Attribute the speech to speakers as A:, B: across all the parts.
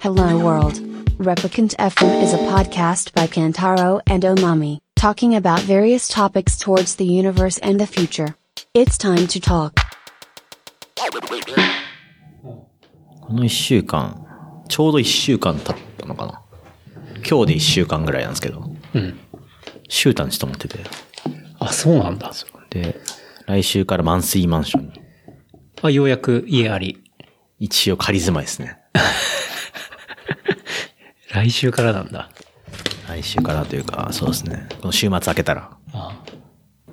A: Hello World. Replicant FM is a podcast by Kantaro and Omami, talking about various topics towards the universe and the future. It's time to talk.
B: この1週間、ちょうど1週間経ったのかな。今日で1週間ぐらいなんですけど、
C: うん。
B: シュータンちと思ってて。
C: あ、そうなんだ。
B: で、来週からマンスリーマンションに、
C: あ、ようやく家あり。
B: 一応仮住まいですね。
C: 来週からなんだ。
B: 来週からというか、そうですね。この週末明けたら。
C: あ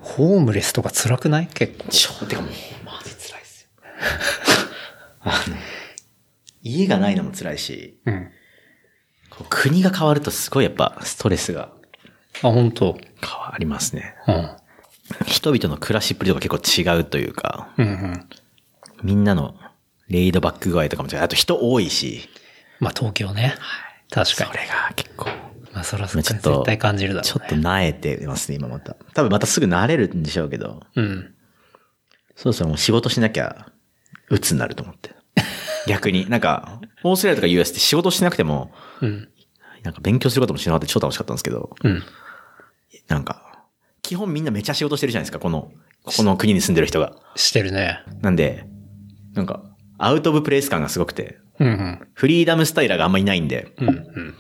C: ホームレスとか辛くない結構。
B: ちょ、てかもう、マジ辛いっすよ。あの、家がないのも辛いし、
C: うん。
B: こう国が変わるとすごいやっぱストレスが
C: あ、本当
B: 変わりますね。
C: うん。
B: 人々の暮らしっぷりとか結構違うというか、
C: うんうん。
B: みんなのレイドバック具合とかも違う。あと人多いし、
C: まあ東京ね。確か
B: それが結構、
C: に。まあそらそ
B: まあ
C: ら
B: ちょっと
C: 絶、対感じるだろう、ね。
B: ちょっと慣れてますね、今また。多分またすぐ慣れるんでしょうけど、
C: うん。
B: そうそう、もう仕事しなきゃ、鬱になると思 って。逆に、なんか、オーストラリアとか US って仕事しなくても、
C: うん。
B: なんか勉強することもしなかった超楽しかったんですけど、
C: うん。
B: なんか、基本みんなめちゃ仕事してるじゃないですか、こ の、ここの国に住んでる人が。
C: してるね。
B: なんで、なんか、アウトオブプレイス感がすごくて、
C: うんうん。
B: フリーダムスタイラーがあんまりないんで、
C: うんうん。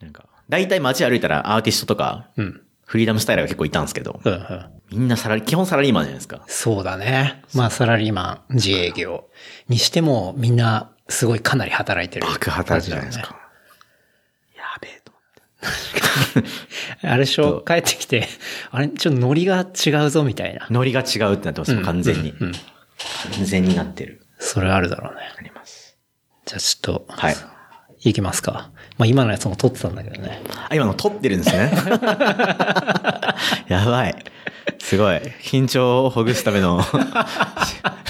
B: なんか、大体街歩いたらアーティストとか、
C: うん。
B: フリーダムスタイラーが結構いたんですけど、
C: うんうん。
B: みんなサラリ、基本サラリーマンじゃないですか。
C: そうだね。まあサラリーマン、自営業。にしてもみんなすごいかなり働いてる。
B: 爆働きじゃないですか。やべえと思って。
C: あれでしょ帰ってきて、 あれ、ちょっとノリが違うぞみたいな。
B: ノリが違うってなってますよ、完全に。
C: うんうん
B: 完全になってる。
C: それあるだろうね。
B: あります。
C: じゃあちょっと、
B: はい。
C: いきますか。まあ今のやつも撮ってたんだけどね。
B: あ、今の撮ってるんです ね。やばい。すごい。緊張をほぐすための。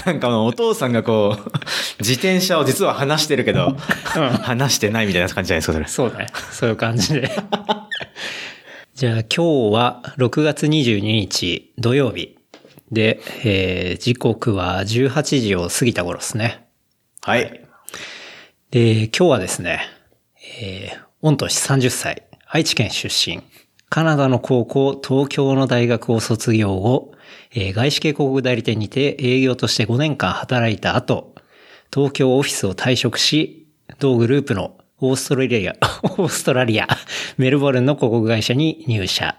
B: なんかあのお父さんがこう、自転車を実は話してるけど、話してないみたいな感じじゃないですか、それ。
C: そうね。そういう感じで。 じゃあ今日は6月22日土曜日で、えー時刻は18時を過ぎた頃ですね。
B: はい。
C: で、今日はですね、えー、御年30歳、愛知県出身、カナダの高校、東京の大学を卒業後、えー外資系広告代理店にて営業として5年間働いた後、東京オフィスを退職し、同グループのオーストラリア、 オーストラリア、メルボルンの広告会社に入社。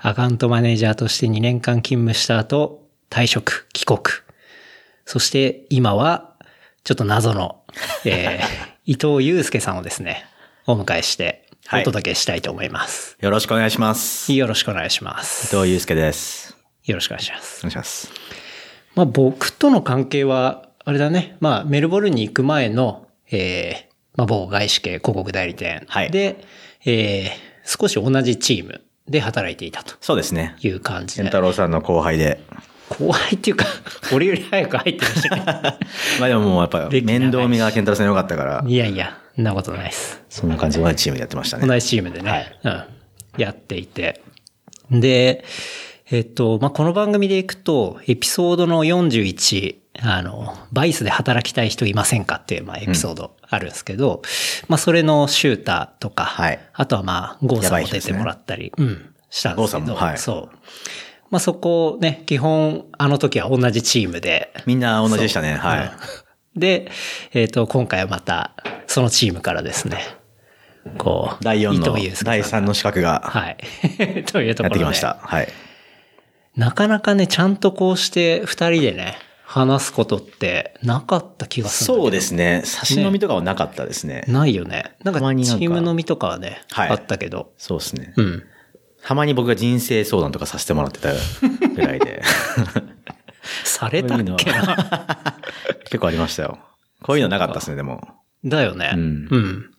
C: アカウントマネージャーとして2年間勤務した後、退職、帰国。そして今は、ちょっと謎の、 えー、伊藤祐介さんをですね、お迎えして、
B: はい
C: お届けしたいと思います。
B: よろしくお願いします。
C: よろしくお願いします。
B: 伊藤祐介です。
C: よろしくお願いします
B: お。願いします。
C: まあ僕との関係は、あれだね、まあメルボルンに行く前の、えー、まあ某外資系広告代理店で、
B: はい
C: えー、少し同じチームで働いていたと
B: そうですね。
C: いう感じ
B: 健
C: で
B: 太、郎さんの後輩で。
C: 後輩っていう か、俺より早く入ってましたけど、
B: まあでももうやっぱ
C: 歴
B: 面倒見が健太郎さん良かった から、
C: いやいや、そんなことないです。
B: そんな感じで同じチームでやってましたね。
C: 同じチームでね、うん、やっていて。で、えっと、まあ、この番組でいくと、エピソードの41、あの、バイスで働きたい人いませんかっていう、まあ、エピソードあるんですけど、まあ、それのシューターとか、
B: はい
C: あとはまあ、ゴー
B: や
C: さ
B: ば
C: ん
B: い
C: も
B: 人で
C: 出
B: す
C: て
B: ね
C: もらったり、うん、したんですけ
B: 郷さ
C: ど、
B: んもはい
C: そう。まあ、そこをね、基本、あの時は同じチームで、
B: みんな同じでしたね。は
C: うん
B: い。
C: で、えっ、と、今回はまた、そのチームからですね、こう、
B: 第4
C: 伊
B: の
C: 藤祐介さ
B: 第
C: ん
B: 3の資格が
C: はい。 というと
B: や
C: こ
B: って
C: ろで。
B: きました。はい。
C: なかなかね、ちゃんとこうして二人でね、話すことってなかった気がするんだけど。
B: そうですね。差し飲みとかはなかったですね。
C: ないよね。なんか
B: たまに
C: チ
B: なんか
C: ーム飲みとかはね、
B: はい
C: あったけど。
B: そうですね
C: う。ん。
B: たまに僕が人生相談とかさせてもらってた ぐらいで。
C: されたっけな。
B: 結構ありましたよ。こういうのなかったですね、でも。
C: だよね。
B: うん
C: うん。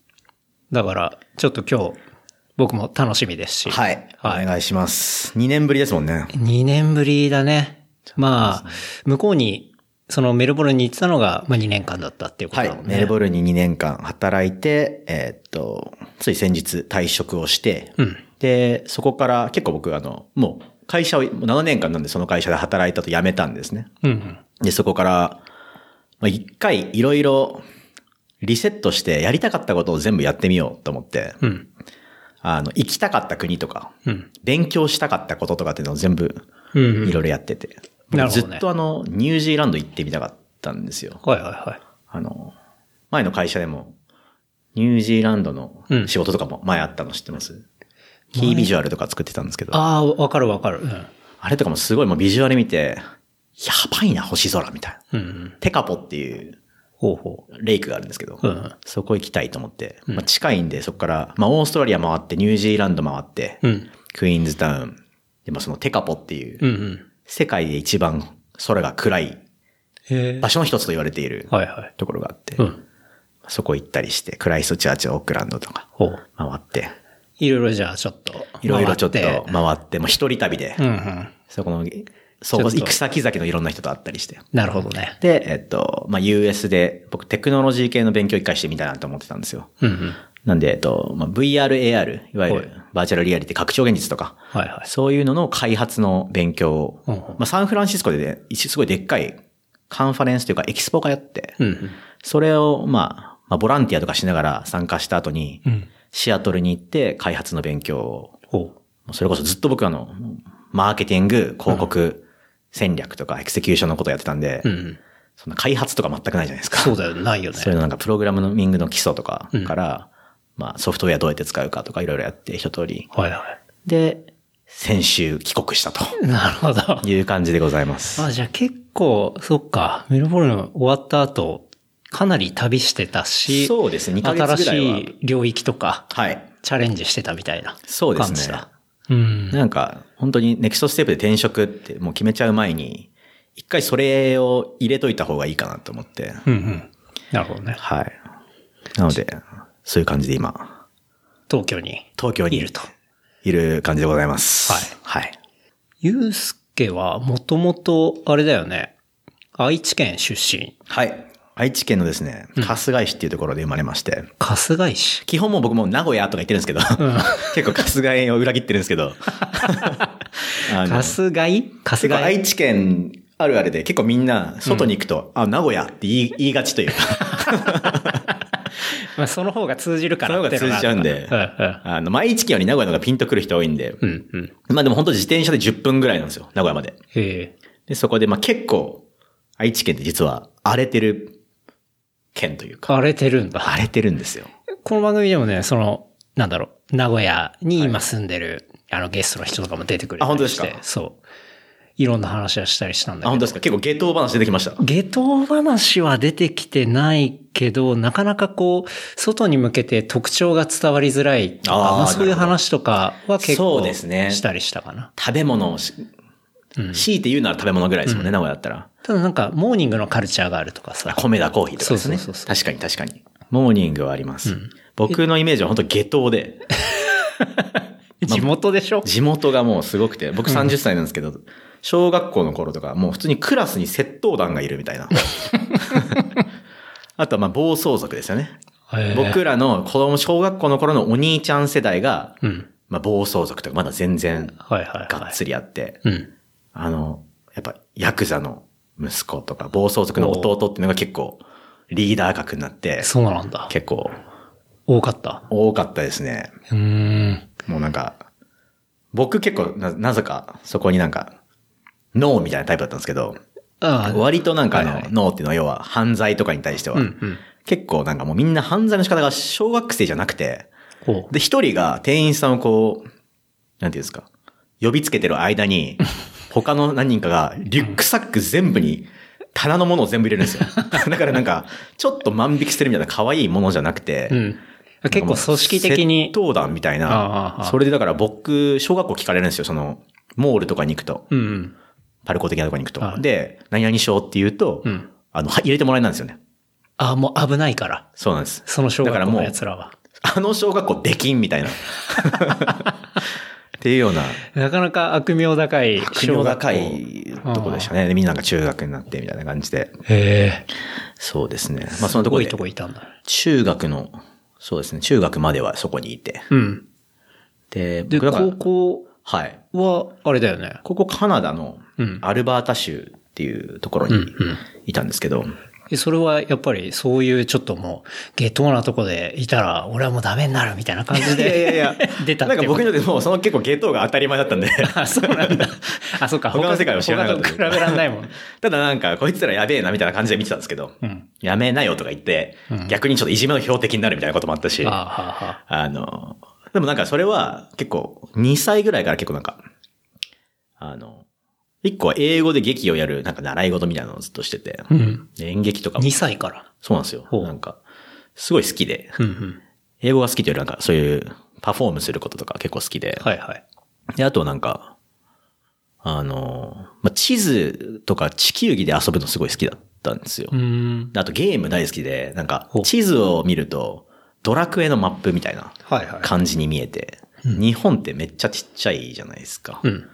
C: だから、ちょっと今日、僕も楽しみですし。
B: はい。お
C: はい。
B: 願いします。2年ぶりですもんね。
C: 2年ぶりだね。まあ、向こうに、そのメルボルンに行ってたのが、まあ2年間だったっていうこと
B: は
C: だも
B: い。
C: んね。
B: メルボルンに2年間働いて、えーっと、つい先日退職をして、
C: うん
B: で、そこから結構僕、あの、もう会社を、もう7年間なんでその会社で働いたと辞めたんですね。
C: うんうん。
B: で、そこから、まあ、一回いろいろリセットしてやりたかったことを全部やってみようと思って、
C: うん。
B: あの、行きたかった国とか、
C: うん。
B: 勉強したかったこととかっていうのを全部
C: うん
B: い
C: うん。
B: ろいろやってて。
C: なるほ
B: ず
C: どね
B: っとあの、ニュージーランド行ってみたかったんですよ。
C: はいはいはい。
B: あの、前の会社でも、ニュージーランドの
C: うん
B: 仕事とかも前あったの知ってます、キービジュアルとか作ってたんですけど、あ
C: ああ、わかるわかる。うん。
B: れとかもすごいもうビジュアル見て、やばいな、星空みたいな。
C: うんうん。
B: テカポっていう
C: ほうほ
B: レイクがあるんですけど、
C: う。うん。
B: そこ行きたいと思って、まあ、近いんでそこから、まあ、オーストラリア回って、ニュージーランド回って、
C: うん。
B: クイーンズタウン、でもそのテカポっていう、
C: うんうん。
B: 世界で一番空が暗い
C: へえ
B: 場。所の一つと言われている
C: はいはい。
B: ところがあって、
C: うん。
B: そこ行ったりして、クライストチャーチ、オークランドとか
C: ほう。
B: 回って、
C: いろいろじゃあちょっと。
B: いろいろちょっと
C: 回
B: 回
C: て
B: って、もう一人旅で、
C: うんうん。
B: そこの、そ
C: ちょ
B: こ
C: っと
B: 行く先々のいろんな人と会ったりして。
C: なるほどね。
B: で、えっと、まあ、US で、僕テクノロジー系の勉強一回してみたいなと思ってたんですよ。
C: うんうん。
B: なんで、えっと、まあ、VR、AR、いわゆ
C: はい
B: るバーチャルリアリティ、拡張現実とか、
C: はいはい。
B: そういうのの開発の勉強を、
C: うんうん
B: まあ、サンフランシスコでね、一すごいでっかいカンファレンスというかエキスポがやって、
C: うんうん。
B: それを、まあ、まあ、ボランティアとかしながら参加した後に、
C: うん。
B: シアトルに行って開発の勉強を、
C: ほ
B: もうそれこそずっと僕あの、マーケティング、広告、戦略とかエクセキューションのことやってたんで、
C: う。うんうん。
B: そんな開発とか全くないじゃないですか。
C: そうだよね。ないよね
B: そ。れのなんかプログラミングの基礎とかから、まあソフトウェアどうやって使うかとかいろいろやって一通り。
C: はいは
B: で、先週帰国したと
C: い。なるほど。
B: いう感じでございます。
C: あ、じゃあ結構、そっか、メルボルン終わった後、かなり旅してたし、
B: そうですね、2ヶ
C: 新
B: 月ぐらいは。
C: しい領域とか、
B: はい。
C: チャレンジしてたみたいな
B: そうで
C: 感
B: す
C: じ
B: ね
C: だ。。うん。
B: なんか、本当にネクストステップで転職ってもう決めちゃう前に、一回それを入れといた方がいいかなと思って。
C: うんうん。なるほどね。
B: はい。なので、そういう感じで今、
C: 東京に。
B: 東京に
C: いると。
B: いる感じでございます。はい。はい。
C: ゆうすけは、もともと、あれだよね。愛知県出身。
B: はい。愛知県のですね、春日井市っていうところで生まれまして、
C: 春日井市。
B: 基本もう僕もう名古屋とか言ってるんですけど、 結構春日井を裏切ってるんですけ ど、あの
C: 春日井
B: 結
C: 春
B: 構
C: 日井。
B: 愛知県あるあるで結構みんな外に行くと、あ、名古屋って言い言いがちというか、
C: まあ、その方が通じるか
B: その
C: ら
B: 方
C: っ
B: が
C: ていの
B: 通じ
C: が
B: ちゃうんで、
C: あ
B: あの、まあ愛知県より名古屋の方がピンとくる人多いんで、
C: るうんうん。うんうん。
B: まあでも本当自転車で10分ぐらいなんですよ、名古屋まで。
C: へえ。
B: で、そこで、まあ結構、愛知県って実は荒れてる県というか、
C: 荒れてるんだ。
B: 荒れてるんですよ。
C: この番組でもね、その、なんだろう、名古屋に今住んでる、あのゲストの人とかも出てくれ
B: あ
C: た
B: 本当
C: り
B: です
C: し
B: か
C: て、そう。いろんな話はしたりしたんだ
B: あ、
C: け
B: 本当で
C: ど。
B: すか結構下等話出てきました。
C: 下等話は出てきてないけど、なかなかこう、外に向けて特徴が伝わりづらいとか、
B: あー
C: まあそういう
B: なるほど
C: 話とかは結
B: そ
C: 構
B: うですね
C: したりしたかな。
B: 食べ物をし、強いて言うなら食べ物ぐらいですもんね、名古屋だったら。
C: ただなんか、モーニングのカルチャーがあるとかさ。
B: 米田コーヒーとかですね。
C: そうそうそう
B: 確かに確かに。モーニングはあります。僕のイメージは本当下等で、
C: 地元でしょ、
B: 地元がもうすごくて、僕30歳なんですけど、小学校の頃とか、もう普通にクラスに窃盗団がいるみたい な。あとはまあ暴走族ですよね。
C: へー
B: 僕らの子供、小学校の頃のお兄ちゃん世代が、
C: うん。
B: まあ暴走族とかまだ全然
C: はいはい
B: が
C: は
B: っ
C: い。
B: つりあって、
C: うん。
B: あの、やっぱヤクザの息子とか暴走族の弟っていうのが結構リーダー格になって、
C: そうなんだ。
B: 結構
C: 多かった。
B: 多かったですね。
C: うーん。
B: もうなんか、僕結構な、なぜかそこになんか、ノーみたいなタイプだったんですけど、
C: ああ、
B: 割となんかあの、
C: はいはい
B: ノーっていうのは要は犯罪とかに対しては、
C: うんうん。
B: 結構なんかもうみんな犯罪の仕方が小学生じゃなくて、
C: こう。
B: で、一人が店員さんをこう、なんていうんですか、呼びつけてる間 に、他の何人かがリュックサック全部に、棚のものを全部入れるん ですよ。だからなんか、ちょっと万引きしてるみたいな可愛いものじゃなくて、
C: うん。結構組織的に
B: 窃。盗団みたい
C: ああ
B: な
C: あ。
B: それでだから僕、小学校聞かれるんですよ。その、モールとかに行くと。
C: うんうん。
B: パルコ的なとこに行くと。
C: はい
B: で、何々賞って言うと、
C: うん
B: あの、は入れてもらえないんですよね。
C: ああ、もう危ないから。
B: そうなんです。
C: その小学
B: だから
C: 校
B: もう
C: の奴らは。
B: あの小学校できんみたい な。っていうような、
C: なかなか悪名高い
B: 苦
C: 小
B: 悩
C: 学校。
B: 高いとこでしたね。でみんなが中学になってみたいな感じで。
C: へえ。
B: そうですね。まあそのとこ
C: 多
B: ろ
C: い
B: で
C: と、こいたんだ。
B: 中学の、そうですね、中学まではそこにいて。
C: うん。
B: で、
C: で、
B: 僕だから
C: 高校
B: はい。
C: は、あれだよね。
B: ここカナダの
C: うん
B: アルバータ州っていうところ
C: うん
B: にいたんですけど、
C: えそれはやっぱりそういうちょっともう、下等なとこでいたら、俺はもうダメになるみたいな感じ
B: いやいやい
C: で、
B: や
C: 出たって
B: なん
C: こと
B: か僕にとってもうその結構ゲートが当たり前だったんで。
C: あ、そうな んだ。あ、そうか。
B: 他の世界を知らなかった
C: 他と比べらんない もん。
B: ただなんか、こいつらやべえなみたいな感じで見てたんですけど、
C: うん。
B: やめなよとか言って、
C: うん
B: 逆にちょっといじめの標的になるみたいなこともあったし、
C: ああ、
B: あ
C: はあ、はあ。
B: の、でもなんかそれは結構2歳ぐらいから結構なんか、あの、一個は英語で劇をやるなんか習い事みたいなのをずっとしてて、
C: うん。
B: で演劇とかも
C: 2歳から。
B: そうなんですよ。
C: ほう
B: なんか、すごい好きで、
C: うんうん。
B: 英語が好きというよりなんかそういうパフォームすることとか結構好きで、
C: はいはい。
B: で、あとなんか、あの、まあ、地図とか地球儀で遊ぶのすごい好きだったんですよ。
C: うん。
B: であとゲーム大好きで、なんか
C: ほう
B: 地図を見るとドラクエのマップみたいな
C: はいはい。
B: 感じに見えて、
C: うん
B: 日本ってめっちゃちっちゃいじゃないですか。
C: うん。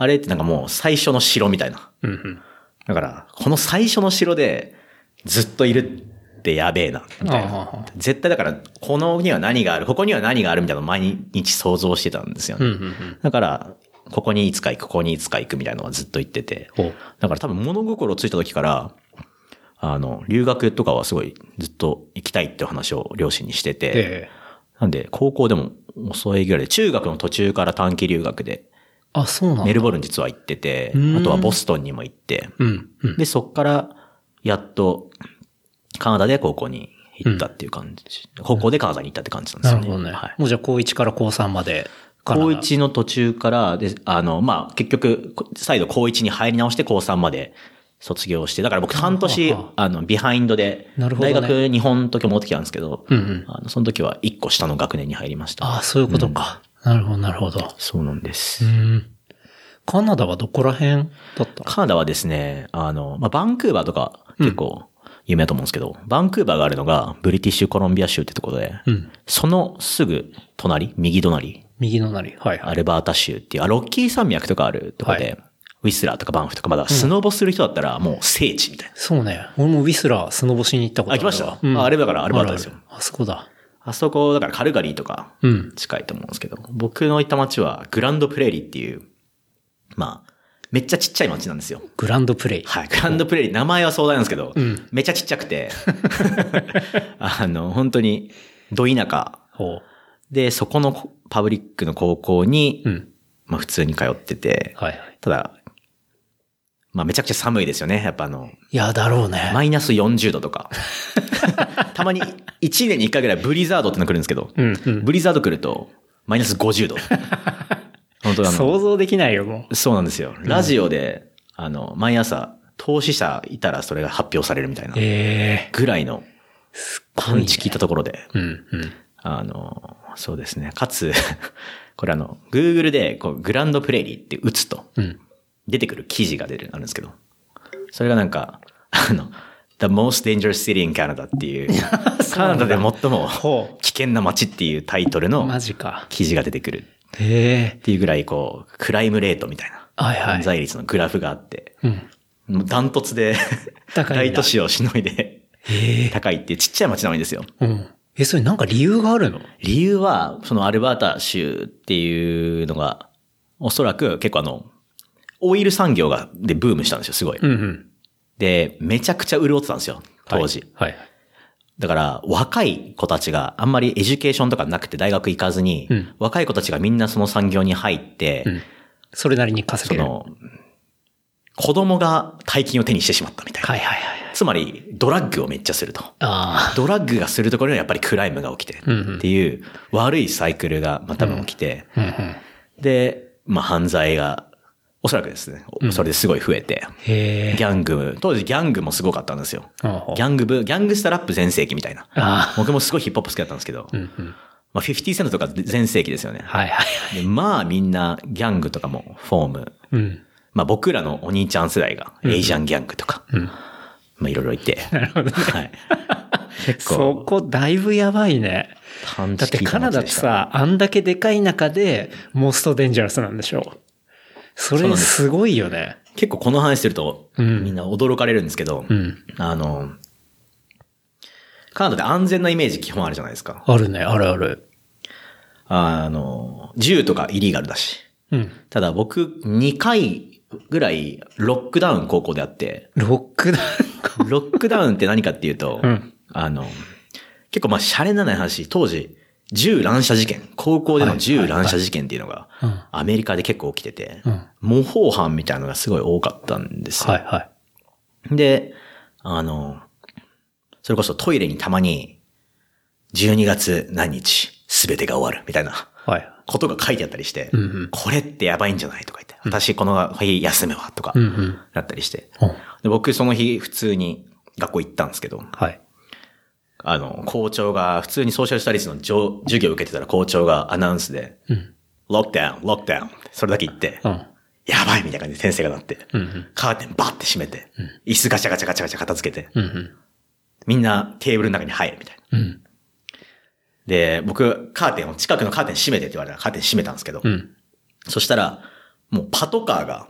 B: あれってなんかもう最初の城みたいな。
C: うんうん。
B: だから、この最初の城でずっといるってやべえな、みたい
C: ああああ
B: な。絶対だから、このには何がある、ここには何があるみたいなのを毎日想像してたんですよ
C: うんう
B: ね。
C: んうん。
B: だから、ここにいつか行く、ここにいつか行くみたいなのはずっと言ってて。
C: ほう。
B: だから多分物心ついた時から、あの、留学とかはすごいずっと行きたいって話を両親にしてて、
C: ええ。
B: なんで高校でも遅いぐらいで、中学の途中から短期留学で、
C: あ、そうなん
B: メ
C: だ。
B: ルボルン実は行ってて
C: う、ん
B: あとはボストンにも行って、
C: うん。うん。
B: で、そっから、やっと、カナダで高校に行ったっていう感じ、高校でカナダに行ったって感じなんですよ
C: なる
B: ね。
C: ほどね
B: はい。
C: もうじゃあ、高1から高3まで。
B: 高。一の途中から、で、あの、まあ、結局、こ再度高一に入り直して高三まで卒業して、だから僕半年、
C: あはは
B: あの、ビハインドで、
C: なるほどね
B: 大学日本時戻ってきたんですけど、
C: うんうん。
B: あの、その時は一個下の学年に入りました。
C: ああ、そういうことか。なるほど、なるほど。
B: そうなんです。
C: うん。カナダはどこら辺だった
B: カナダはですね、あの、まあ、バンクーバーとか結構有名だと思うんですけど、バンクーバーがあるのがブリティッシュコロンビア州ってところで、
C: うん。
B: そのすぐ隣、右隣、
C: 右のなり。はいは
B: ア
C: い。
B: ルバータ州っていう、あロッキー山脈とかあるとこで、
C: はい
B: ウィスラーとかバンフとか、まだスノボする人だったらもう聖地みたいな。
C: そうね。俺もウィスラー、スノボしに行ったことあるわ。
B: あ来ました
C: うん
B: ああれだからアルバータですよ
C: あるあるあそこだ。
B: あそこ、だからカルガリーとか
C: うん。
B: 近いと思うんですけど、僕の行った町はグランドプレーリーっていう、まあ、めっちゃちっちゃい町なんですよ。
C: グランドプレイ。
B: はい、グランドプレーリー、名前は壮大なんですけど、
C: うん
B: めっちゃちっちゃくて、あの、本当に、ど田舎。
C: ほう。
B: で、そこのパブリックの高校に、
C: うん。
B: まあ普通に通ってて、
C: はいはい。
B: ただ、まあめちゃくちゃ寒いですよね。やっぱあの、
C: いや、だろうね。
B: マイナス40度と か。たまに1年に1回ぐらいブリザードっての来るんですけど、
C: うんうん。
B: ブリザード来るとマイナス50度。本当あの、
C: 想像できないよ、も
B: そうなんですよ。ラジオで、あの、毎朝、投資者いたらそれが発表されるみたいな
C: う。ええ
B: ぐらいのパンチ聞いたところで、
C: うんうん。
B: あの、そうですね。かつ、 これあの、Google でこうグランドプレイリーって打つと、
C: うん。
B: 出てくる記事が出る、あるんですけど、それがなんか、あの、The Most Dangerous City in Canada っていう、カナダで最も
C: ほ
B: 危険な街っていうタイトルの
C: マジか。
B: 記事が出てくるっ
C: ええ
B: ていうぐらい、こう、クライムレートみたいな、
C: はいは
B: 犯
C: い。
B: 罪率のグラフがあって、
C: うん。
B: もうダントツで、
C: 高い
B: 大
C: んだ
B: 都市をしのいで、
C: ええ
B: 高いっていうちっちゃい街なのにですよ。
C: うん。え、それなんか理由があるの
B: 理由は、そのアルバータ州っていうのが、おそらく結構あの、オイル産業が、でブームしたんですよ、すごい。
C: んうん。
B: で、めちゃくちゃ潤ってたんですよ、当時。
C: はい。はい。
B: だから、若い子たちがあんまりエデュケーションとかなくて大学行かずに、
C: うん
B: 若い子たちがみんなその産業に入って、
C: うん。それなりに稼
B: そ
C: げる。
B: の、子供が大金を手にしてしまったみたいな。
C: はいはいはい。
B: つまり、ドラッグをめっちゃすると。
C: あ
B: ドラッグがするところにはやっぱりクライムが起きて、
C: うんうん
B: っていう悪いサイクルがまあ多分起きて、
C: あ。うんうん。
B: で、まあ犯罪が、おそらくですね、おそれですごい増えて、
C: へえ。
B: ギャング、当時ギャングもすごかったんですよ。
C: ャ
B: ギャング部、ギャングスタラップ全盛期みたいな。
C: ああ。
B: 僕もすごいヒップホップ好きだったんですけど、
C: うんうん。
B: まあ50セントとか全盛期ですよね。
C: はいはい。
B: でまあみんなギャングとかもフォーム、
C: うん。
B: まあ僕らのお兄ちゃん世代がエイジャンギャングとか、
C: うん。
B: まあいろいろいて、
C: なるほど。
B: はい。結
C: そ
B: 構、
C: こだいぶやばいね。
B: パン
C: だ
B: チ効
C: って
B: い
C: カ
B: た
C: ナ
B: 街
C: ダっ
B: で
C: て
B: した
C: さ、あんだけでかい中で、モストデンジャラスなんでしょう。そ
B: そう
C: れ
B: なんです
C: すごいよね。
B: 結構この話すると、
C: うん
B: みんな驚かれるんですけど、
C: うん。
B: あの、カナダで安全なイメージ基本あるじゃないですか。
C: あるね、あるある。
B: あの、銃とかイリーガルだし。
C: うん。
B: ただ僕、2回ぐらい、ロックダウン高校であ って、
C: ロックダウンか。
B: ロックダウンって何かっていうと、
C: うん
B: あの、結構まあ、シャレなない話、当時、銃乱射事件、高校での銃乱射事件っていうのが
C: はいうん、
B: アメリカで結構起きてて
C: うん、
B: 模倣犯みたいなのがすごい多かったんですよ。
C: はいはい。
B: で、あの、それこそトイレにたまに、12月何日、すべてが終わる、みたいな
C: はい。
B: ことが書いてあったりして、
C: うんうん
B: これってやばいんじゃないとか言って、私この日休むわ、とか
C: うん、うん。
B: だったりして。
C: うん
B: で僕その日普通に学校行ったんですけど、
C: はい。
B: あの、校長が、普通にソーシャルスタディスの授授業を受けてたら校長がアナウンスで、
C: うん。
B: ロックダウン、ロックダウン、それだけ言って、
C: うん。
B: やばいみたいな感じで先生がなって、
C: うんうん。
B: カーテンバッて閉めて、椅子ガチャガチャガチャガチャ片付けて、
C: うんうん。
B: みんなテーブルの中に入るみたいな。
C: うん。
B: で、僕、カーテンを、近くのカーテン閉めてって言われたらカーテン閉めたんですけど、
C: うん。
B: そしたら、もうパトカーが、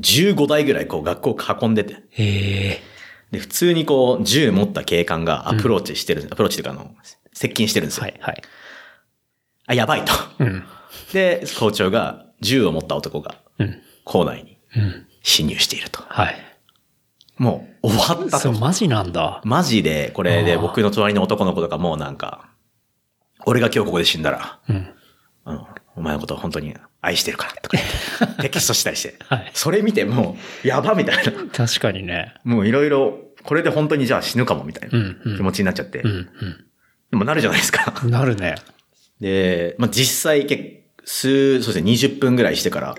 B: 15台ぐらいこう学校を囲んでて、
C: へえ。
B: で、普通にこう、銃持った警官がアプローチしてる、アプローチというかあの、接近してるんですよ。
C: はいはい。
B: あ、やばいと。
C: うん。
B: で、校長が、銃を持った男が、
C: うん。
B: 校内に
C: うん。
B: 侵入していると。
C: はい。
B: もう、終わった
C: そ
B: と
C: う、。マジなんだ。
B: マジで、これで
C: あー
B: 僕の隣の男の子とかもうなんか、俺が今日ここで死んだら、
C: うん。
B: あの、お前のこと本当に愛してるから、とか言 って、テキストしたりして。
C: はい
B: それ見てもう、やばみたいな。
C: 確かにね。
B: もういろいろ、これで本当にじゃあ死ぬかも、みたいな
C: うんうん
B: 気持ちになっちゃって。
C: う
B: で
C: ん
B: もなるじゃないですか
C: う。ん。なるね。
B: で、まあ、実際結構、数、そうですね、20分ぐらいしてから、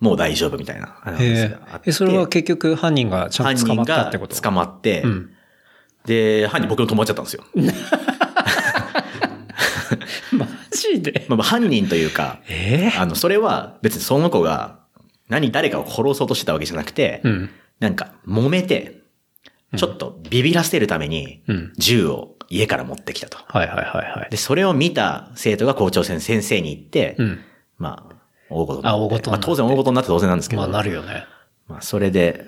B: もう大丈夫みたいなアナウンス
C: へ
B: があっ
C: え
B: て。
C: え。それは結局犯人がちゃ
B: 犯
C: んと捕
B: 人
C: まった
B: が
C: ってこと
B: 捕まって、
C: うん。
B: で、犯人僕の友達だったんですよ。
C: マジで
B: まあ、犯人というか、
C: ええ
B: あの、それは別にその子が何、誰かを殺そうとしてたわけじゃなくて、
C: うん。
B: なんか揉めて、ちょっとビビらせるために
C: うん、
B: 銃を家から持ってきたと。
C: はいはいはいはい
B: で、。それを見た生徒が校長先先生に行って、
C: うん。
B: まあ、大事に
C: あ
B: な
C: 大
B: っ。
C: 事になってて
B: まあ、当然大事になって当然なんですけど、
C: まあなるよね。
B: まあ、それで、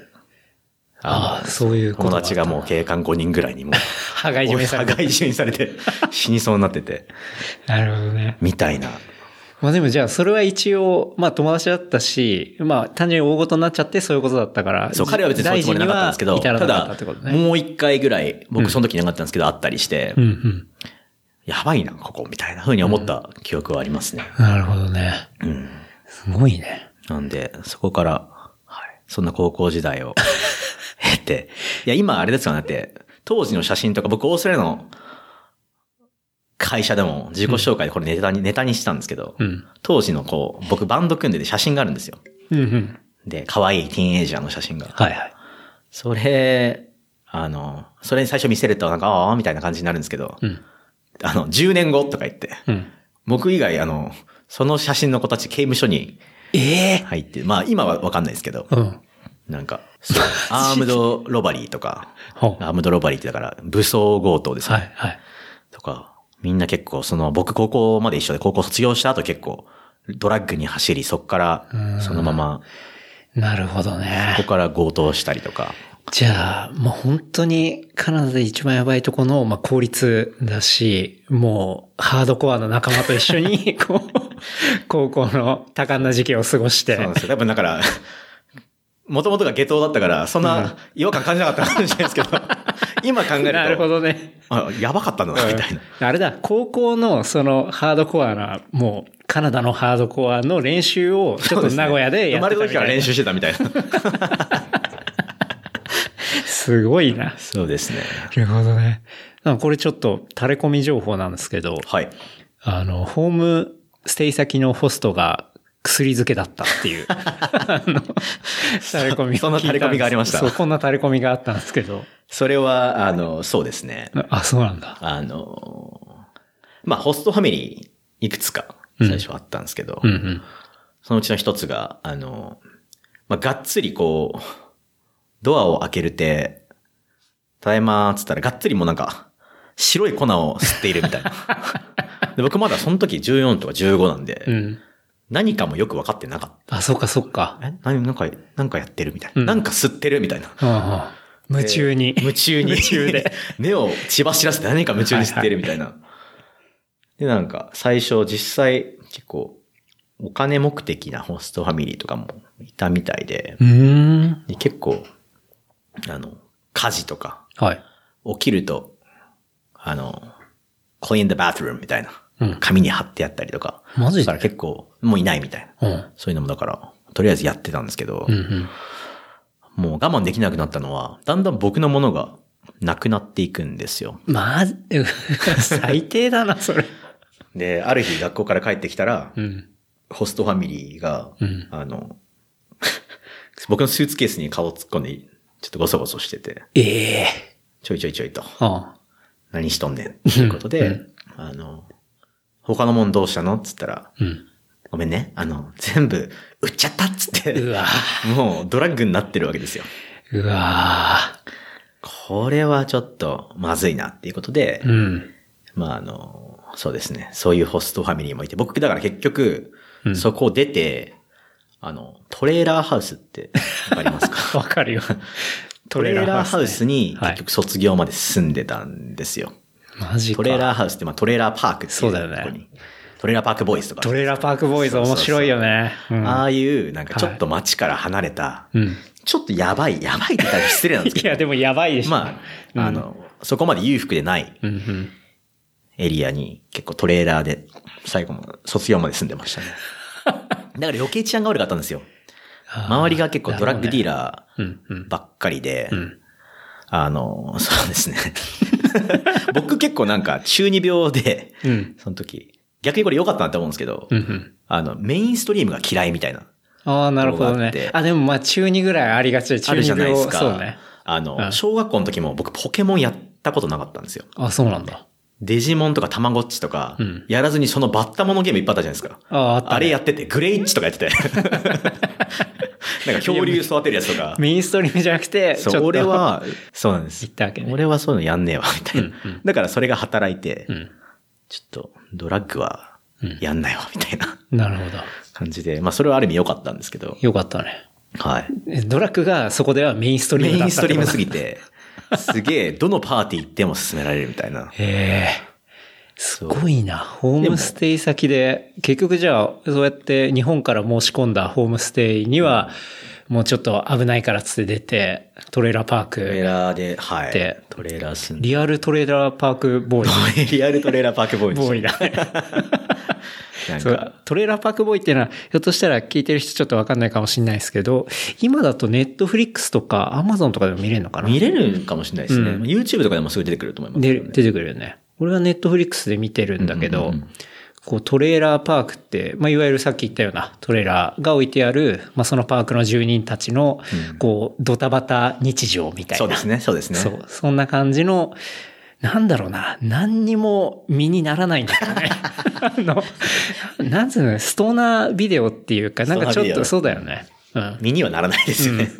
C: ああ、そういうこと
B: 友
C: だ
B: 達がもう警官5人ぐらい にもう、
C: 歯がいじめさ れた
B: 互いじめにされて、死にそうになってて、
C: なるほどね。
B: みたいな。
C: まあでもじゃあそれは一応、まあ友達だったし、まあ単純に大事になっちゃってそういうことだったから。
B: そう、彼は別にそういうつもりなかったんですけど、
C: 大事には
B: た
C: 至らなかったってこと
B: だ、
C: ね。
B: もう一回ぐらい、僕その時いなかったんですけど、あったりして
C: う、んうん。
B: やばいな、ここ、みたいな風に思った記憶はありますね。
C: なるほどね。
B: うん。
C: すごいね。
B: なんで、そこから、はい、そんな高校時代を 経て、いや、今あれですよね、だって、当時の写真とか、僕、オーストラリアの会社でも自己紹介でこれネタに、ネタにしたんですけど、
C: うん。
B: 当時のこう、僕バンド組んでて写真があるんですよ。
C: うんうん。
B: で、可愛いティーンエイジャーの写真が。
C: はいはい。
B: それ、あの、それに最初見せると、なんか、ああ、みたいな感じになるんですけど、
C: うん。
B: あの、10年後とか言って、
C: うん。
B: 僕以外、あの、その写真の子たち刑務所に
C: ええ
B: 入って、まあ今はわかんないですけど、
C: うん。
B: なんか、 そうアームドロバリーとか、
C: ほう
B: アームドロバリーってだから武装強盗ですね。
C: はいはい。
B: とか、みんな結構その、僕高校まで一緒で高校卒業した後結構ドラッグに走り、そこからそのまま、
C: なるほど
B: こ
C: ね
B: こ。から強盗したりとか、
C: じゃあ、もう本当にカナダで一番やばいとこの、まあ、効率だし、もうハードコアの仲間と一緒に、こう、高校の多感な時期を過ごして
B: そうな、んですよ。多分だから、 もともとが下等だったから、そんな違和感感じなかったかもしれないですけ ど、今考えると、
C: なるほどね。
B: あ、やばかったんだな、みたいな。
C: あれだ、高校のそのハードコアな、もうカナダのハードコアの練習をちょっと名古屋で
B: 生
C: やっ
B: ま
C: て
B: れた
C: たみ
B: 時か
C: た
B: ら
C: い
B: 練
C: な。
B: 習してたみたいな。
C: すごいな。
B: そうですね。
C: なるほどね。なんかこれちょっと垂れ込み情報なんですけど、
B: はい。
C: あの、ホームステイ先のホストが薬漬けだったっ ていう、あの、垂れ込みを聞いたです
B: そんな垂れ込みがありました
C: そう、こんな垂れ込みがあったんですけど。
B: それは、あの、そうですね。
C: あ、そうなんだ。
B: あの、まあ、ホストファミリーいくつか最初あったんですけど、
C: うんうん。
B: そのうちの一つが、あの、まあ、がっつりこう、ドアを開けるて、ただいまーっつったら、がっつりもうなんか、白い粉を吸っているみた いな。で僕まだその時14とか15なんで、
C: うん。
B: 何かもよく分かってなかっ
C: あ、そっかそっか
B: た。。え何なんか、なんかやってるみたいな。
C: うん
B: なんか吸ってるみたいな。
C: うんうん夢中に。
B: 夢中に。
C: 夢中で。
B: 目を血走らせて何か夢中に吸ってるみたいな。で、なんか、最初実際、結構、お金目的なホストファミリーとかもいたみたいで、
C: うーん。
B: で結構、あの、火事とか、
C: はい。
B: 起きると、あの、clean the bathroom みたいな
C: うん、
B: 紙に貼ってやったりとか、
C: マジで
B: だから結構、もういないみたいな。
C: うん。
B: そういうのもだから、とりあえずやってたんですけど、
C: うんうん。
B: もう我慢できなくなったのは、だんだん僕のものがなくなっていくんですよ。
C: まず、 最低だな、それ。
B: で、ある日学校から帰ってきたら、
C: うん。
B: ホストファミリーが、
C: うん
B: あの、 僕のスーツケースに顔を突っ込んで、ちょっとごそごそしてて、
C: ええ
B: ちょいちょいちょいと、
C: ああ。
B: 何しとんねん、ということで、
C: うん
B: あの、他のもんどうしたのっつったら、
C: うん。
B: ごめんね、あの、全部売っちゃったっつって、
C: うわ
B: もうドラッグになってるわけですよ。
C: うわ
B: これはちょっとまずいなっていうことで、
C: うん。
B: まああの、そうですね。そういうホストファミリーもいて、僕だから結局
C: う、ん
B: そこを出て、あの、トレーラーハウスってわかります か
C: わかるよ。
B: トレーラーハウスに
C: はい
B: 結局卒業まで住んでたんですよ。
C: マジか。
B: トレーラーハウスって、まあトレーラーパークってい
C: そうだよね
B: とこにトレーラーパークボーイズとか。
C: トレーラーパークボーイズ
B: そうそうそ
C: 面
B: う
C: 白いよね。うん
B: ああいう、なんかちょっと街から離れた、
C: うん。
B: ちょっとやばい、やばいって言ったら失礼なんですけ
C: い
B: ど、
C: や、でもやばいでしょ。
B: ま
C: うん
B: あ、あの、そこまで裕福でない
C: うんうん。
B: エリアに結構トレーラーで最後も卒業まで住んでま したね。だから余計治安が悪かったんですよ。
C: あー
B: 周りが結構ドラッグディーラ
C: うんうん
B: ー。ばっかりで、
C: うん。
B: あの、そう ですね。僕結構なんか中二病で、
C: うん。
B: その時、逆にこれ良かったなって思うんですけど、
C: うんうん。
B: あの、メインストリームが嫌いみたいな、
C: ああ、なるほど
B: 動画あ
C: ね
B: って。
C: あ、でもまあ中2ぐらいありがちで、中
B: あるじゃ
C: 2
B: ない
C: 病
B: ですか。
C: そうね。
B: あ
C: う
B: の、
C: ん
B: 小学校の時も僕ポケモンやったことなかったんですよ。
C: あ、そうなんだ。
B: デジモンとかたまごっちとか
C: うん、
B: やらずにそのバッタモのゲームいっぱいあったじゃないですか。
C: ああ、あった。
B: あれやってて、グレイッチとかやってて。 なんか恐竜育てるやつとか。
C: メインストリームじゃなくて、ちょっ
B: そう、
C: と
B: 俺、は、そうなんで
C: 行
B: す
C: っ。たわけね。
B: 俺はそういうのやんねえわ、みたいな。
C: うんうん
B: だからそれが働いて、
C: うん。
B: ちょっとドラッグは
C: うん
B: やんないわ、みたいな
C: なるほど。
B: 感じで。まあそれはある意味良かったんですけど。
C: よかったね。
B: はい。
C: えドラッグがそこではメインストリ
B: メ
C: ーム
B: イ
C: だ
B: ン
C: った
B: ス
C: っ
B: ト
C: て
B: リーム
C: こと
B: すぎて、すげえ、どのパーティー行っても勧められるみたいな。
C: へえ。すごいな。ホームステイ先で、結局じゃあ、そうやって日本から申し込んだホームステイには、もうちょっと危ないからっつって出て、トレーラーパー
B: トレ
C: ク、
B: ーラーで、はい。
C: で
B: トレーラーすんで。
C: リアルトレーラーパークボーイ、
B: リアルトレーラーパー クボーイズ
C: ボーイだ。
B: なん
C: そ
B: か
C: う、トレーラーパークボーイっていうのは、ひょっとしたら聞いてる人ちょっとわかんないかもしれないですけど、今だとネットフリックスとかアマゾンとかでも見れるのかな
B: 見れるかもしれないですね。
C: うん
B: YouTube とかでもすぐ出てくると思いますけ
C: で
B: どね、
C: 出てくるよね。俺はネットフリックスで見てるんだけ
B: うん
C: ど、
B: うんうん
C: こうトレーラーパークって、まあ、いわゆるさっき言ったようなトレーラーが置いてある、まあ、そのパークの住人たちの、こう、ドタバタ日常みたいな。
B: そうですね、そうですね。
C: そう。そんな感じの、なんだろうな。何にも身にならないんだよ ね。あの、なんつうの、ストーナービデオっていうか、なんかちょっと、
B: ス
C: そうだよね。うん。
B: 身にはならないですよね。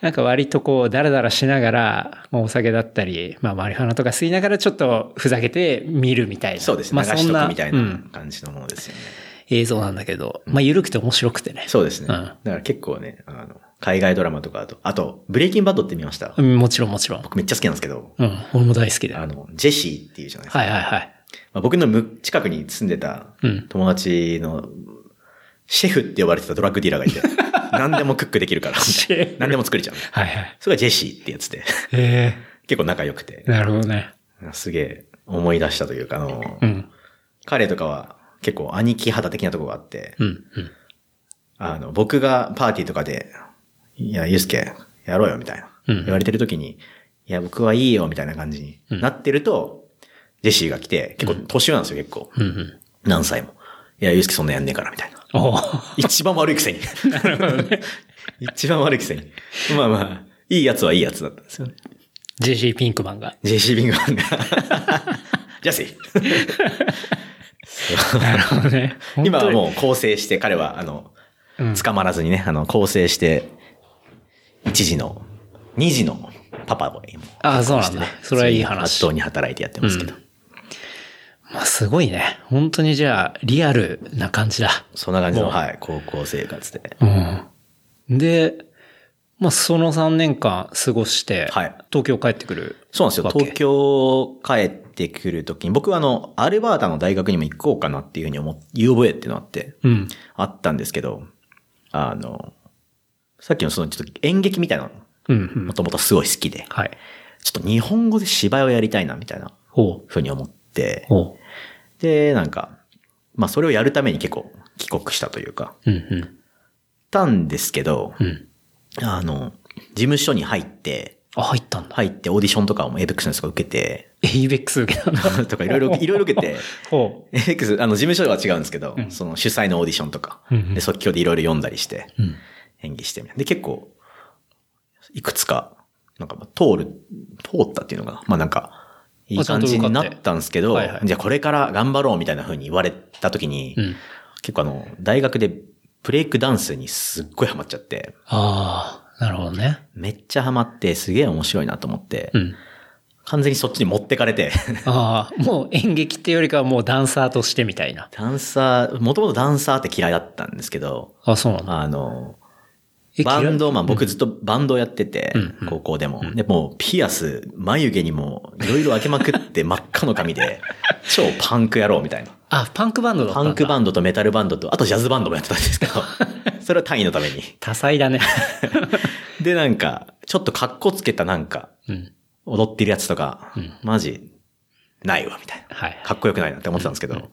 C: なんか割とこう、ダラダラしながら、まあ、お酒だったり、まあ、マリファナとか吸いながらちょっとふざけて見るみたいな。
B: そうですね。
C: まあ、
B: 流
C: そ
B: し
C: ん
B: と
C: な、
B: くみたいうなん感じのものですよね。
C: 映像なんだけど、まあ、緩くて面白くてね。
B: そうですね。
C: うん
B: だから結構ね、あの、海外ドラマとかあと、あと、ブレイキンバッドって見ました
C: うんもちろんもちろん。
B: 僕めっちゃ好きなんですけど、
C: うん、俺も大好きだよ。
B: あの、ジェシーっていうじゃないですか。
C: はいはいはい。
B: まあ、僕のむ近くに住んでた
C: うん
B: 友達の、シェフって呼ばれてたドラッグディーラーがいて、 何でもクックできるから、みたいな何でも作れちゃう。
C: はいはい。
B: それがジェシーってやつで、
C: え
B: 結構仲良くて
C: え、なるほどね。
B: すげえ思い出したというか、あの、
C: うん、
B: 彼とかは結構兄貴肌的なとこがあって、
C: うん、うん。
B: あの、僕がパーティーとかで、いや、ゆうすけ、やろうよ、みたいな。
C: うん
B: 言われてる時に、いや、僕はいいよ、みたいな感じに
C: うん
B: なってると、ジェシーが来て、結構年上なんですよ、結構。
C: うん、うん。
B: 何歳も。いや、ゆうすけそんなやんねえから、みたいな。
C: お
B: 一番悪いくせに。一番悪いくせに。まあまあ、いいやつはいいやつだったんですよね。
C: ジェシー・ピンクマンが。
B: ジェシー・ビングマンが。ジェシー。
C: なるほどね。
B: 今は
C: う。
B: もう構成して、彼は、あの、
C: うん
B: 捕まらずにね、あの、構成して、1時の、2時のパパを今、
C: ああ、そうなんだ。それはいい話
B: 圧倒。に働いてやってますけど。
C: まあ、すごいね。本当にじゃあ、リアルな感じだ。
B: そんな感じの、はい、高校生活で。
C: うん。で、まあ、その3年間過ごして、
B: はい
C: 東京帰ってくる。
B: そうなんですよ。
C: わけ
B: 東京帰ってくるときに、僕はあの、アルバータの大学にも行こうかなっていうふうに思っ、u v a っていうのあって、
C: うん。
B: あったんですけど、あの、さっきのそのちょっと演劇みたいなの、
C: うん、うん
B: も。ともとすごい好きで、
C: はい。
B: ちょっと日本語で芝居をやりたいなみたいな
C: ほう。
B: ふうに思って、
C: ほ
B: で、なんか、まあそれをやるために結構帰国したというか、
C: う。うん、うん。
B: たんですけど、
C: うん。
B: あの、事務所に入って、
C: あ、入ったんだ。
B: 入ってオーディションとかも ABEX のやつとか受けて、
C: エイベックス受けたんだ。
B: とかいろいろ、いろいろ受けて、
C: ほ
B: ABEX、あの、事務所では違うんですけど、その主催のオーディションとか、
C: うんうん
B: で即興でいろいろ読んだりして、
C: う。うん。
B: 演技してみたいな。で、結構、いくつか、なんかまあ通る、通ったっていうのかな。まあなんか、いい
C: あちゃ
B: 感
C: んと
B: じにな
C: 受かって
B: ったんですけど、
C: はいはい
B: じゃあこれから頑張ろうみたいな風に言われた時に、
C: うん。
B: 結構あの、大学でブレイクダンスにすっごいハマっちゃって、
C: ああ、なるほどね。
B: めっちゃハマってすげえ面白いなと思って、
C: うん。
B: 完全にそっちに持ってかれて、
C: ああ、もう演劇っていうよりかはもうダンサーとしてみたいな。
B: ダンサー、もともとダンサーって嫌いだったんですけど、
C: あそうなんだ。
B: あの、
C: え
B: バン
C: 嫌い
B: ドマン、僕ずっとバンドをやってて、
C: うんうん
B: 高校でも。で、もうピアス、眉毛にもいろいろ開けまくって 真っ赤の髪で、超パンクやろうみたいな。
C: あ、パンクバンドだった
B: パ
C: んだ。
B: ンク
C: ンド。
B: バンドとメタルバンドと、あとジャズバンドもやってたんですけ ど、それは単位のために。
C: 多彩だね。
B: で、なんか、ちょっと格好つけたなんか、
C: うん。
B: 踊ってるやつとか、
C: うん
B: マジ、ないわ、みたいな。
C: はい。
B: かっこよくないなって思ってたんですけど、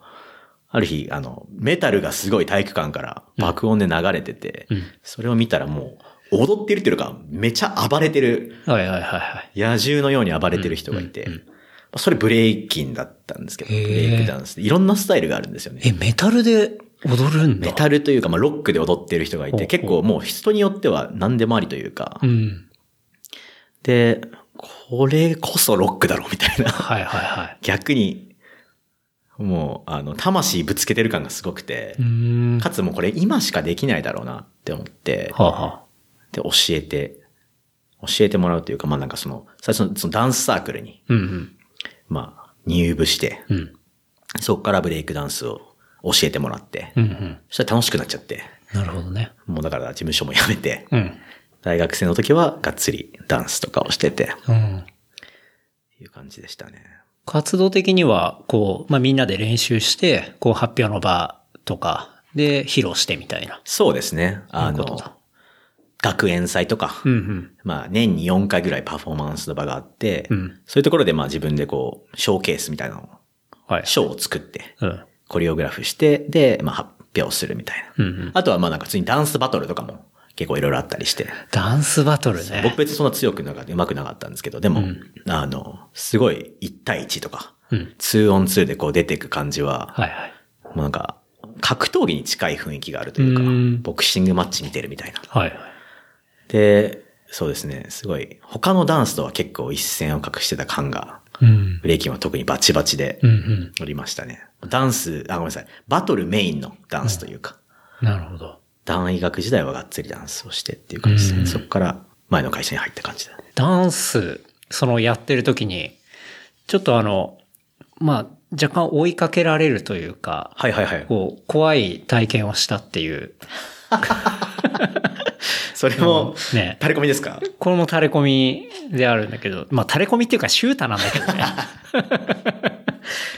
B: ある日、あの、メタルがすごい体育館から爆音で流れてて、
C: うん
B: それを見たらもう、踊ってるっていうか、めちゃ暴れてる
C: はいはいはいはい。
B: 野獣のように暴れてる人がいて、
C: うんうん
B: まあそれブレイキンだったんですけど、
C: へ
B: ブ
C: ー
B: レイクダンスでいろんなスタイルがあるんですよね。
C: え、メタルで踊るんだ。
B: メタルというか、まあ、ロックで踊ってる人がい
C: ほうほ
B: て、
C: う
B: 結構もう人によっては何でもありというか、
C: うん。
B: で、これこそロックだろうみたいな。
C: はいはいはい。
B: 逆に、もう、あの、魂ぶつけてる感がすごくて
C: うー、ん。は
B: かつもうこれ今しかできないだろうなって思って、
C: あ、は
B: で、教えて、教えてもらうというか、まあなんかその、最初のそのダンスサークルに、
C: あ、うん
B: まあ、入部して、
C: うん。うん。
B: そこからブレイクダンスを教えてもらって、
C: うんうん。
B: そしたら楽しくなっちゃって、
C: なるほどね。
B: もうだから事務所も辞めて、
C: うん。
B: 大学生の時はがっつりダンスとかをしてて、
C: うん。
B: いう感じでしたね。
C: 活動的には、こう、まあ、みんなで練習して、こう、発表の場とかで披露してみたいな。
B: そうですね。あ
C: いいことだ
B: の、学園祭とか、
C: うんうん。
B: まあ年に4回ぐらいパフォーマンスの場があって、
C: うん
B: そういうところでまあ自分でこう、ショーケースみたいなのを、
C: はい。
B: ショーを作って、
C: うん。
B: コリオグラフして、で、まあ発表するみたいな。
C: うんうん。
B: あとはまあなんか普通にダンスバトルとかも結構いろいろあったりして、
C: ダンスバトルね。
B: 僕別にそんな強くなかった、うまくなかったんですけど、でも、あの、すごい1対1とか、
C: うん。
B: 2 on 2でこう出てく感じは、
C: はいはい。
B: もうなんか、格闘技に近い雰囲気があるというか、
C: うん
B: ボクシングマッチ見てるみたいな。
C: はい
B: で、そうですね、すごい、他のダンスとは結構一線を画してた感が、
C: うん。
B: ブレイキンは特にバチバチで
C: うんうん。
B: 乗りましたね。ダンス、あ、ごめんなさい、バトルメインのダンスというか、
C: なるほど。
B: 大学時代はがっつりダンスをしてっていう感じですね。
C: うん
B: そこから前の会社に入った感じだ。
C: ダンス、そのやってる時に、ちょっとあの、まあ、若干追いかけられるというか、
B: はいはいはい。
C: こう、怖い体験をしたっていう。
B: それも、
C: ね。
B: タレコミですか
C: これも垂れ込みであるんだけど、まあ、垂れ込みっていうか、シュータなんだけど ね。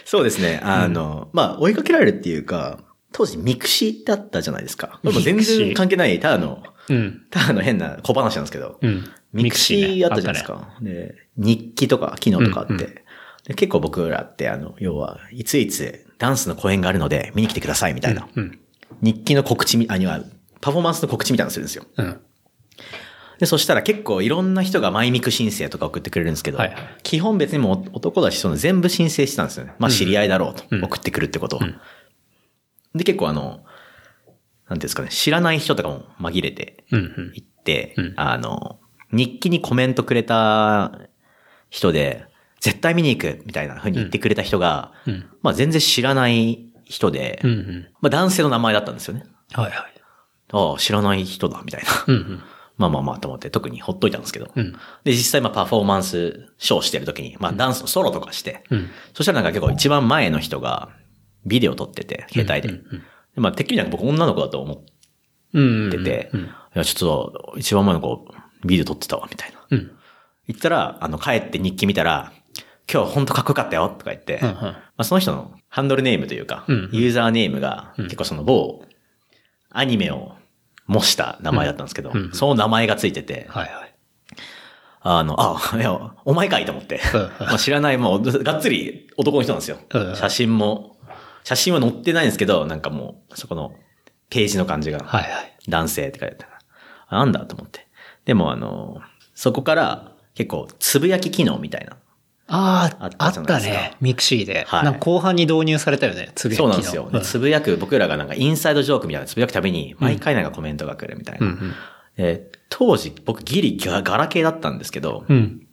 B: そうですね。あの、まあ、追いかけられるっていうか、当時ミクシーだったじゃないですか。でも全
C: ミクシー
B: 然関係ない、ただの、
C: うん。
B: ただの変な小話なんですけど、
C: うん。
B: ミクシーあったじゃないです
C: あっ
B: か。で、日記とか機能とかあって、
C: うんうん
B: で結構僕らって、あの、要は、いついつダンスの公演があるので見に来てくださいみたいな。
C: たね。うん。
B: 日記の告知み、あ、には、パフォーマンスの告知みたいなのするんですよ。
C: うん。
B: で、そしたら結構いろんな人がマイミク申請とか送ってくれるんですけど、
C: はいはい
B: 基本別にもう男だし、その全部申請してたんですよね。まあ知り合いだろうと、
C: うん
B: 送ってくるってことは、で、結構あの、なんていうんですかね、知らない人とかも紛れて
C: うん。うん。
B: 行って、
C: うん
B: あの、日記にコメントくれた人で、絶対見に行くみたいな風に言ってくれた人が、
C: うん。
B: まあ全然知らない人で、
C: うん。うん。
B: まあ男性の名前だったんですよね。
C: はいはい。
B: ああ、知らない人だ、みたいな。
C: うん。うん。
B: まあまあまあと思って特にほっといたんですけど。
C: うん。
B: で、実際まあパフォーマンスショーしてる時に、まあダンスのソロとかして、
C: うん。
B: そしたらなんか結構一番前の人がビデオ撮ってて、携帯で。
C: うんうん
B: でまあてっきりなんか僕女の子だと思っ
C: うん。
B: てて、
C: うん
B: いや、ちょっと一番前の子ビデオ撮ってたわ、みたいな。
C: うん。
B: 言ったら、あの、帰って日記見たら、今日はほんとかっこよかったよ、とか言って、
C: うんうん
B: まあ、その人のハンドルネームというか、
C: うん
B: ユーザーネームが、結構その某、アニメを模した名前だったんですけど、
C: うんうん
B: その名前がついてて、
C: はいはい。
B: あの、あ、いや、お前かいと思って。
C: うん
B: まあ知らない、もう、がっつり男の人なんですよ
C: うん。
B: 写真も、写真は載ってないんですけど、なんかもう、そこの、ページの感じが。
C: はいはい。
B: 男性って書いてあったからあなんだと思って。でもあの、そこから結構つぶやき機能みたいな。
C: ああ、あ
B: あ
C: っ
B: ったじゃな
C: た
B: いですか
C: ね。ミクシーで。
B: はい
C: なんか後半に導入されたよね、つぶやき
B: そう
C: の
B: なんですよ。つぶやく、僕らがなんかインサイドジョークみたいなのつぶやくたびに、毎回なんかコメントが来るみたいな。
C: うんうん
B: で当時、僕ギリガガラケーだったんですけど、
C: うん。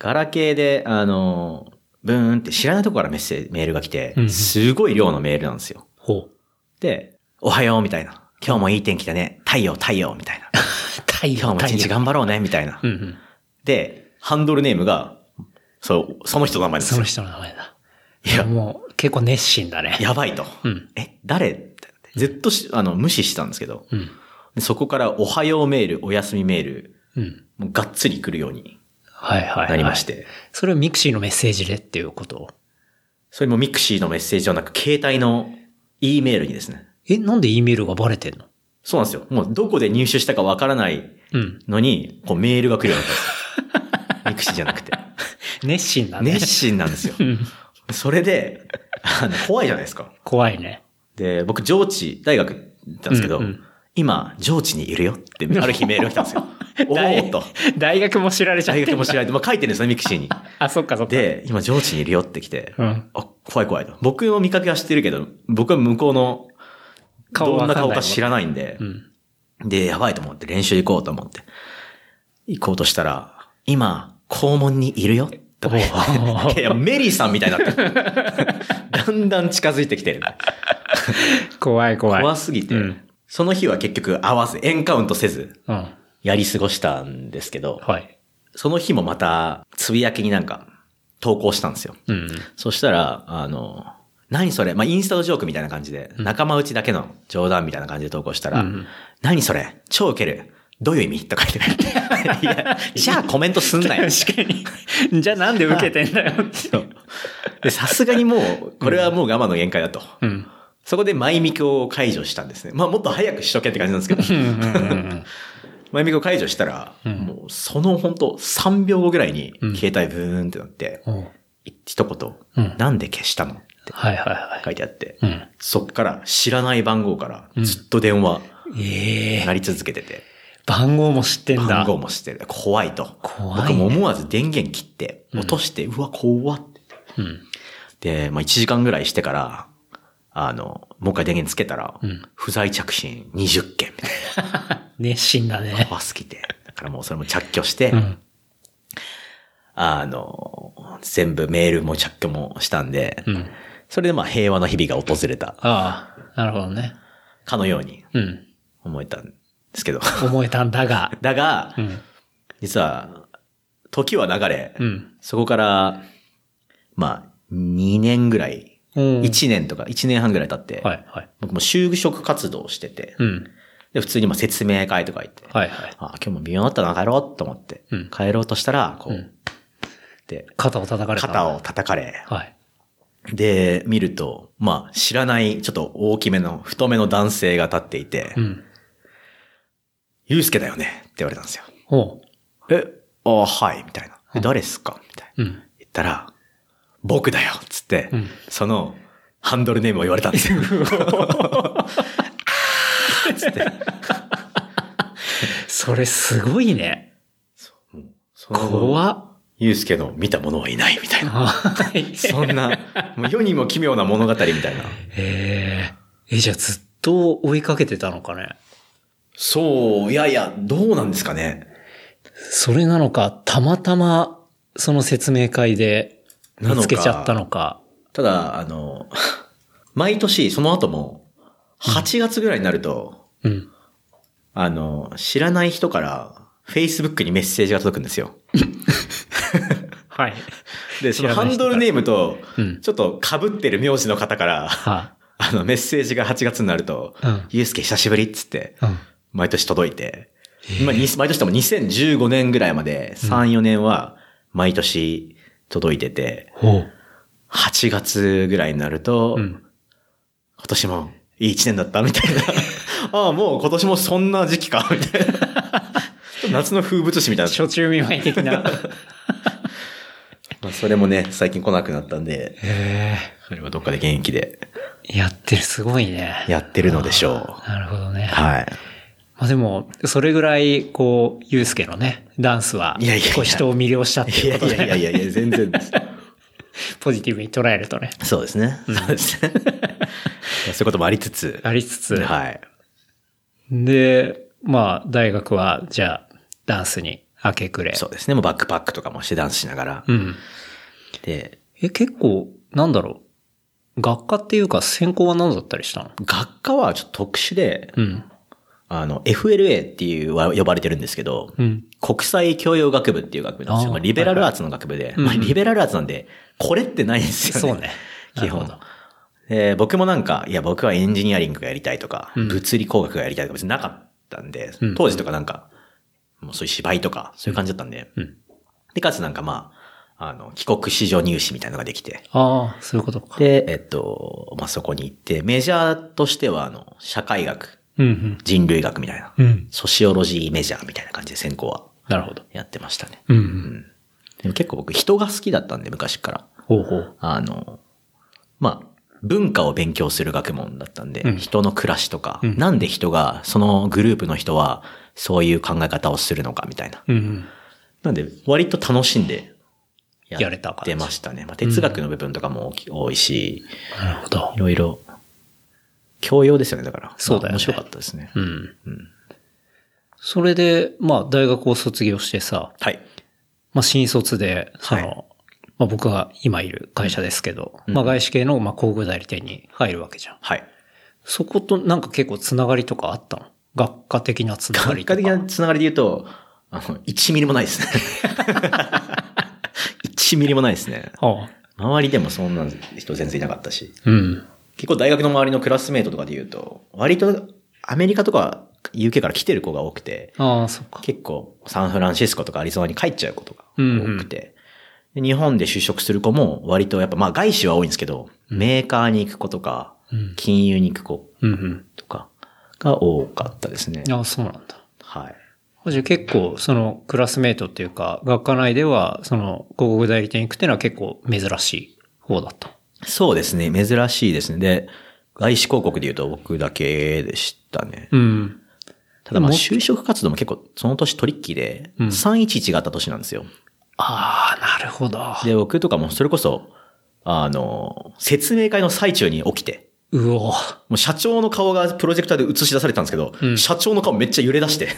B: ガラケーで、あの、ブーンって知らないとこからメッセージ、メールが来て
C: うんう、ん
B: すごい量のメールなんですよ。
C: ほう。
B: で、おはようみたいな。今日もいい天気だね。太陽、太陽みたいな。
C: 太陽
B: 今日も一日頑張ろうね、みたいな
C: う。んうん。
B: で、ハンドルネームが、そう、その人の名前なんです
C: その
B: よ。
C: 人の名前だ。
B: いや
C: もう結構熱心だね。
B: やばいと。
C: うん
B: え、誰ってなってずっとし、あの、無視してたんですけど、
C: うん。
B: でそこからおはようメール、おやすみメール、
C: うん。
B: もうがっつり来るように
C: はいはい、はい。
B: なりまして。。
C: それをミクシーのメッセージでっていうことを。
B: それもミクシーのメッセージはなく、携帯の E メールにですね。
C: え、なんで E メールがバレてんの
B: そうなんですよ。もうどこで入手したかわからない
C: うん。
B: のに、こうメールが来るようになった んですよ。ミクシーじゃなくて。
C: 熱心だね。
B: 熱心なんですよ。それで、あの、怖いじゃないですか。
C: 怖いね。
B: で、僕、上智大学行ったんですけど、
C: うんうん
B: 今、上智にいるよって、ある日メールが来たん ですよ。おおっと。
C: 大大学も知られちゃっ
B: 大
C: て
B: 学
C: ん
B: も
C: だ
B: 知られて、まあ、書いてるんですよ、ミクシーに。
C: あ、そっかそっか。
B: で、今、上智にいるよって来て、
C: うん
B: あ、怖い怖いと。僕の見かけは知ってるけど、僕は向こうの、
C: 顔
B: ど
C: わか
B: ん
C: んな
B: ない
C: もん
B: 顔か知らないんで、
C: うん。
B: で、やばいと思って、練習行こうと思って、行こうとしたら、今、校門にいるよって思う。いや、メリーさんみたいにな ってる。だんだん近づいてきてる。
C: 怖い怖い。
B: 怖すぎて、
C: うん
B: その日は結局合わず、エンカウントせず、
C: うん。
B: やり過ごしたんですけど、
C: はい。
B: その日もまた、つぶやきになんか、投稿したんですよ。
C: うん。
B: そしたら、あの、何それまあ、インスタのジョークみたいな感じで、仲間内だけの冗談みたいな感じで投稿したら、
C: うん
B: 何それ超ウケるどういう意味とか言ってくれ ていや、じゃあコメントすんなよ。
C: 確かに。じゃあなんで受けてんだよって。
B: そうでさすがにもう、これはもう我慢の限界だと。
C: うん。
B: そこでマイミクを解除したんですね。まあもっと早くしとけって感じなんですけど。
C: うんうんうん
B: マイミクを解除したら、もうその本当3秒後ぐらいに携帯ブーンってなって、
C: うん。おう
B: 一言、
C: うん
B: なんで消したのって
C: はいはいは
B: 書いてあって、
C: い。うん。
B: そっから知らない番号からずっと電話
C: ええ
B: なり続けてて、
C: 番号も知ってんだ。
B: 番号もしてる。怖いと。
C: 怖いね
B: 僕も思わず電源切って、落として、うわ、怖って。
C: うん。
B: で、まあ1時間ぐらいしてから、あの、もう一回電源つけたら、
C: ん
B: 不在着信20件みたい
C: 熱心だ
B: な。
C: ね。
B: 怖すぎて。だからもうそれも着去して、
C: うん。
B: あの、全部メールも着去もしたんで、
C: うん。
B: それでまあ平和の日々が訪れた
C: ああ、なるほどね。
B: かのように
C: うん。
B: 思えたんですけど。
C: 思えたんだが。
B: だが、
C: うん。
B: 実は、時は流れ、
C: うん。
B: そこから、まあ、2年ぐらい、
C: うん
B: 1年とか1年半ぐらい経って、
C: はい、はい。
B: 僕も就職活動をしてて、
C: うん。
B: で普通にまあ説明会とか行って、
C: はい、はい。
B: あ今日も微妙だったな、帰ろうと思って、
C: うん
B: 帰ろうとしたら、こう、
C: うん
B: で、
C: 肩を叩かれた。
B: 肩を。叩かれ、
C: はい。
B: で、見ると、まあ、知らない、ちょっと大きめの、太めの男性が立っていて、
C: うん。
B: ゆうすけだよねって言われたんですよ。
C: おう。
B: え、あはい、みたいな。え誰っすかみたいな。
C: うん。
B: 言ったら、僕だよっつって、
C: うん
B: その、ハンドルネームを言われたん ですよ。
C: それすごいね。
B: っ。
C: 怖っ。
B: ゆうすけの見た者はいないみたいな。
C: はい。
B: そんな、もう世にも奇妙な物語みたいな。
C: えーえ、じゃあずっと追いかけてたのかね。
B: そう、いやいや、どうなんですかね。
C: それなのか、たまたま、その説明会で見つけちゃったのか。
B: ただ、あの、 毎年その後も、8月ぐらいになると、
C: うん。
B: あの、知らない人から、Facebook にメッセージが届くんですよ。
C: はい。
B: で、そのハンドルネームと
C: うん、
B: ちょっと被ってる名字の方から、
C: は
B: あの、メッセージが8月になると
C: うん、
B: ゆうすけ久しぶりっつって、
C: い。うん。
B: 毎年届いて、今、に毎年とも2015年ぐらいまで3、4年は毎年届いてて、
C: ほう。
B: 8月ぐらいになると、
C: ん
B: 今年もいい1年だったみた いな。ああ、もう今年もそんな時期か、みたいな。夏の風物詩みたいな。
C: 初中見舞い的な。
B: まあそれもね、最近来なくなったんで、
C: へ
B: それはどっかで元気で
C: え。やってる、すごいね。
B: やってるのでしょ
C: なるほどね。
B: う。はい。
C: まあでも、それぐらい、こう、ゆうすけのね、ダンスは、
B: いやいやいや
C: こう人を魅了したって
B: い
C: いう
B: や
C: こ
B: い
C: とで、
B: やいやいや、全然です。
C: ポジティブに捉えるとね、
B: そうですね。そうです ね。そういうこともありつつ。
C: ありつつ、
B: はい。
C: で、まあ、大学は、じゃあ、ダンスに明け暮れ。
B: そうですね。もうバックパックとかもしてダンスしながら。
C: うん。
B: で、
C: え、結構、なんだろう。学科っていうか、専攻は何だったりしたの
B: 学科はちょっと特殊で、
C: うん。
B: あの、FLA っていうは呼ばれてるんですけど、
C: うん。
B: 国際教養学部っていう学部なんです
C: あー
B: よ。まあ、リベラルアーツの学部で。
C: うん
B: まあ、リベラルアーツなんで、これってないんですよね。
C: そうね。
B: 基本
C: なるほど。
B: で僕もなんか、いや、僕はエンジニアリングがやりたいとか、
C: うん
B: 物理工学がやりたいとか別になかったんで、
C: うん
B: 当時とかなんか、もうそういう芝居とか、そういう感じだったんで、
C: うんうん
B: で、かつなんかまあ、あの、帰国子女入試みたいなのができて、
C: ああ、そういうことか。
B: で、えっと、まあ、そこに行って、メジャーとしては、あの、社会学、
C: うん
B: 人類学みたいな、
C: うん。うん。
B: ソシオロジーメジャーみたいな感じで専攻は
C: なるほど。
B: やってましたね。
C: うんう。
B: うんん。でも結構僕人が好きだったんで、昔から。
C: ほうほう。
B: あの、まあ、文化を勉強する学問だったんで、
C: うん
B: 人の暮らしとか、
C: うん
B: なんで人が、そのグループの人は、そういう考え方をするのかみたいな。
C: うんうん。
B: なんで、割と楽しんで、
C: やれた感じ
B: 出ましたね。まあ、哲学の部分とかも大き多いし、
C: なるほど
B: い。ろいろ、教養ですよね、だから。
C: そう
B: ま
C: だよね
B: あ面白かったですね。
C: うん。
B: うん
C: それで、まあ、大学を卒業してさ、
B: はい。
C: まあ、新卒で、その、
B: は
C: まあ、僕が今いる会社ですけど、
B: うん
C: まあ、外資系の、まあ、工具代理店に入るわけじゃん。
B: はい。
C: そことなんか結構つながりとかあったの学科的なつながり
B: 学
C: と
B: 科
C: か。
B: 的なつながりで言うと、あの、1ミリもないです ね。1ミリもないですね。
C: ああ
B: 周りでもそんな人全然いなかったし。
C: うん。
B: 結構大学の周りのクラスメートとかで言うと、割とアメリカとか UK から来てる子が多くて、
C: ああ、そっか。
B: 結構サンフランシスコとかアリゾナに帰っちゃうことが多くて、で日本で就職する子も割とやっぱまあ外資は多いんですけど、メーカーに行く子とか、
C: うん。
B: 金融に行く子
C: うん
B: とかが多かったですね
C: うん。。ああ、そうなんだ。
B: はい。
C: じゃあ結構、その、クラスメートっていうか、学科内では、その、広告代理店行くっていうのは結構珍しい方だった。
B: そうですね。珍しいですね。で、外資広告で言うと僕だけでしたね。
C: うん。
B: ただまあ
C: もっ
B: 就職活動も結構その年トリッキーで、
C: うん
B: 311があった年なんですよ。
C: ああ、なるほど。
B: で、僕とかもそれこそ、あの、説明会の最中に起きて、
C: うお。
B: もう社長の顔がプロジェクターで映し出されたんですけど、
C: うん
B: 社長の顔めっちゃ揺れ出 して、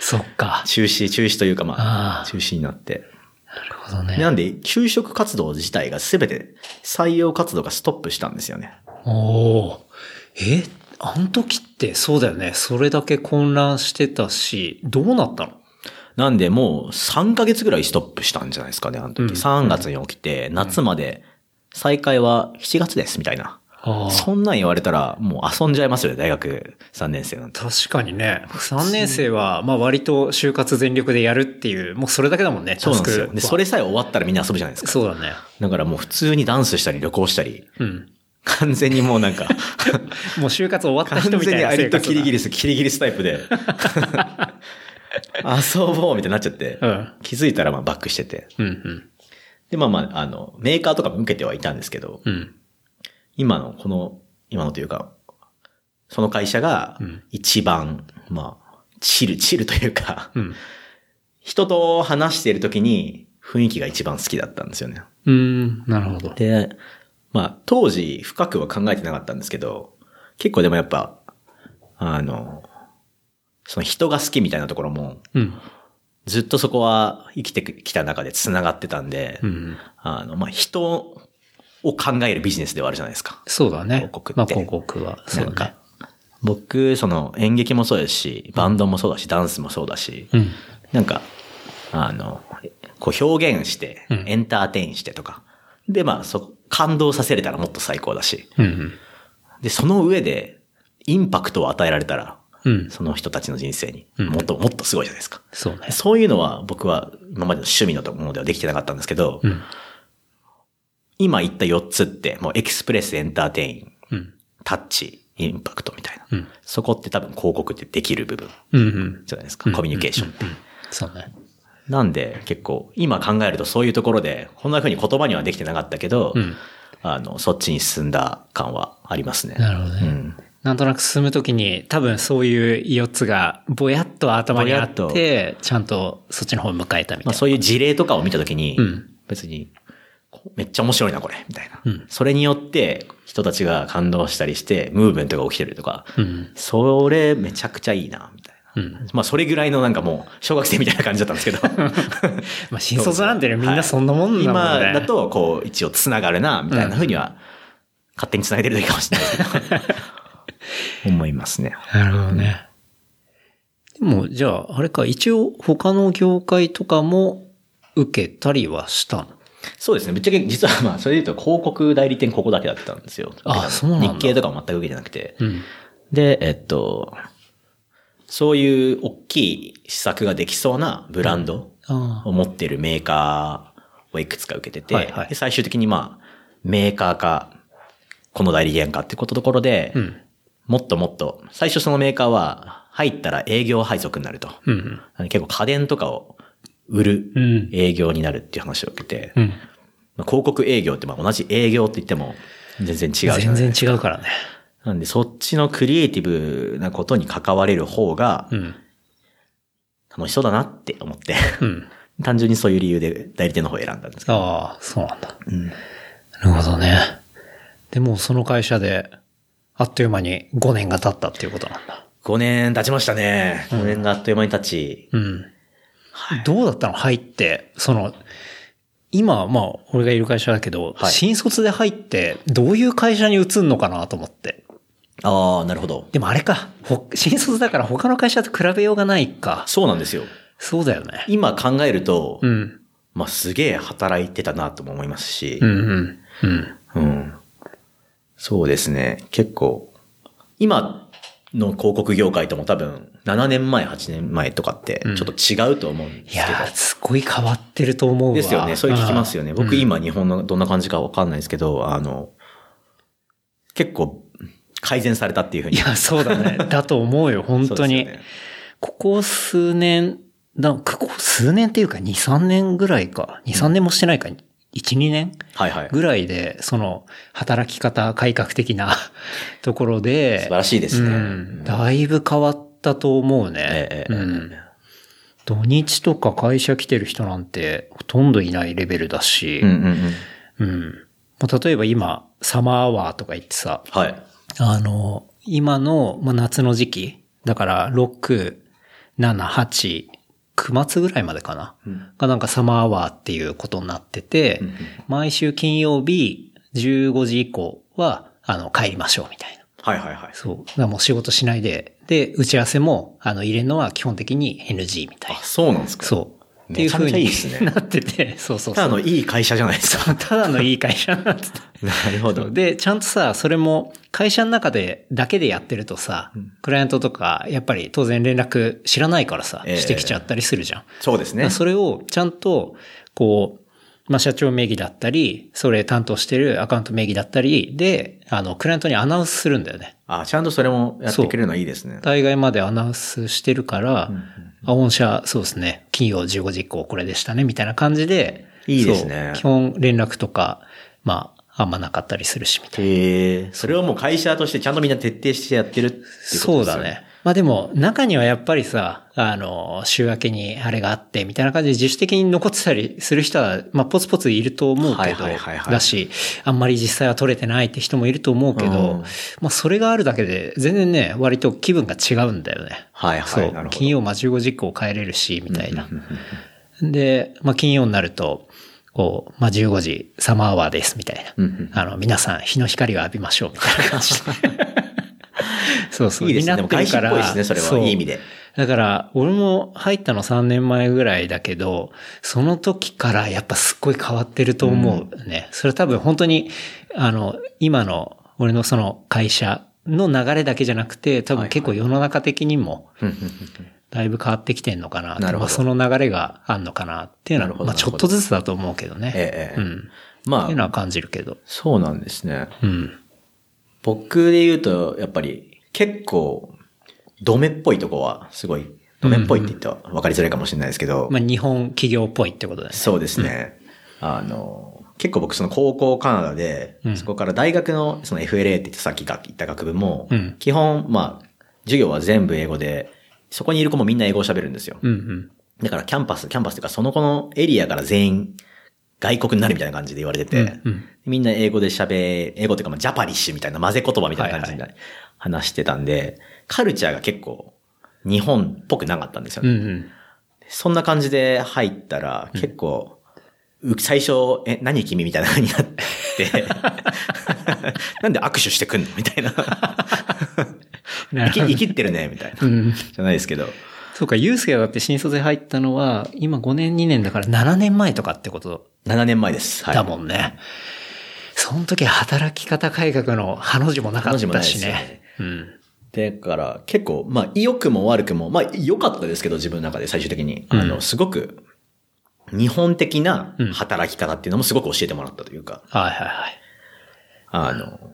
C: そっか。
B: 中止、中止というか
C: あ
B: まあ、
C: ー
B: 中止になって。
C: なるほど
B: でな
C: ね。
B: んで、就職活動自体が全て採用活動がストップしたんですよね。
C: おお。え、あの時ってそうだよね。それだけ混乱してたし、どうなったの
B: なんで、もう3ヶ月ぐらいストップしたんじゃないですかね、あの時。
C: うん
B: 3月に起きて、夏まで、再開は7月です、みたいな。
C: ああ
B: そんなん言われたら、もう遊んじゃいますよね、大学3年生なんて。
C: 確かにね。3年生は、まあ割と就活全力でやるっていう、もうそれだけだもんね、
B: そうなんです
C: タス
B: よ。
C: クは
B: で、それさえ終わったらみんな遊ぶじゃないですか。
C: そうだね。
B: だからもう普通にダンスしたり旅行したり、
C: うん。
B: 完全にもうなんか、
C: もう就活終わった
B: 完
C: 人みた
B: 全
C: い
B: に
C: な
B: ア
C: 生
B: リ
C: 活
B: と
C: だ
B: キリギリス、キリギリスタイプ で、 遊ぼうみたいになっちゃって、
C: うん
B: 気づいたらまあバックしてて。
C: うんうん。
B: で、まあまあ、あの、メーカーとかも受けてはいたんですけど、
C: うん。
B: 今の、この、今のというか、その会社が
C: うん
B: 一番、まあ、チル、チルというか、
C: うん。
B: 人と話している時に雰囲気が一番好きだったんですよね。
C: うん。なるほど。
B: で、まあ、当時深くは考えてなかったんですけど、結構でもやっぱ、あの、その人が好きみたいなところも、
C: うん。
B: ずっとそこは生きてきた中で繋がってたんで、
C: うん。
B: あの、まあ、人を考えるビジネスではあるじゃないですか。
C: そうだね
B: 広。告って
C: まあ広告は。そ
B: な
C: うんだ
B: か、僕、その演劇もそうですし、バンドもそうだし、ダンスもそうだし、
C: ね。うん。
B: なんか、あの、こう表現して
C: うん、
B: エンターテインしてとか、で、まあ、そ、感動させれたらもっと最高だし、
C: うんうん。
B: で、その上で、インパクトを与えられたら、
C: うん
B: その人たちの人生に、
C: うん
B: もっともっとすごいじゃないですか。
C: そうね。
B: そういうのは僕は今までの趣味のものではできてなかったんですけど、
C: うん。
B: 今言った4つって、もうエクスプレス、エンターテイン、
C: うん。
B: タッチ、インパクトみたいな。
C: うん。
B: そこって多分広告ってできる部分
C: うん。うん。
B: じゃないですか。コミュニケーションって。
C: うん。そうね。
B: なんで結構今考えるとそういうところで、こんな風に言葉にはできてなかったけど、
C: うん。
B: あの、そっちに進んだ感はありますね。
C: なるほどね。
B: うん
C: なんとなく進むときに多分そういう4つがぼやっと頭にあっ
B: ぼ
C: て、ちゃんとそっちの方を迎えたみ
B: まあ、
C: たいな。
B: そういう事例とかを見たときに、
C: うん
B: 別に、こめっちゃ面白いな、これ、みたいな。
C: うん
B: それによって、人たちが感動したりして、ムーブメントが起きてるとか、
C: うん。
B: それめちゃくちゃいいな、みたいな。
C: うん。
B: まあ、それぐらいのなんかもう、小学生みたいな感じだったんですけど。
C: まあ新卒なんてね、みんなそんなもんなもん
B: 今
C: ね。
B: だと、こう、一応つながるな、みたいなふうには、勝手につなげてるといいかもしれないです けど。思いますね。
C: なるほどね。でも、じゃあ、あれか、一応他の業界とかも受けたりはしたの
B: そうですね。ぶっちゃけ、実はまあ、それで言うと、広告代理店ここだけだったんですよ。
C: あそうなんだ
B: 日経とかも全く受けてなくて。
C: うん。
B: で、えっと、そういう大きい施策ができそうなブランド
C: ああ。
B: を持ってるメーカーをいくつか受けてて、
C: はいはい
B: で最終的にまあ、メーカーか、この代理店かってことところで、
C: うん。
B: もっともっと、最初そのメーカーは入ったら営業配属になると。
C: うん。
B: 結構家電とかを売る
C: うん。
B: 営業になるっていう話を受けて、
C: うん。
B: まあ広告営業ってまあ同じ営業って言っても全然違うじゃない
C: 全然違うからね。
B: なんで、そっちのクリエイティブなことに関われる方が
C: うん。
B: 楽しそうだなって思って、
C: うん。
B: 単純にそういう理由で代理店の方を選んだんですけど。
C: ああ、そうなんだ。
B: うん
C: なるほどね。でも、その会社で、あっという間に5年が経ったっていうことなんだ。
B: 5年経ちましたね。5年があっという間に経ち。
C: うん。どうだったの入って、その、今、まあ、俺がいる会社だけど、
B: はい
C: 新卒で入って、どういう会社に移るのかなと思って。
B: ああ、なるほど。
C: でもあれか、ほ新卒だから他の会社と比べようがないか。
B: そうなんですよ。
C: そうだよね。
B: 今考えると、
C: うん。
B: まあすげえ働いてたなとも思いますし
C: う、んうん。うん。
B: うん。そうですね。結構、今の広告業界とも多分7年前、8年前とかってちょっと違うと思うんです
C: い
B: け
C: や
B: ど。
C: ー、すごい変わってると思うわ。
B: ですよね。それ聞きますよね。僕
C: うん
B: 今日本のどんな感じかわかんないですけど、あの、結構改善されたっていうふうに。
C: いや、そうだね。だと思うよ、本
B: そう
C: 当
B: ですよ
C: に。
B: ね
C: ここ数年、だここ数年っていうか2、3年ぐらいか。2、3年もしてないか。1、2年
B: はいはい。素
C: ぐらいで、その、働き方改革的な ところで。
B: 晴らしいですね。
C: う
B: うん
C: ん。だいぶ変わったと思うね。
B: ええええ
C: うん。土日とか会社来てる人なんてほとんどいないレベルだし、
B: うんうんうん。
C: うんまあ例えば今、サマーアワーとか言ってさ、
B: はい。
C: あの、今の、まあ、夏の時期、だから6、7、8、9月ぐらいまでかな、
B: うん
C: がなんかサマーアワーっていうことになってて、
B: うんうん
C: 毎週金曜日15時以降は、あの、帰りましょうみたいな。
B: はいはいはい。
C: そう。だからもう仕事しないで、で、打ち合わせも、あの、入れるのは基本的に NG みたい
B: あ
C: な、。
B: そうなんですか。
C: そう。っていう風
B: めちゃめちゃいい
C: に
B: ですね
C: なってて、そうそう
B: た
C: そ
B: だ
C: う。
B: のいい会社じゃないですか。
C: ただのいい会社に なってて。
B: なるほど。
C: で、ちゃんとさ、それも会社の中で、だけでやってるとさ、クライアントとか、やっぱり当然連絡知らないからさ、
B: ええ
C: してきちゃったりするじゃん。
B: そうですね。
C: それをちゃんと、こう、まあ、社長名義だったり、それ担当してるアカウント名義だったりで、あの、クライアントにアナウンスするんだよね。
B: あ、ちゃんとそれもやってくれるのはいいですね。
C: 対外までアナウンスしてるから、
B: うんうん
C: あ、御社、そうですね、金曜15時以降これでしたね、みたいな感じで、
B: いいですね
C: そう基本連絡とか、まあ、あんまなかったりするし、みたいな。
B: へえ。それをもう会社としてちゃんとみんな徹底してやってるっていうことですよ
C: そうだね。。まあでも、中にはやっぱりさ、あの、週明けにあれがあって、みたいな感じで自主的に残ってたりする人は、まあポツポツいると思う
B: はい
C: けど、
B: はいはいはい
C: だし、あんまり実際は取れてないって人もいると思うけど、
B: うん
C: まあそれがあるだけで、全然ね、割と気分が違うんだよね。
B: はいはい。
C: そ
B: なる
C: う。
B: ほど
C: 金曜まあ15時以降帰れるし、みたいな。で、まあ金曜になると、こう、まあ15時、サマーアワーです、みたいな。
B: うんうん
C: あの、皆さん、日の光を浴びましょう、みたいな 感じで。そうそう。
B: いいですね。で
C: にな
B: も
C: って
B: 会
C: る
B: 社
C: か
B: っ
C: ら
B: ぽいですね、それは。
C: う
B: いい意味で。
C: だから、俺も入ったの3年前ぐらいだけど、その時からやっぱすっごい変わってると思うね。それは多分本当に、あの、今の俺のその会社の流れだけじゃなくて、多分結構世の中的にも、
B: うんうんうん
C: だいぶ変わってきてんのかな。
B: なるほど
C: まあ、その流れがあんのかなっていうの
B: なるほ
C: は、
B: ど
C: まあ、ちょっとずつだと思うけどね。
B: ええ
C: う
B: ええ
C: ん。っ
B: ま
C: ていうの
B: あ、
C: は感じるけど。
B: そうなんですね。
C: うん。
B: 僕で言うと、やっぱり結構、ドメっぽいとこは、すごい、ドメっぽいって言ったら分かりづらいかもしれないですけど、
C: まあ、日本企業っぽいってことだね。
B: そうですね。あの、結構僕その高校カナダで、
C: うん
B: そこから大学のその FLA って言ってさっきが言った学部も、
C: うん
B: 基本、まあ、授業は全部英語で、そこにいる子もみんな英語を喋るんですよ。
C: うんうん。
B: だからキャンパス、キャンパスというかその子のエリアから全員外国になるみたいな感じで言われてて、
C: うんうん
B: みんな英語で喋、英語というかまあジャパニッシュみたいな混ぜ言葉みたいな感じで話してたんで、カルチャーが結構日本っぽくなかったんですよ
C: う
B: ね。
C: んうん。
B: そんな感じで入ったら結構、う最初、え、何君みたいな風にな って、なんで握手してくんのみたいな。
C: なるほ
B: 生
C: ど
B: き生きってるねみたいな。
C: うん。
B: じゃないですけど。
C: そうか、ゆうすけがだって新卒で入ったのは、今5年2年だから7年前とかってこと
B: 7年前です。はい。
C: だもんね。その時働き方改革のハの字もなか
B: ハの字も
C: った
B: ないで
C: し
B: すよ
C: ね
B: ね。
C: うん。
B: だから、結構、まあ、良くも悪くも、まあ、良かったですけど、自分の中で最終的に。
C: うん
B: あの、すごく、日本的な働き方っていうのもすごく教えてもらったというか、
C: はいはいはい。
B: あの、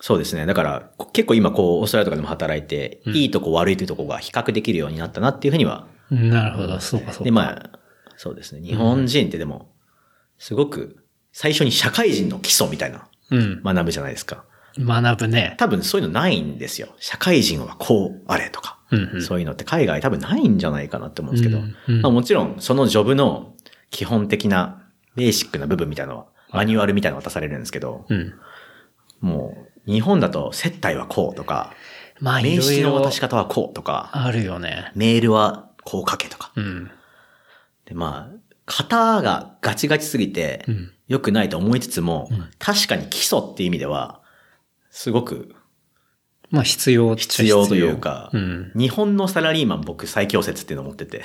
B: そうですね。だから、こ結構今、こう、オーストラリアとかでも働いて、いいとこ悪いというとこが比較できるようになったなっていうふうには、
C: なるほど、そうかそう
B: で、
C: か。
B: まあ、そうですね。日本人ってでも、すごく、最初に社会人の基礎みたいな、
C: うん。
B: 学ぶじゃないですか。
C: 学ぶね。
B: 多分そういうのないんですよ。社会人はこうあれとか。
C: うんうん
B: そういうのって海外多分ないんじゃないかなって思うんですけど。
C: うんうん
B: まあ、もちろんそのジョブの基本的なベーシックな部分みたいなのは、マニュアルみたいなの渡されるんですけど、
C: うん。
B: もう日本だと接待はこうとか、
C: まあ、い
B: 名
C: ろい
B: 刺の
C: ろ
B: 渡し方はこうとか、
C: あるよね。
B: メールはこう書けとか。
C: うん。
B: で、まあ、型がガチガチすぎて
C: ん、
B: 良くないと思いつつも、確かに基礎っていう意味では、すごく
C: まあ、必要っち
B: 必
C: ゃ
B: 要というか、
C: うん。
B: 日本のサラリーマン僕最強説っていうのを持って て、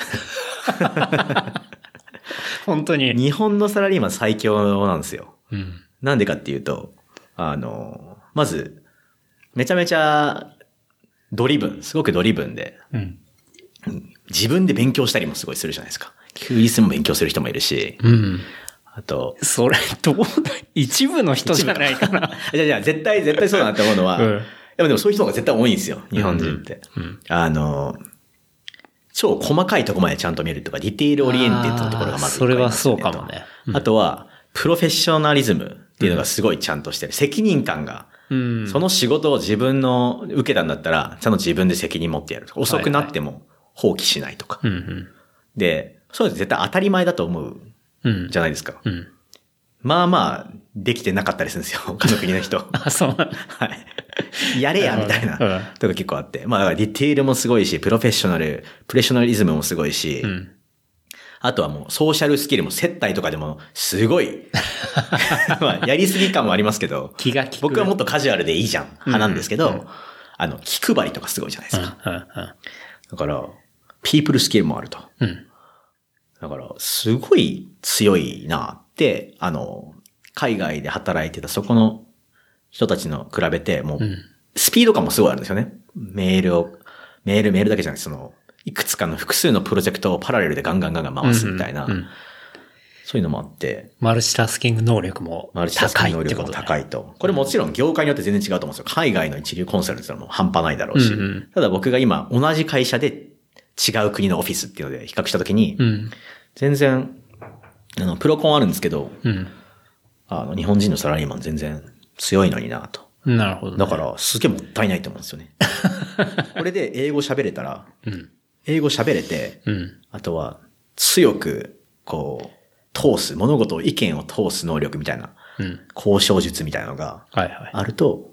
C: 本当に。
B: 日本のサラリーマン最強なんですよ。
C: うん。
B: なんでかっていうと、あの、まず、めちゃめちゃドリブン、すごくドリブンで、
C: うん。
B: 自分で勉強したりもすごいするじゃないですか。休日も勉強する人もいるし、
C: うん。
B: あと、
C: それ、どうだ、一部の人じゃないかな。
B: じゃあじゃあ絶対、絶対そうだなって思うのは、
C: うん
B: でもでもそういう人が絶対多いんですよ、日本人って。あの、超細かいとこまでちゃんと見るとか、ディテールオリエンテッドのところがまず一個
C: あーそれは
B: ありますよ
C: そうかもね
B: とあとは、プロフェッショナリズムっていうのがすごいちゃんとしてる。責任感が。
C: うん。
B: その仕事を自分の受けたんだったら、ちゃんと自分で責任持ってやるとか、遅くなっても放棄しないとか。
C: うんうん。
B: で、そういうの絶対当たり前だと思う
C: うん。
B: じゃないですか。
C: うん。
B: まあまあ、できてなかったりするんですよ、 他の国の 人。
C: あ、そうなんだ。
B: はい。やれや、みたいな、
C: うん
B: とか結構あって。まあ、だからディテールもすごいし、プロフェッショナル、プレッショナリズムもすごいし、
C: うん。
B: あとはもうソーシャルスキルも接待とかでもすご い、まあ、やりすぎ感もありますけど、
C: 気が利く。
B: 僕はもっ
C: っ
B: とカジュアルでいいじゃん、派なんですけど、あの、気配りとかすごいじゃないです
C: うん
B: か。
C: うん
B: だから、ピープルスキルもあると。
C: うん。うん。
B: だから、すごい強いなって、あの、海外で働いてたそこの人たちの比べて、もう、スピード感もすごいあるんですよね。メールを、メール、メールだけじゃなくて、その、いくつかの複数のプロジェクトをパラレルでガンガンガンガン回すみたいな、
C: うんうん
B: そういうのもあって、
C: マルチタスキング能力も
B: マルチタスク
C: 高い
B: 能
C: って
B: 力も
C: ことだね
B: 高いと。これもちろん業界によって全然違うと思うんですよ。海外の一流コンサルっていうのも半端ないだろうし
C: うんうん。
B: ただ僕が今同じ会社で違う国のオフィスっていうので比較したときに
C: う、ん。
B: 全然、あの、プロコンあるんですけど、
C: う
B: あの、日本人のサラリーマン全然強いのになと。
C: ん。なるほどね。
B: だから、すげえもったいないと思うんです よね。これで英語喋れたら、英語喋れて、
C: うん。
B: あとは、強く、こう、通す、物事を意見を通す能力みたいな、
C: うん。
B: 交渉術みたいなのが
C: はいはい。
B: あると、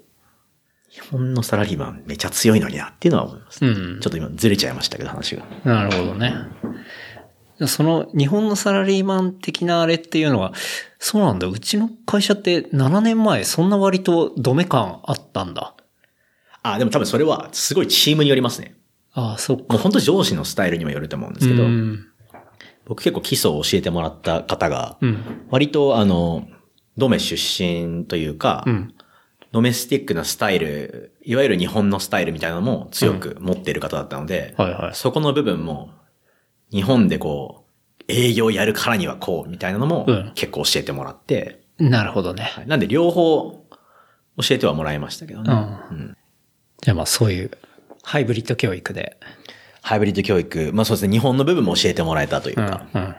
B: 日本のサラリーマンめちゃ強いのになっていうのは思います。
C: うん
B: ちょっと今ずれちゃいましたけど、話が。
C: なるほどね。その日本のサラリーマン的なあれっていうのは、そうなんだ。うちの会社って7年前そんな割とドメ感あったんだ。
B: あ、でも多分それはすごいチームによりますね。
C: ああ、そっか。
B: もう本当上司のスタイルにもよると思うんですけど、
C: うん。
B: 僕結構基礎を教えてもらった方が
C: う、ん。
B: 割とあの、ドメ出身というか、
C: うん。
B: ドメスティックなスタイル、いわゆる日本のスタイルみたいなのも強く持っている方だったので、
C: はいはい
B: そこの部分も、日本でこう、営業やるからにはこう、みたいなのも
C: うん
B: 結構教えてもらって、
C: なるほどね。
B: はいなんで両方教えてはもらいましたけどね。
C: うん
B: うん
C: じゃあまあそういうハイブリッド教育で。
B: ハイブリッド教育、まあそうですね、日本の部分も教えてもらえたという
C: うん。うん。
B: か、
C: ま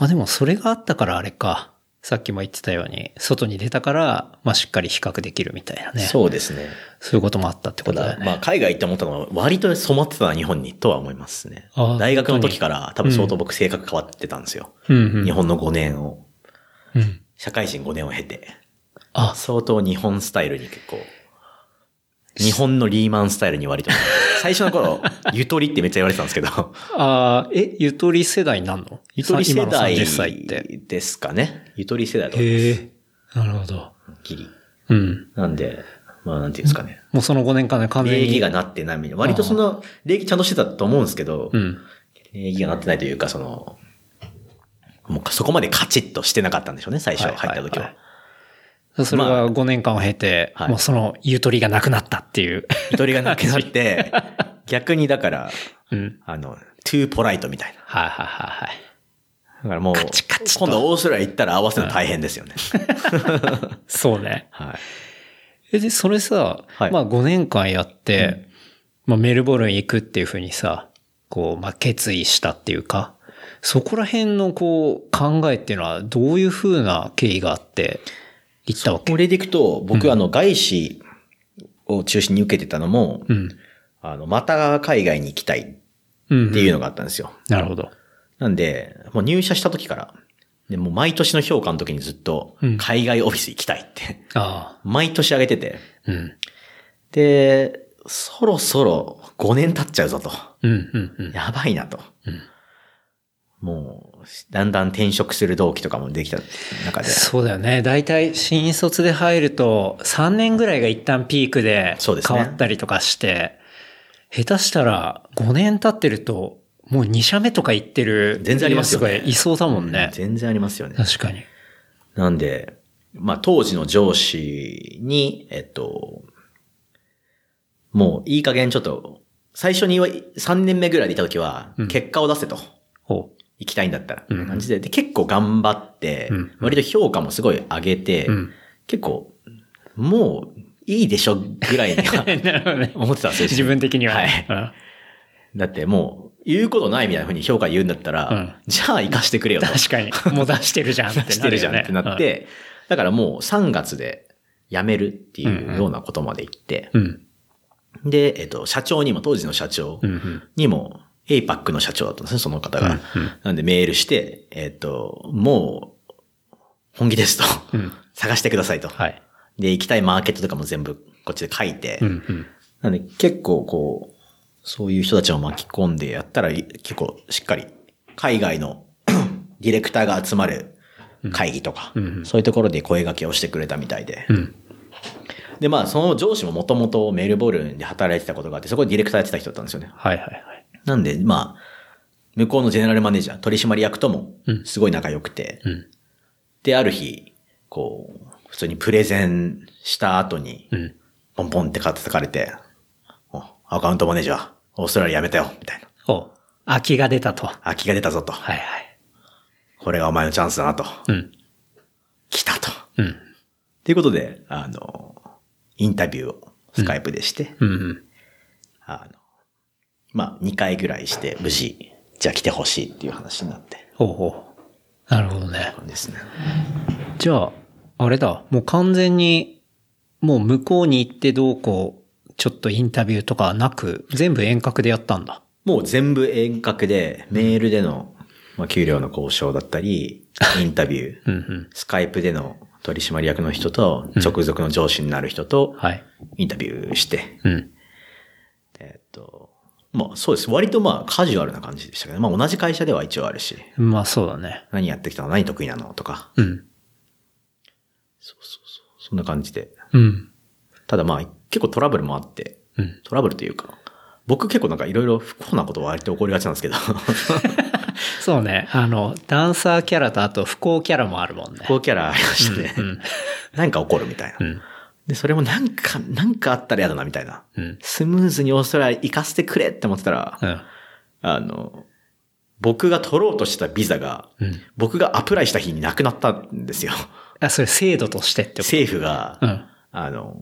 C: あでもそれがあったからあれか。さっきも言ってたように、外に出たから、まあしっかり比較できるみたいなね。
B: そうですね。
C: そういうこともあったってこ
B: た
C: とだ
B: だ
C: よ、ね。
B: まあ、海外行って思ったのは、割と染まってたな、日本に、とは思いますね
C: あー。
B: 大学の
C: 本当に
B: 時から、多分相当僕性格変わってたんですよ。
C: うんうん。
B: 日本の5年を、
C: うん。
B: 社会人5年を経て、
C: あ、
B: 相当日本スタイルに結構、日本のリーマンスタイルに 割と、最初の頃、ゆとりってめっちゃ言われてたんですけど、
C: あーえ、ゆとり世代になんの
B: ゆとり世
C: さ今の
B: 代
C: 30歳って。
B: ですかね。ゆとり世代だと思い
C: へえ。なるほど。
B: ます、ギリ。
C: うん。
B: なんで、まあ、なんていうんですかね。
C: もうその5年間で完全に。
B: 礼儀がなってないみたいな。割とその、礼儀ちゃんとしてたと思うんですけど、
C: うん。
B: 礼儀がなってないというか、その、もうそこまでカチッとしてなかったんでしょうね、最初入った時は。
C: いいそれ
B: ま
C: は5年間を経て、
B: はい
C: もうそのゆとりがなくなったっ ていう。
B: ゆとりがなくな って、逆にだから、
C: うん。
B: あの、too polite みたいな。
C: はいはいはいはい。
B: だからもう、
C: カチカチと
B: 今度オーストラリア行ったら合わせるの大変ですよね。
C: そうね。
B: はい。
C: え、で、それさ、
B: はい
C: まあ5年間やって、まあメルボルン行くっていうふうにさ、こう、まあ決意したっていうか、そこら辺のこう考えっていうのはどういうふうな経緯があって行ったわけ
B: これでいくと、僕、あの、外資を中心に受けてたのも、
C: うん。
B: あの、また海外に行きたいっ
C: うん。
B: ていう
C: の。
B: のがあったんですよ。
C: なるほど。
B: なんで、もう入社した時から、でもう毎年の評価の時にずっと
C: うん、
B: 海外オフィス行きたいって、
C: あ
B: 毎年上げてて、
C: あ。うん。
B: で、そろそろ5年経っちゃうぞと。
C: うん、うん、うん。
B: やばいなと。
C: うん
B: もう、だんだん転職する動機とかもできた中で。
C: そうだよね。大体、新卒で入ると、3年ぐらいが一旦ピークで
B: そうです
C: 変
B: ね
C: わったりとかして、下手したら5年経ってると、もう2社目とか行ってる
B: 全然ありますよね
C: やつがいそうだもんね。
B: 全然ありますよね。
C: 確かに。
B: なんで、まあ当時の上司に、えっと、もういい加減ちょっと、最初に言わ3年目ぐらいでいた時は
C: うん、
B: 結果を出せと。
C: ほ
B: 行きたいんだったら、
C: うん
B: 感じで。で、結構頑張って、
C: うん
B: 割と評価もすごい上げて、
C: う。うん。
B: 結構、もういいでしょぐらいには
C: なるほどね。
B: 思ってたんですよ。
C: 自分的には。
B: はい。
C: うん
B: だってもう、言うことないみたいな風に評価言うんだったら、
C: うん
B: じゃあ生かしてくれよと。
C: 確かに。もう出してるじゃんってなるよね。
B: してるじゃんってなって、だからもう3月で辞めるっていうようなことまで言って、
C: うん。
B: で、えっと、社長にも、当時の社長
C: うん。うん。
B: にも、エイパックの社長だったんですね、その方が。
C: うんうん
B: なんでメールして、えっと、もう、本気ですと。
C: うん。うん。
B: 探してくださいと。
C: はい。
B: で、行きたいマーケットとかも全部こっちで書いて、
C: うん。うん。
B: なんで結構こう、そういう人たちを巻き込んでやったらい結構しっかり海外の ディレクターが集まる会議とか、
C: うんうん
B: そういうところで声掛けをしてくれたみたいで。
C: うん。
B: で、まあその上司ももともとメールボールンで働いてたことがあって、そこでディレクターやってた人だったんですよね。
C: はいはいはい。
B: なんで、まあ、向こうのジェネラルマネージャー、取締役とも
C: うん
B: すごい仲良くて、
C: うん。
B: で、ある日、こう、普通にプレゼンした後に、
C: うん。
B: ポンポンって叩かれて、おアカウントマネージャー、オーストラリアやめたよ、みたいな。
C: お空きが出たと。は
B: 空きが出たぞと。
C: いはい。
B: これがお前のチャンスだなと。
C: うん。
B: 来たと。っ
C: うん。
B: ていうことで、あの、インタビューをスカイプでして、
C: うんうん。
B: あの、まあ、2回ぐらいして、無事、じゃあ来てほしいっていう話になって。
C: ほうほう。なるほどね。
B: ですね。
C: じゃあ、あれだ、もう完全に、もう向こうに行ってどうこう、ちょっとインタビューとかはなく、全部遠隔でやったんだ。
B: もう全部遠隔で、メールでの、まあ、給料の交渉だった り、インタビュー、
C: うんうん。
B: スカイプでの取締役の人と、直属の上司になる人と、
C: はい。
B: インタビューして、
C: うん。
B: えっと、まあそうです。割とまあカジュアルな感じでしたけど、まあ同じ会社では一応あるし、
C: まあそうだね。
B: 何やってきたの何得意なのとか、
C: うん。
B: そんな感じで。
C: うん。
B: ただまあ結構トラブルもあって、
C: うん。
B: トラブルというか、僕結構なんかいろいろ不幸なことは割と起こりがちなんですけ ど、
C: そうね。あの、ダンサーキャラとあと不幸キャラもあるもんね。
B: 不幸キャラありましてね、なんか起こるみたいな。
C: うん。
B: で、それもなんか、なんかあったら嫌だな、みたいな。
C: うん。
B: スムーズにオーストラリア行かせてくれって思ってたら、
C: うん。
B: あの、僕が取ろうとしたビザが、
C: うん。
B: 僕がアプライした日になくなったんですよ。
C: あ、それ制度としてってこと
B: 政府が、
C: うん。
B: あの、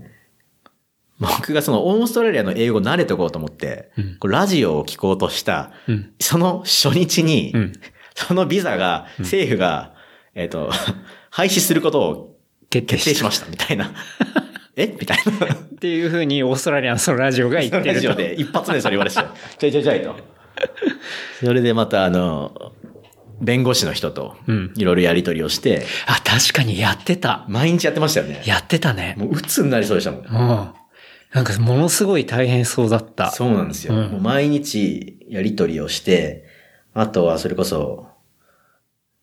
B: 僕がそのオーストラリアの英語慣れておこうと思って、
C: うん
B: こうラジオを聞こうとした、
C: うん。
B: その初日に、
C: うん。
B: そのビザが、政府が、えっ、と、 廃止することを
C: 決定
B: 決定
C: し
B: し
C: ま
B: ま
C: し
B: した、みたい な。えみたいな。
C: た。っていうふうにオーストラリアのそのラジオが言って
B: ラ
C: る
B: ジオ。
C: と
B: で一発目でそれ言われて たよちょいちょいちょいと。それでまたあの、弁護士の人と
C: うん、
B: いろいろやり取りをして、
C: あ、確かにやってた。
B: 毎日やってましたよね。
C: やってたね。
B: もう鬱になりそうでしたもん
C: うん。。なんかものすごい大変そうだった。
B: そうなんですよ。
C: うん
B: もう毎日やり取りをして、あとはそれこそ、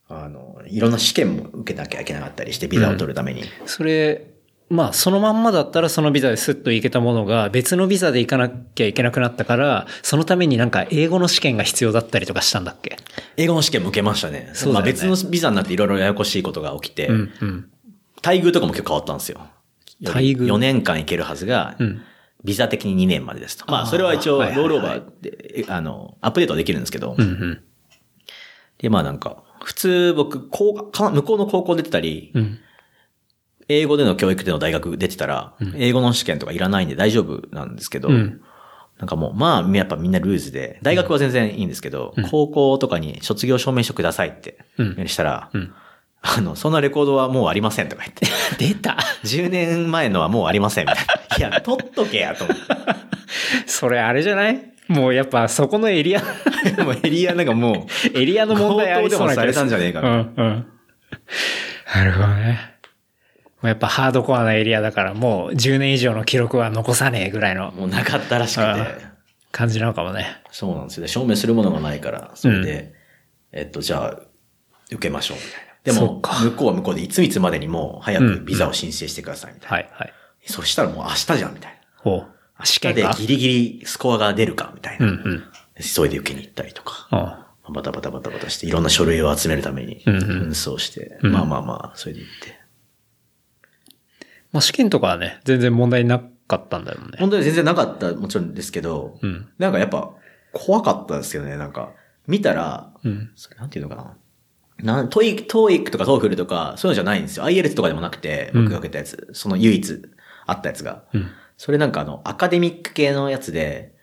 B: あの、いろんな試験も受けなきゃいけなかったりして、ビザを取るために。
C: それ、まあそのまんまだったらそのビザですっと行けたものが別のビザで行かなきゃいけなくなったから、そのためになんか英語の試験が必要だったりとかしたんだっけ
B: 英語の試験も受けましたね。
C: そうだ
B: まあ
C: よね
B: 別のビザになっていろいろややこしいことが起きて、
C: うん、うん。
B: 待遇とかも結構変わったんですよ。
C: 待遇
B: ?4 年間行けるはずが、
C: うん。
B: ビザ的に2年までですと。ま
C: あ
B: あ、
C: ー
B: それは一応、ロ
C: はいはいはい
B: ールオーバーで、えあの、アップデートはできるんですけど
C: う。ん、うん。
B: で、まあなんか、普通僕、こうか向こうの高校出てたり、
C: うん。
B: 英語での教育での大学出てたら、英語の試験とかいらないんで大丈夫なんですけど、
C: うん
B: なんかもう、まあ、やっぱみんなルーズで、大学は全然いいんですけど、高校とかに卒業証明書くださいって、
C: うん
B: したら、
C: うん
B: あの、そんなレコードはもうありませんとか言って。
C: 出た
B: 10年前のはもうありませんみたい な。いや、取っとけや、と思って。
C: それあれじゃないもうやっぱそこのエリア、
B: でもエリアなんか もう、
C: エリアの問題ありそうな気がす
B: 強盗でもされ
C: る
B: たんじゃねえかみ
C: う
B: た
C: んうん。なるほどね。もうやっぱハードコアなエリアだからもう10年以上の記録は残さねえぐらいの
B: もうなかったらしく
C: あ
B: て
C: あ。感じなのかもね。
B: そうなんですよね。証明するものがないから、それで、えっと、じゃあ、受けましょう、みたいな。で
C: そっ
B: も
C: か、
B: 向こうは向こうで、いついつまでにもう早
C: うんう
B: く
C: ん
B: ビザを申請してください、みたいな。
C: はいはい。
B: そしたらもう明日じゃん、みたい
C: おう
B: な。
C: 試
B: 明日
C: 験
B: で
C: か。
B: ギリギリスコアが出るか、みたい
C: うん
B: な。
C: うん。
B: 急いで受けに行ったりとか。
C: おう
B: バタバタバタバタして、いろんな書類を集めるために、
C: うんうん
B: 運送して、
C: ん
B: まあまあまあ、それで行って。
C: まあ試験とかはね、全然問題なかったんだよね。
B: 本当に全然なかった、もちろんですけど、
C: うん。
B: なんかやっぱ怖かったですよね、なんか。見たら、
C: うん。
B: それなんていうのかな。なん、トイック、トーイックとかトーフルとか、そういうのじゃないんですよ。IELTS とかでもなくて、
C: うん
B: 僕が受けたやつ、その唯一あったやつが。
C: うん。
B: それなんかあの、アカデミック系のやつで、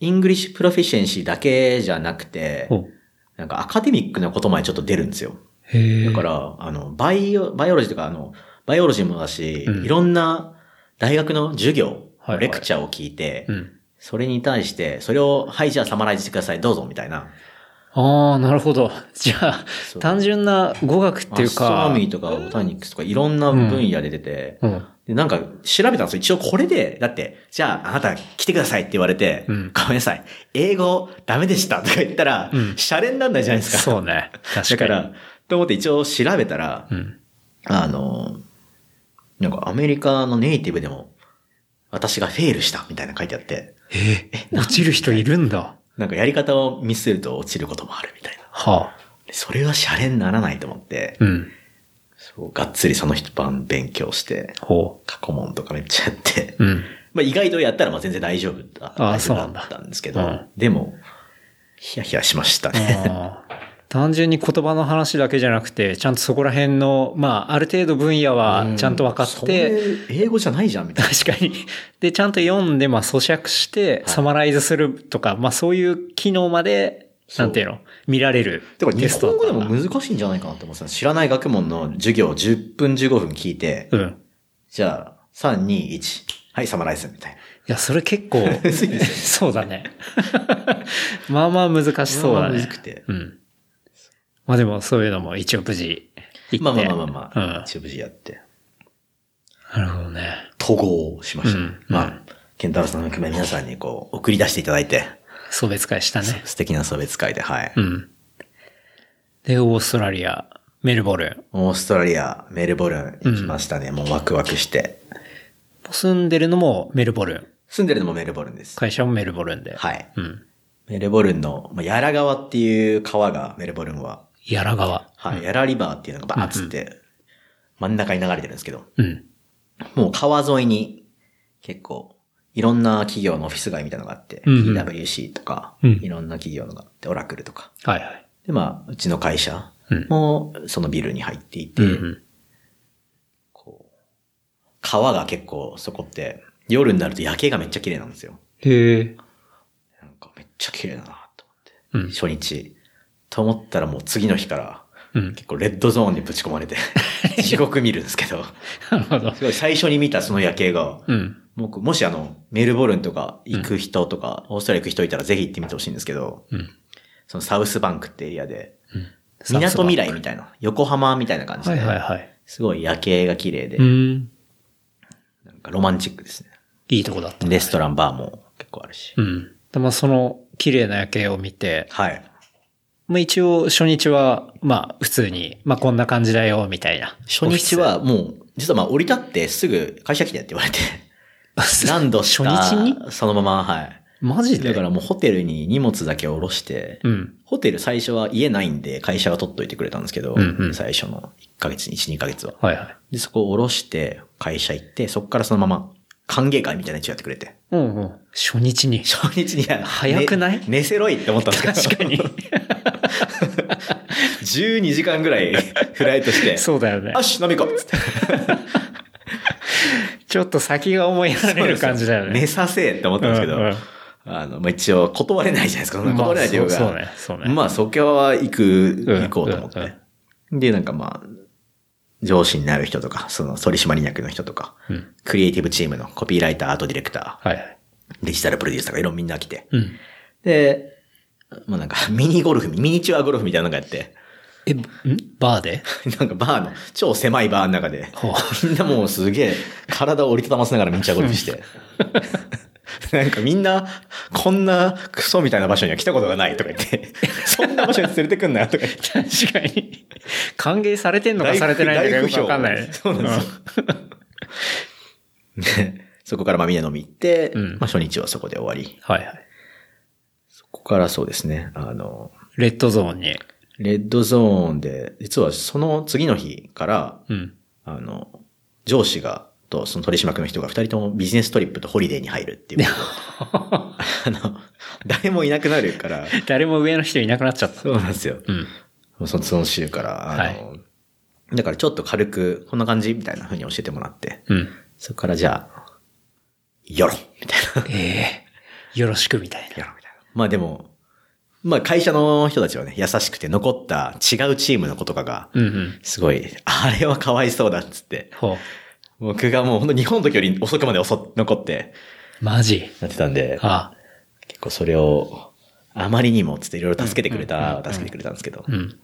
B: イングリッシュプロフィシェンシーだけじゃなくて、
C: おう
B: なんかアカデミックなことまでちょっと出るんですよ。
C: へえ。
B: だから、あの、バイオ、バイオロジーとか、あの、バイオロジーもだし、
C: うん
B: いろんな大学の授業、
C: はいはい
B: レクチャーを聞いて、
C: うん。
B: それに対して、それを、はい、じゃあサマライズしてください、どうぞ、みたいな。
C: ああ、なるほど。じゃあ
B: そ、う
C: 単純な語学っていう
B: アスト
C: か。
B: ロミーとかボタニックスとかいろんな分野で出て、
C: うん。
B: でなんか調べたんですよ。一応これで、だって、じゃああなた来てくださいって言われて、
C: うん
B: ごめんなさい、英語ダメでしたとか言ったら、
C: うん
B: シャレになんないじゃないですか。
C: そうね。
B: だ
C: 確か
B: から、
C: に。
B: と思って一応調べたら、
C: うん。
B: あの、なんかアメリカのネイティブでも、私がフェールしたみたいなの書いてあって、
C: えー、落ちる人いるんだ。
B: なんかやり方をミスると落ちることもあるみたいな。
C: はあ。
B: でそれはシャレにならないと思って、
C: うん。
B: そうがっつりその一晩勉強して、
C: ほ
B: 過去問とかめっちゃやって、
C: う。うん。
B: まあ意外とやったらまあ全然大丈夫だ
C: あ
B: 大
C: あ
B: 丈夫
C: そうなんだ
B: だったんですけど、
C: うん
B: でも、ヒヤヒヤしましたね。
C: あー単純に言葉の話だけじゃなくて、ちゃんとそこら辺の、まあ、ある程度分野はちゃんと分かっ
B: そ
C: て、
B: れ英語じゃないじゃん みたい
C: 確かに。で、ちゃんと読んで、まあ、咀嚼して、サマライズするとか、まあ、そういう機能まで、
B: そう
C: なんていうの、見られる
B: な。でも
C: テ
B: 日
C: ストだ
B: 本
C: っ
B: 語
C: たん
B: で
C: だ
B: も難しいんじゃないかなって思ってた。知らない学問の授業を10分15分聞いて、
C: うん。
B: じゃあ、3、2、1、はい、サマライズみたい
C: いや、それ 結構、
B: な。薄いですよね。
C: そうだね。まあまあ難しそう
B: ま
C: だ
B: あまあむ
C: ね
B: ずくて。
C: うん。まあでもそういうのも一応無事行って。
B: まあまあまあまあまあ、
C: うん
B: 一応無事やって、
C: なるほどね。
B: 統合をしました。
C: うん
B: ま
C: う
B: あ、ケンタロウさんの含め皆さんにこう、送り出していただいて、
C: 送別会したね。
B: 素敵な送別会で、はい。
C: うん。で、オーストラリア、メルボルン。
B: オーストラリア、メルボルン行きましたね。もうワクワクして。
C: 住んでるのもメルボルン。
B: 住んでるのもメルボルンです。
C: 会社もメルボルンで。
B: はい。
C: うん。
B: メルボルンの、まあ、ヤラ川っていう川が、メルボルンは、
C: ヤラ川。
B: はい、ヤラリバーっていうのがバーッつって、真ん中に流れてるんですけど、
C: うん。
B: もう川沿いに結構いろんな企業のオフィス街みたいなのがあって、
C: うんうん
B: PWC とか、
C: うん
B: いろんな企業のがあって、オラクルとか。
C: はいはい。
B: で、まあ、うちの会社
C: うん
B: もそのビルに入っていて、
C: うん
B: こう、川が結構そこって、夜になると夜景がめっちゃ綺麗なんですよ。
C: へえ。
B: なんかめっちゃ綺麗だなと思って。
C: うん。
B: 初日。と思ったらもう次の日から、
C: うん。
B: 結構レッドゾーンにぶち込ま れて、地獄見るんですけど、
C: なるほど。
B: すごい最初に見たその夜景が、
C: うん。
B: もうもしあの、メルボルンとか行く人とか、オーストラリア行く人いたらぜひ行ってみてほしいんですけど、
C: うん。
B: そのサウスバンクってエリアで、
C: うん
B: 港未。来
C: は
B: みたいな、横浜みたいな感じで、
C: いはいはい。
B: すごい夜景が綺麗で、
C: うん。
B: なんかロマンチックですね。
C: いいとこだった。
B: レストラン、バーも結構あるし。
C: うん。でまあその綺麗な夜景を見て、
B: はい。
C: まあ一応初日は、まあ普通に、まあこんな感じだよ、みたいな。
B: 初日はもう、実はまあ降り立ってすぐ会社来てって言 われて、
C: オフィス、
B: ランドした
C: 初日に
B: そのまま、はい。
C: マジで
B: だからもうホテルに荷物だけ下ろして、
C: うん。
B: ホテル最初は家ないんで会社が取っといてくれたんですけど、
C: うんうん
B: 最初の1ヶ月に、1、2ヶ月は。
C: はいはい。
B: で、そこを下ろして会社行って、そこからそのまま歓迎会みたいな一応やってくれて。
C: うんうん。初日に。
B: 初日には
C: 早くない
B: ね寝せろいって思ったんですけど。
C: 確か に。
B: 12時間ぐらいフライトして、
C: そうだよね
B: よ。し、飲み行こうっつって。
C: ちょっと先が思いやられる感じだよね。
B: 寝させえって思ったんですけど、
C: うんうん
B: あの、まあ、一応断れないじゃないですか。そんな断れないというか。
C: まあそうそうねそうね
B: まあ、そこは行く、
C: うん
B: 行こうと思って。
C: うんうん
B: で、なんかまあ、上司になる人とか、その取締役の人とか、
C: うん
B: クリエイティブチームのコピーライター、アートディレクタ
C: はいはい。
B: ー、デジタルプロデューサーとかいろんなみんな来て。
C: うん。
B: で、もうなんかミニゴルフ、ミニチュアゴルフみたいなのがやって、
C: え、んバーで
B: なんかバーの、超狭いバーの中で
C: ほう、
B: みんなもうすげえ体を折りたたませながらミニチュアゴルフ して。なんかみんな、こんなクソみたいな場所には来たことがないとか言って、そんな場所に連れてくんなとか言って。
C: 確かに。歓迎されてんのかされてないのかよくわかんない。
B: そうなんですよ。 でそこからまあみんな飲み行って、
C: うん
B: まあ初日はそこで終わり。
C: はいはい。
B: そこからそうですね、あの、
C: レッドゾーンに。
B: レッドゾーンで、実はその次の日から、
C: うん。
B: あの、上司が、と、その取締役の人が二人ともビジネストリップとホリデーに入る っていうことであの、誰もいなくなるから、
C: 誰も上の人いなくなっちゃった。
B: そうなんですよ。
C: うん。
B: そのその週から、あの、だからちょっと軽く、こんな感じみたいな風に教えてもらって、
C: うん。
B: そこからじゃあ、よろみたいな。
C: ええよろしくみたいな。
B: やろみたいな。まあでも、まあ会社の人たちはね、優しくて残った違うチームの子とかが、
C: うんうん。
B: すごい、あれはかわいそうだっつって、
C: ほう。
B: 僕がもう本当日本の時より遅くまで遅残って、
C: マジ。
B: なってたんで、
C: あ
B: 結構それを、あまりにもつっていろいろ助けてくれた、助けてくれたんですけど、
C: うん。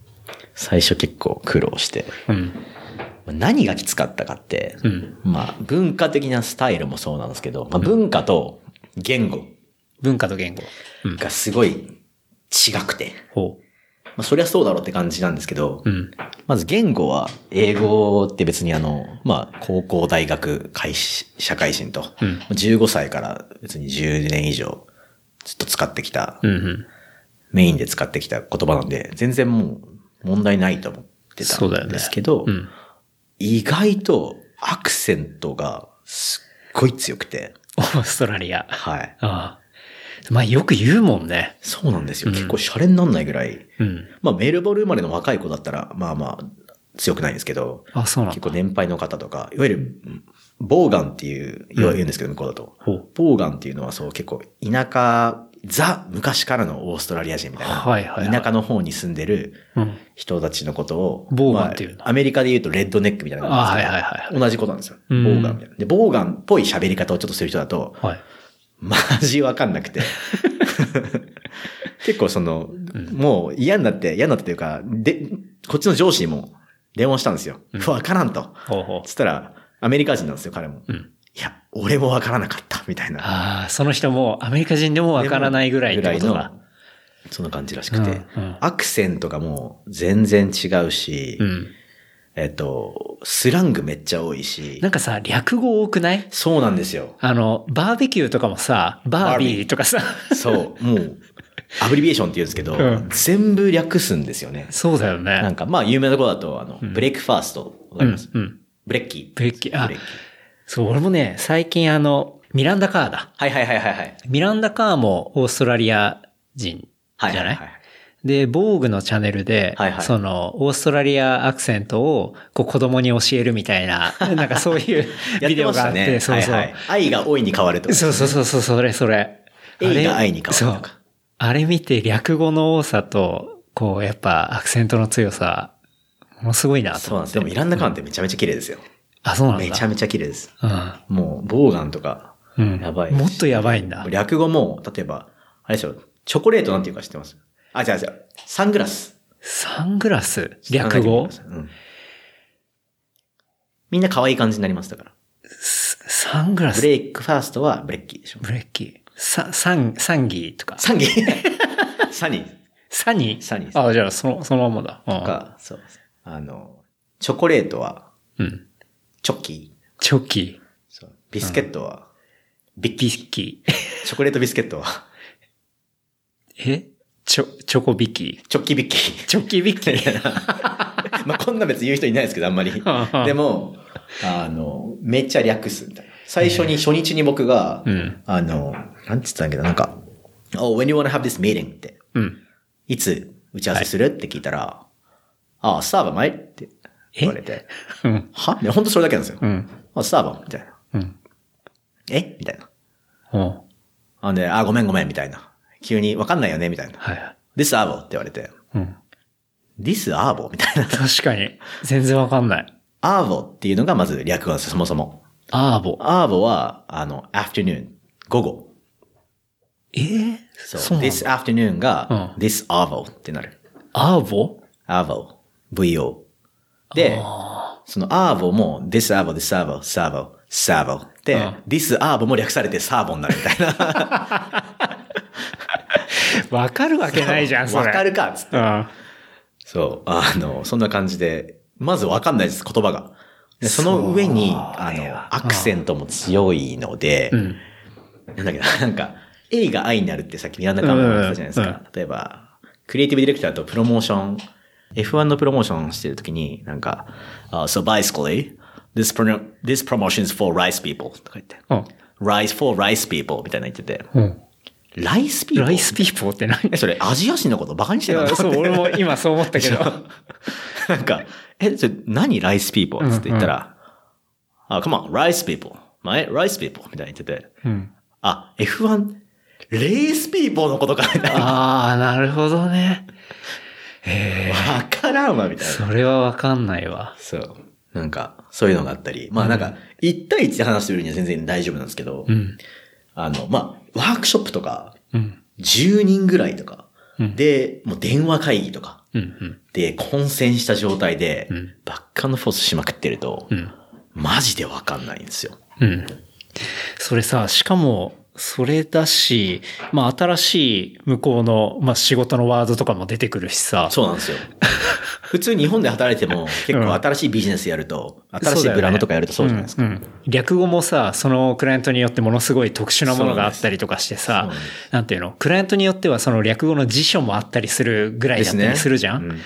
B: 最初結構苦労して、
C: うん。
B: 何がきつかったかって、
C: うん
B: まあ文化的なスタイルもそうなんですけど、まあ文化と言語
C: 文化と言語。うん。
B: がすごい違くて、
C: ほ
B: まあそりゃそうだろうって感じなんですけど、
C: う。うん。
B: まず言語は、英語って別にあの、まあ、高校、大学、会社会人と、
C: うん
B: 15歳から別に10年以上ずっと使ってきた、
C: うんうん。
B: メインで使ってきた言葉なんで、全然もう問題ないと思ってた
C: そうだよ
B: ん
C: ね
B: ですけど、
C: うん。
B: 意外とアクセントがすっごい強くて、
C: オーストラリア。
B: はい。
C: ああ。まあよく言うもんね。
B: そうなんですよ。結構シャレになんないぐらい。
C: うん。
B: まあ、メルボルン生まれの若い子だったら、まあまあ、強くないんですけど、
C: あ、そうなん
B: 結
C: だ。
B: 構年配の方とか、いわゆる、ボーガンっていう、言うんですけど、向こうだと。
C: ほう。
B: ボーガンっていうのはそう結構田舎、ザ、昔からのオーストラリア人みたいな。
C: はいはいはい
B: 田舎の方に住んでる
C: うん。
B: 人たちのことを。
C: ボーガンっていうんだ
B: まあアメリカで言うとレッドネックみたいな
C: あ
B: のがある
C: は
B: んですけど。
C: いはいはい。
B: 同じことなんですよ。ボ
C: うん
B: ーガンみたいな。で、ボーガンっぽい喋り方をちょっとする人だと、
C: はい。
B: マジわかんなくて。結構その、もう嫌になって、嫌になってというか、で、こっちの上司にも電話したんですよ。わからんと。
C: ほうほ
B: つったら、アメリカ人なんですよ、彼も。
C: う。うん。
B: いや、俺もわからなかった、みたいな。
C: ああ、その人もアメリカ人でもわからないぐらいってことだ。
B: のそんな感じらしくて、
C: うんうん
B: アクセントがもう全然違うし、
C: うん。
B: えっと、スラングめっちゃ多いし
C: な、んかさ、略語多くない
B: そうなんですよ。
C: あの、バーベキューとかもさ、バービーとかさ、
B: そう、もう、アブリビエーションって言うんですけど、
C: うん
B: 全部略すんですよね。
C: そうだよ
B: な
C: ね
B: ん。か、まあ、有名なところだと、あの、ブレックファースト、わか
C: う
B: り
C: ん
B: ます、、
C: うん。
B: ブレッキー。
C: ブレッキーあ
B: ブレッキー
C: そう、俺もね、最近あの、ミランダカーだ。
B: はいはいはいはいはい。
C: ミランダカーもオーストラリア人じ
B: はい
C: ゃ
B: は
C: ないい
B: はい。
C: で、ボーグのチャンネルで、
B: はいはい
C: その、オーストラリアアクセントを、こう、子供に教えるみた いな、なんかそういう
B: や
C: ビ
B: っ
C: デ
B: て
C: オ
B: まし
C: があ
B: た
C: って、
B: ね。
C: そうそう、
B: はいはい愛が老いに変わると。
C: そうそうそうそう、それそれ。
B: A が
C: あれ
B: 愛に変わるとか
C: そう。あれ見て略語の多さと、こう、やっぱアクセントの強さ、ものすごいなと
B: そう
C: 思
B: なんで
C: って。
B: す。でも、ミランダカーンってめちゃめちゃ綺麗ですよ。
C: あ、そうなんだ。
B: めちゃめちゃ綺麗です。
C: うん
B: もう、ボーガンとか、
C: うん。
B: やばい
C: もっとやばいんだ。
B: 略語も、例えば、あれでしょ、チョコレートなんていうか知ってますあ、違う違う。サングラス。
C: サングラス略語
B: うん。みんな可愛い感じになります、だから。
C: サングラ
B: ブ
C: ス
B: レイクファーストはブレッキーでしょ。
C: ブレッキー。サ、サン、サンギーとか。
B: サンギーサニー
C: サニー
B: サニー
C: あ、じゃあ、その、そのままだ。うん
B: とか、そう。あの、チョコレートは
C: うん。
B: チョキー。
C: チョキ、
B: そうビスケットは、
C: ビッキー。
B: チョコレートビスケットは、
C: えチョ、チョコビキ
B: チョッキビッキー。
C: ー。チョキビキー。
B: まあこんな別に言う人いないですけど、あん まり。
C: うん
B: でも、あの、めっちゃ略すみたいな。最初に、初日に僕が、
C: うん
B: あの、なんつったんだっけど、なんか、Oh, when you wanna have this meeting? って。
C: うん。
B: いつ打ち合わせする、って聞いたら、ああ、スターバン前って言われて。
C: うん。
B: はね、ほんとそれだけなんですよ。
C: うん。
B: あ、スターバンみたいな。
C: うん。
B: えみたいな。
C: おう
B: あんで、あ、ごめんごめん、みたいな。急に、わかんないよねみたいな。
C: はいはい。
B: This Arbo って言われて。
C: うん。
B: This Arbo? みたいな。
C: 確かに。全然わかんない。
B: Arbo っていうのがまず略語なんですよ、そもそも。
C: アーボ。
B: アーボは、あの、afternoon、午後。
C: えー、
B: そう。
C: そうなんだ
B: this afternoon が、
C: う
B: this arvo ってなる。
C: アーボ
B: arvo, vo. で、そのアーボも、this arvo, this arvo, savo, savo. で、
C: うん
B: this arvo も略されてサーボになるみたいな。
C: わかるわけ ないじゃん、それ。
B: わかるかっつって。
C: うん。
B: そう。あの、そんな感じで、まずわかんないです、言葉が。でその上に、あの、アクセントも強いので、
C: うん。
B: なんだっけど、なんか、A が I になるってさっきミランダカーメンが言ってたじゃないです
C: うんう
B: か。例えば、クリエイティブディレクターとプロモーション、F1 のプロモーションしてるときに、なんか、あ so basically, this, pro- this promotion is for rice people とか言って、
C: うん。
B: rice for rice people みたいなの言ってて、
C: うん。
B: ライスピー
C: ラ
B: ポ
C: イ
B: ー
C: スピーポーって何
B: え、それアジア人のことバカにしてたんだ
C: そう、俺も今そう思った けど。
B: なんか、え、それ何ライスピーポーって言ったら、あ、come on, rice people, my rice people みたいに言ってて、
C: うん。
B: あ、F1、レースピーポーのことかみたいな。
C: ああ、なるほどね。
B: わからんわ、みたいな。
C: それはわかんないわ。
B: そう。なんか、そういうのがあったり。まあなんか、一対一で話するには全然大丈夫なんですけど、
C: うん。
B: あの、まあ、ワークショップとか、
C: うん。
B: 10人ぐらいとか、
C: うん
B: で、もう電話会議とか、
C: うん。うん。
B: で、混戦した状態で
C: うん、
B: バッカのフォースしまくってると、
C: うん。
B: マジでわかんないんですよ。
C: うん。それさ、しかも、それだし、まあ、新しい向こうの、まあ、仕事のワードとかも出てくるしさ。
B: そうなんですよ。普通日本で働いても、結構新しいビジネスやると、新しいブランドとかやるとそうじゃないですか。
C: うんうん略語もさ、そのクライアントによってものすごい特殊なものがあったりとかしてさ
B: そうなんです、
C: なんていうの、クライアントによってはその略語の辞書もあったりするぐらいだったりするじゃん、
B: ですね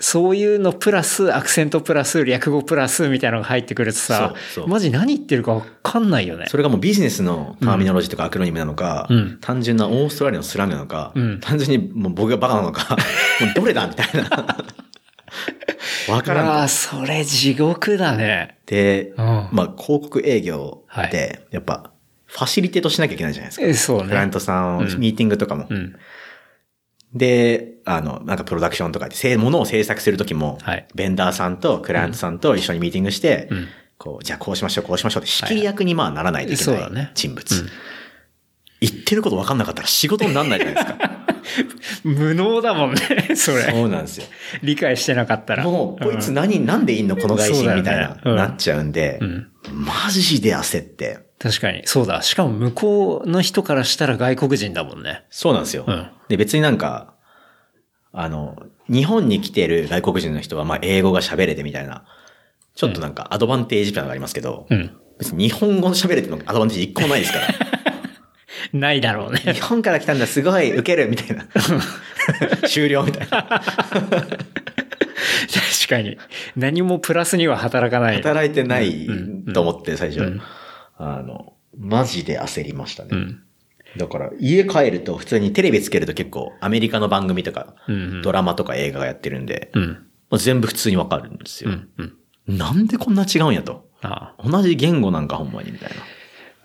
C: そういうのプラス、アクセントプラス、略語プラスみたいなのが入ってくるとさ
B: そう、そう
C: マジ何言ってるかわかんないよね。
B: それがもうビジネスのターミノロジーとかアクロニムなのか、
C: うん
B: 単純なオーストラリアのスラムなのか、
C: うん
B: 単純にもう僕がバカなの か、もうどれだみたいな。わ
C: う
B: からんと
C: わあ、それ地獄だね。
B: で、
C: うん
B: まあ広告営業
C: は
B: って、やっぱファシリテートしなきゃいけないじゃないですか。
C: えそう
B: クライアン
C: ね。
B: トさんを、
C: うん
B: ミーティングとかも。
C: うん。
B: で、あの、なんかプロダクションとかで、せものを制作するときも、
C: はい
B: ベンダーさんとクライアントさんと一緒にミーティングして、
C: うん
B: こう、じゃあこうしましょう、こうしましょうって、仕切り役にまあならないといけ
C: そうだ
B: ない
C: ね
B: 人物。言ってること分かんなかったら仕事になんないじゃないですか。
C: 無能だもんね、 それ。
B: そうなんですよ。
C: 理解してなかったら。
B: もう、こいつ
C: ん
B: 何、なんでいんのこの外
C: そう
B: 人
C: だよね
B: みたいな、
C: うん
B: なっちゃうんで、
C: うん
B: マジで焦って。
C: 確かに。そうだ。しかも向こうの人からしたら外国人だもんね。
B: そうなんですよ。
C: うん
B: で、別になんか、あの、日本に来てる外国人の人は、まあ、英語が喋れてみたいな、ちょっとなんかアドバンテージみたいなのがありますけど、
C: うん。
B: 別に日本語の喋れてるのアドバンテージ一個もないです から。
C: ないだろう ね。
B: 日本から来たんだ、すごい、受けるみたい な。終了みたいな。
C: 確かに。何もプラスには働かない。
B: 働いてない
C: うんうん
B: と思って、最初。あの、マジで焦りましたね。
C: うん。
B: だから、家帰ると普通にテレビつけると結構アメリカの番組とか、
C: うんうん
B: ドラマとか映画がやってるんで、
C: うん。
B: まあ全部普通にわかるんです
C: う
B: よ、
C: ん。うん。
B: なんでこんな違うんやと。
C: ああ。
B: 同じ言語なんかほんまにみたいな。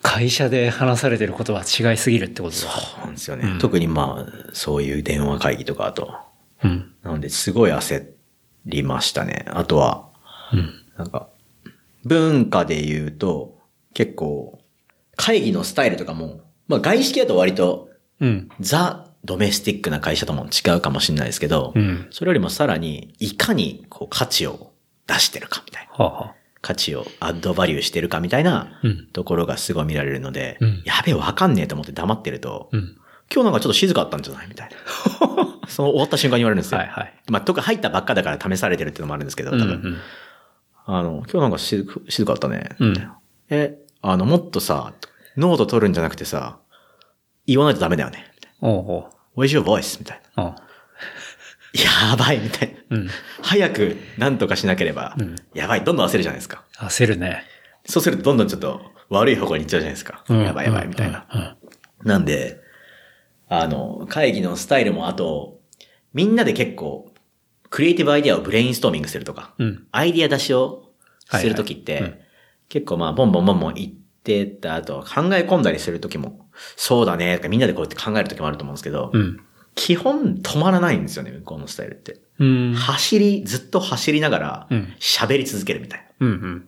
C: 会社で話されてることは違いすぎるってことだ。
B: そうなんですよね。特にまあ、そういう電話会議とかあと。
C: うん。
B: なので、すごい焦りましたね。あとは、
C: うん。
B: なんか、文化で言うと、結構、会議のスタイルとかも、まあ外資系だと割と、
C: うん。
B: ザ・ドメスティックな会社とも違うかもしれないですけど、
C: うん。
B: それよりもさらに、いかにこう価値を出してるかみたいな。
C: はあ、はあ。
B: 価値をアッドバリューしてるかみたいな
C: うん
B: ところがすごい見られるので、
C: うん
B: やべえ、わかんねえと思って黙ってると、
C: うん。
B: 今日なんかちょっと静かだったんじゃないみたいな。 その終わった瞬間に言われるんですよ。
C: はいはい。
B: まあ、特に入ったばっかだから試されてるっていうのもあるんですけど、多分。
C: うん
B: あの、今日なんか静か静かだったね。
C: うん
B: みたいなえ、あの、もっとさ、ノート取るんじゃなくてさ、言わないとダメだよね。みたいな
C: おうおう。
B: Where's your voice? みたい
C: おう
B: な。やばいみたいな。
C: うん。
B: 早く何とかしなければ、
C: うん
B: やばい、どんどん焦るじゃないですか。
C: 焦るね。
B: そうするとどんどんちょっと悪い方向に行っちゃうじゃないですか。
C: うん
B: やばいやばいみたいな。。
C: うんうん
B: なんで、あの、会議のスタイルもあと、みんなで結構、クリエイティブアイデアをブレインストーミングするとか、
C: うん。
B: アイディア出しをするときって、
C: はいはいうん
B: 結構まあ、ボンボンボンボン言ってた後、考え込んだりするときも、そうだね、とかみんなでこうやって考えるときもあると思うんですけど、
C: うん。
B: 基本止まらないんですよね、向こうのスタイルって。
C: うん。
B: 走り、ずっと走りながら
C: うん、
B: 喋り続けるみたいな。
C: うんうん。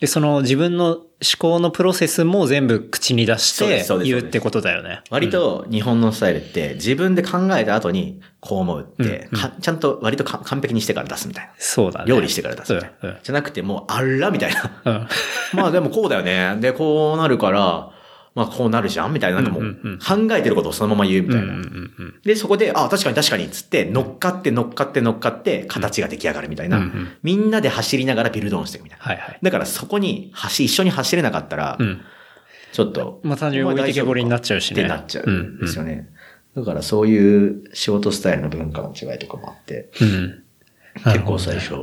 C: で、その自分の思考のプロセスも全部口に出し
B: そうで
C: て
B: すそうです
C: 言うってことだよね。
B: 割と日本のスタイルって自分で考えた後にこう思うって、
C: うんうん
B: かちゃんと割とか完璧にしてから出すみたいな。
C: そうだね。
B: 料理してから出すみたい
C: うんう。
B: なんじゃなくてもうあらみたい な。
C: うん。
B: まあでもこうだよね。で、こうなるから、まあこうなるじゃんみたいな。なんかも
C: うん
B: う
C: うん
B: 考えてることをそのまま言うみ
C: うん
B: た
C: う
B: いな。
C: んうん。
B: で、そこで、あ、確かに確かにっつって乗っかって乗っかって乗っかって形が出来上がるみたい
C: うんう。
B: なんみんなで走りながらビルドオンしていくみたいな。
C: はいはい。
B: だからそこに走、一緒に走れなかったら
C: う、ん。
B: ちょっと。
C: まあ単純に置いてけぼりになっちゃうし
B: っ
C: ね。
B: てなっちゃ
C: う
B: うん
C: ん
B: ですよね。だからそういう仕事スタイルの文化の違いとかもあって、
C: うん。な
B: 結
C: るほど
B: 構
C: ね
B: 最初、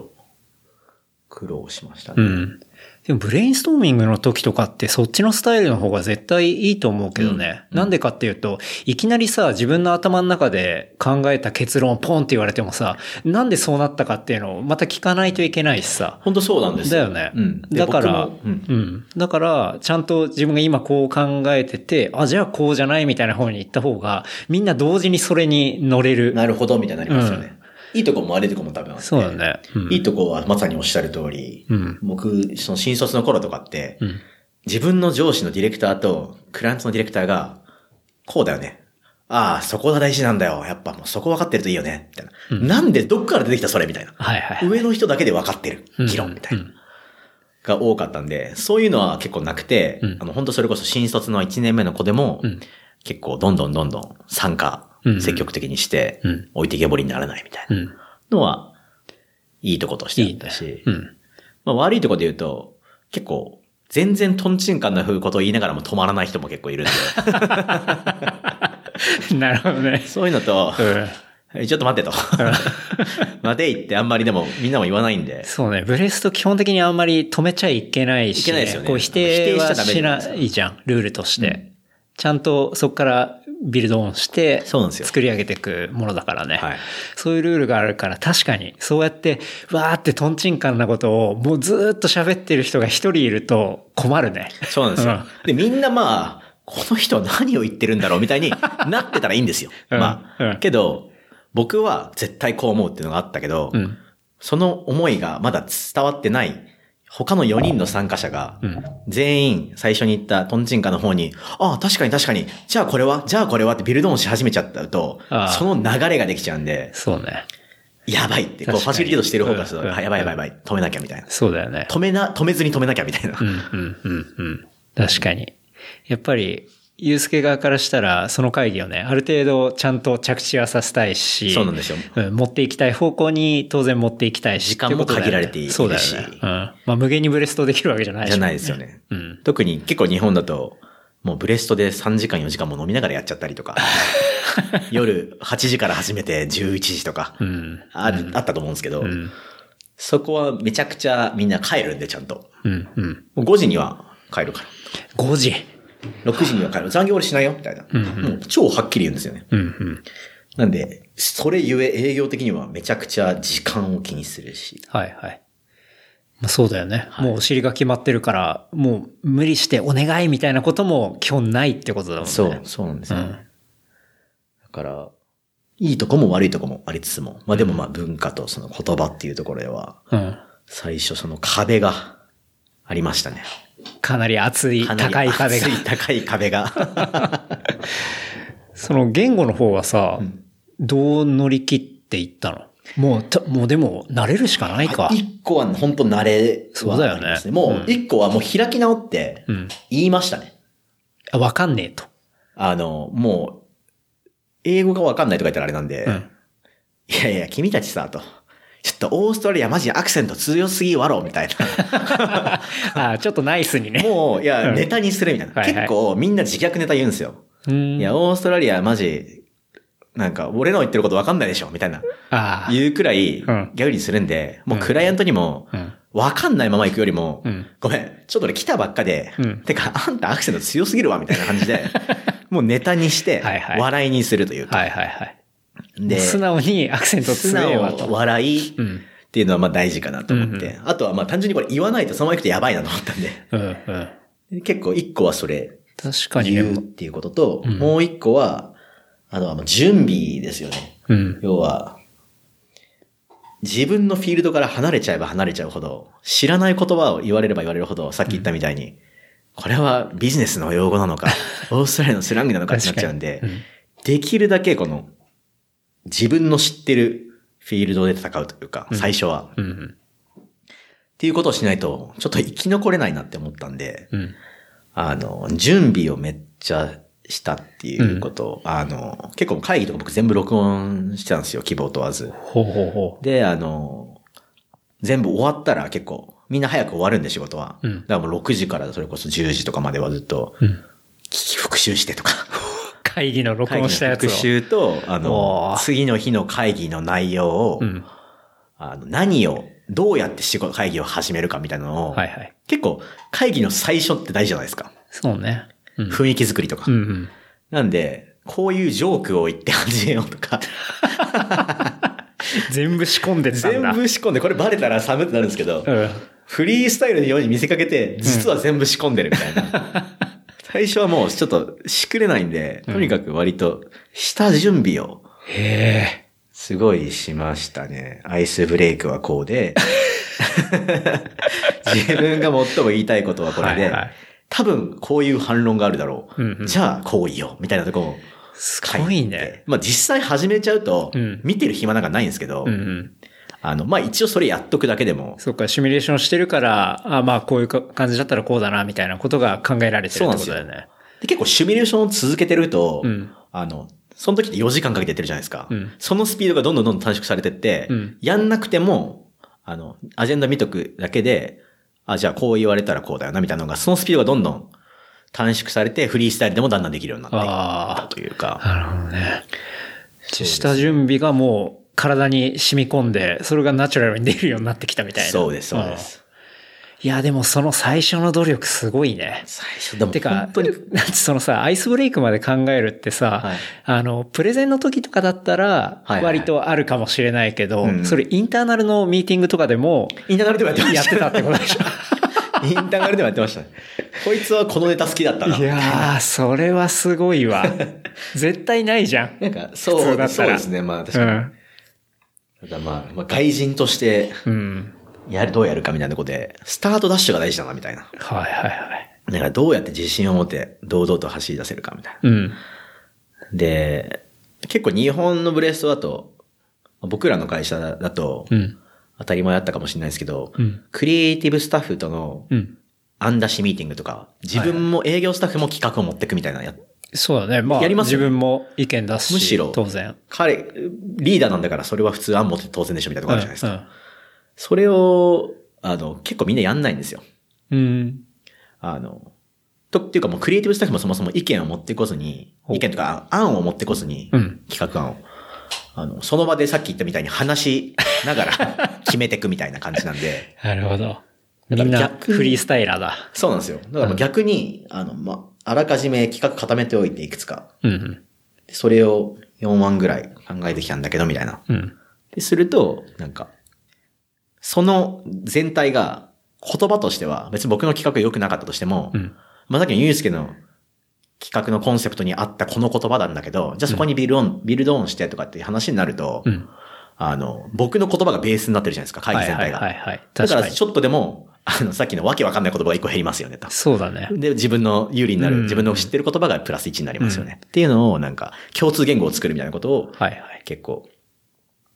B: 苦労しました
C: う
B: ね。
C: ん。でもブレインストーミングの時とかってそっちのスタイルの方が絶対いいと思うけどね。
B: うん
C: なんでかっていうと、いきなりさ、自分の頭の中で考えた結論をポンって言われてもさ、なんでそうなったかっていうのをまた聞かないといけないしさ。
B: 本当そうなんです
C: だよね。
B: うん。で
C: だから、
B: 僕もうん
C: うん。だから、ちゃんと自分が今こう考えてて、あ、じゃあこうじゃないみたいな方に行った方が、みんな同時にそれに乗れる。
B: なるほど、みたいになりますよね。いいとこも悪いとこも多分あって。
C: そうだね。うん
B: いいとこはまさにおっしゃる通り、
C: うん。
B: 僕、その新卒の頃とかって、
C: うん。
B: 自分の上司のディレクターとクライアントのディレクターが、こうだよね。ああ、そこが大事なんだよ。やっぱもうそこ分かってるといいよね。みたいな。なんでどっから出てきたそれみたいな。
C: はいはい。
B: 上の人だけで分かってる
C: うん
B: 議論みたいな、
C: うん
B: が多かったんで、そういうのは結構なくて、
C: うん
B: あの、本当それこそ新卒の1年目の子でも、
C: うん
B: 結構どんどんどんどん参加
C: うん、
B: 積極的にして、
C: うん
B: 置いてけぼりにならないみたいな
C: うん。
B: のは、いいとことしてあったし、
C: うん。
B: まあ、悪いとこで言うと、結構、全然トンチンカンなことを言いながらも止まらない人も結構い るんで、
C: なるほどね。
B: そういうのと、
C: う
B: えちょっと待 ってと。待ていってあんまりでもみんなも言わないんで
C: ん、そうね。ブレスト基本的にあんまり止めちゃいけないし、
B: いけないですよね
C: こう否定は
B: 否定しち
C: し
B: ゃダメです
C: ないじゃん、ルールとして。
B: うん
C: ちゃんとそこからビルドオンして、
B: そうなんですよ
C: 作り上げていくものだからね。
B: はい
C: そういうルールがあるから確かに、そうやって、わーってトンチンカンなことをもうずーっと喋ってる人が一人いると困るね。
B: そうなんです
C: うん
B: よ。で、みんなまあ、この人は何を言ってるんだろうみたいになってたらいいんですよ。
C: うん
B: ま
C: う
B: あ
C: ん、
B: けど、僕は絶対こう思うっていうのがあったけど、
C: うん。
B: その思いがまだ伝わってない、他の4人の参加者が
C: う、ん。
B: 全員最初に言ったトンチンカの方に、ああ、確かに確かに、じゃあこれはじゃあこれはってビルドオンし始めちゃったと
C: ああ、
B: その流れができちゃうんで、
C: そうね。
B: やばいって、こう
C: 確かに
B: ファシリテートしてる方がすごい、
C: うん
B: あやばいやばいやばい、止めなきゃみたいな。
C: そうだよね。
B: 止めな、止めずに止めなきゃみたいな。
C: うんうんうんうん。確かに。やっぱり、ゆうすけ側からしたら、その会議をね、ある程度ちゃんと着地はさせたいし、
B: そうなんですよ。
C: うん持っていきたい方向に当然持っていきたいし、
B: 時間も
C: ってことだよ
B: 限
C: ね
B: られているし
C: そうだよね。うん。まあ、無限にブレストできるわけじゃないし
B: じゃないですよね。
C: うん。
B: 特に結構日本だと、もうブレストで3時間4時間も飲みながらやっちゃったり とか、夜8時から始めて11時とか、
C: うん。
B: あるあったと思うんですけど、
C: うん。
B: そこはめちゃくちゃみんな帰るんでちゃんと。
C: うん。うん。
B: もう5時には帰るから。
C: 5時。
B: 6時には帰る。残業俺しないよ、みたいな。もう超はっきり言うんですよね。
C: うんうん。
B: なんで、それゆえ営業的にはめちゃくちゃ時間を気にするし。
C: はいはい。まあ、そうだよね、もうお尻が決まってるから、もう無理してお願いみたいなことも基本ないってことだもんね。
B: そう、そうなんですよ、
C: うん
B: だから、いいとこも悪いとこもありつつも、まあでもまあ文化とその言葉っていうところでは、
C: うん。
B: 最初その壁がありましたね。
C: かなり熱い、
B: かなり
C: 高い壁が
B: 厚。い高い壁 が。
C: その言語の方はさ、どう乗り切っていったのもうた、もうでも、慣れるしかないか。
B: 一個は本当慣れ
C: そう
B: は
C: だよ
B: あ
C: ね
B: りますね。もう一個はもう開き直って
C: うん。
B: 言いましたね。
C: あわかんねえと。
B: あの、もう、英語がわかんないとか言ったらあれなんで、
C: うん。
B: いやいや、君たちさ、と。ちょっとオーストラリアマジアクセント強すぎわろ、みたいな。
C: あちょっとナイスにね。
B: もう、いや、
C: うん
B: ネタにするみたいな。
C: はいはい
B: 結構みんな自虐ネタ言うんですよ。
C: うん
B: いや、オーストラリアマジ、なんか俺の言ってることわかんないでしょ、みたいな。
C: ああ。
B: 言うくらい
C: うん
B: ギャグにするんで、もううんクライアントにも
C: うん、
B: わかんないまま行くよりも、
C: うん
B: ごめん、ちょっと俺来たばっかで、
C: うん
B: てか、あんたアクセント強すぎるわ、みたいな感じで、 もうネタにして
C: はいは、い
B: 笑いにするというか。
C: はいはいはい。
B: で、
C: 素直にアクセント
B: 素
C: 強えわ
B: 直
C: と。
B: 笑い、
C: うん。
B: っていうのはまあ大事かなと思って。
C: う
B: あとはまあ単純にこれ言わないとそのまま行くとやばいなと思ったん
C: うんうん。
B: で。結構一個はそれ
C: 確かにね
B: 言うっていうことと、
C: うん
B: もう一個は、あの、あの準備ですよね。
C: うん。
B: 要は、自分のフィールドから離れちゃえば離れちゃうほど、知らない言葉を言われれば言われるほど、さっき言ったみたいに、これはビジネスの用語なのか、オーストラリアのスラングなのかってなっちゃうんで、
C: 確かにうん
B: できるだけこの、自分の知ってるフィールドで戦うというか、最初は、
C: うんうん。
B: っていうことをしないと、ちょっと生き残れないなって思ったんで、
C: うん。
B: あの、準備をめっちゃしたっていうことを、あの、結構会議とか僕全部録音してたんですよ、希望問わず。
C: ほうほうほ
B: で、あの、全部終わったら結構、みんな早く終わるんで仕事は。
C: うん
B: だからもう6時からそれこそ10時とかまではずっと、
C: う。うん。
B: 聞き復習して とか。
C: 会議の録音したや
B: 会議
C: つを。
B: の復習と、あ
C: お
B: の、
C: ー
B: 次の日の会議の内容を、
C: うん。
B: あの何を、どうやって仕事、会議を始めるかみたいなのを、
C: はいはい。
B: 結構会議の最初って大事じゃないですか。
C: そうね。うん。
B: 雰囲気作りとか。
C: うんうん。
B: なんで、こういうジョークを言って始めようと か、
C: 全部仕込んでたん
B: 全
C: だ。
B: 部仕込んで、これバレたら寒ってなるんですけど、
C: うん。
B: フリースタイルのように見せかけて、実は全部仕込んでるみたいな。 最初はもうちょっとしくれないんで、とにかく割と下準備を
C: へえ。
B: すごいしましたね。アイスブレイクはこう で、自分が最も言いたいことはこれで、
C: はいはい
B: 多分こういう反論があるだろう。
C: うんうん
B: じゃあこう言おう、みたいなとこを。
C: すごいね。。
B: まあ実際始めちゃうと
C: うん、
B: 見てる暇なんかないんですけど、
C: うんうん。
B: あの、まあ一応それやっとくだけでも、
C: そうか、シミュレーションしてるから、あまあ、こういうか感じだったらこうだな、みたいなことが考えられてるってことだよね。
B: で結構シミュレーションを続けてると、
C: うん
B: あの、その時って4時間かけてやってるじゃないですか。
C: うん
B: そのスピードがどんどんどんどん短縮されてって、
C: うん
B: やんなくても、あの、アジェンダ見とくだけで、あ、じゃあこう言われたらこうだよな、みたいなのが、そのスピードがどんどん短縮されて、フリースタイルでもだんだんできるようになっていったというか、
C: なるほどね。下準備がもう体に染み込んで、それがナチュラルに出るようになってきたみたいな。
B: そうです、そうです。
C: うん。いや、でもその最初の努力すごいね。
B: 最初、でも
C: てか
B: 本、当に、
C: だってそのさ、アイスブレイクまで考えるってさ、
B: はい
C: あの、プレゼンの時とかだったら、
B: はいはい
C: 割とあるかもしれないけど、
B: うん
C: それインターナルのミーティングとかでも、
B: インターナルでもやってま
C: や
B: し
C: ってたってことでしょ。
B: た。インターナルでもやってましたね。こいつはこのネタ好きだったな。
C: いやー、それはすごい わ。絶対ないじゃん。
B: なんか、そう
C: 普通だったら
B: そうですね、まあ確かに。ただまあ、まあ、外人として、
C: うん。うん。
B: やる、どうやるかみたいなとこで、スタートダッシュが大事だな、みたいな。
C: はいはいはい。
B: だからどうやって自信を持って、堂々と走り出せるか、みたいな。
C: うん。
B: で、結構日本のブレストだと、僕らの会社だと
C: う、ん。
B: 当たり前だったかもしれないですけど、
C: うん
B: クリエイティブスタッフとの
C: うん。
B: 案出しミーティングとか、自分も営業スタッフも企画を持ってくみたいなや、
C: そうだね。まあ、
B: やります
C: 自
B: よ
C: 分も意見出すし、
B: むしろ
C: 当然。
B: 彼、リーダーなんだからそれは普通案持って当然でしょ、みたいなとこあるじゃないですか。
C: か。
B: それを、あの、結構みんなやんないんですよ。
C: うん。
B: あの、と、っていうかもうクリエイティブスタッフもそもそも意見を持ってこずに、
C: ほう
B: 意見とかあ案を持ってこずに、
C: うん
B: 企画案を。あの、その 場でさっき言ったみたいに話しながら決めていくみたいな感じなんで、
C: なるほど。
B: だ
C: み
B: か
C: ん
B: ら
C: な
B: 逆に
C: フリースタイラーだ。
B: そうなんですよ。だから逆に、あの、ま、あらかじめ企画固めておいていくつか。
C: うん。
B: それを4万ぐらい考えてきたんだけど、みたいな。
C: うん。
B: ですると、なんか、その全体が言葉としては、別に僕の企画良くなかったとしても、
C: うん。
B: まあ、さっきのユースケの企画のコンセプトに合ったこの言葉なんだけど、じゃあそこにビルオン、ビルドオンしてとかっていう話になると、
C: うん。
B: あの、僕の言葉がベースになってるじゃないですか、会議
C: は
B: 全
C: い
B: 体が。
C: はいはいはい。
B: だ
C: 確
B: か
C: からに。
B: ちょっとでも、あの、さっきのわけわかんない言葉が一個減りますよね、と。
C: そうだね。
B: で、自分の有利にな
C: うん
B: る、自分の知ってる言葉がプラス1になりますよね。っていうのを、なんか、共通言語を作るみたいなことを、
C: はいはい。
B: 結構、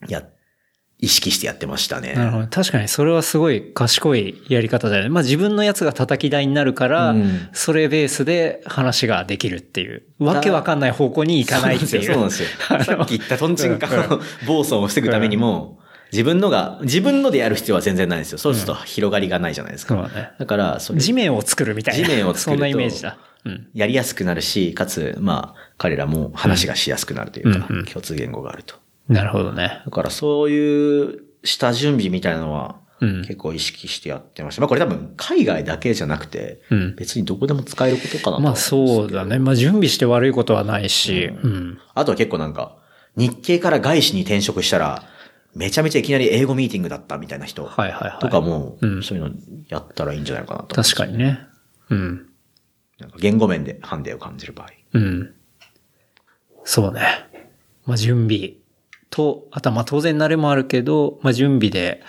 B: や、意識してやってましたね。
C: なるほど。確かにそれはすごい賢いやり方だよね。まあ自分のやつが叩き台になるから、
B: うん
C: それベースで話ができるっていう。わけわかんない方向に行かないってい
B: そ
C: う。
B: うなんですよ。そうなんですよさっき言ったトンチンカンの暴走を防ぐためにも、自分のが、自分のでやる必要は全然ないんですよ。そうすると広がりがないじゃないです
C: そう
B: か。
C: だね。
B: だから、それ、
C: 地面を作るみたいな。
B: 地面を作ると
C: そんなイメージだ。うん。
B: やりやすくなるし、かつ、まあ、彼らも話がしやすくなるというか、
C: うんうん
B: 共通言語があると。
C: なるほどね。
B: だからそういう下準備みたいなのは
C: うん
B: 結構意識してやってました。まあこれ多分海外だけじゃなくて
C: うん、
B: 別にどこでも使えることかなと思うん
C: まあ
B: ですけど
C: そうだね。まあ準備して悪いことはないし、うん。
B: あとは結構なんか、日系から外資に転職したら、めちゃめちゃいきなり英語ミーティングだったみたいな人
C: はいはいはい。
B: とかも
C: う、ん
B: そういうのやったらいいんじゃないかなと。
C: 確かにね。うん。
B: なんか言語面でハンデを感じる場合。
C: うん。そうね。まあ準備と、あとはまあ当然慣れもあるけど、まあ準備で、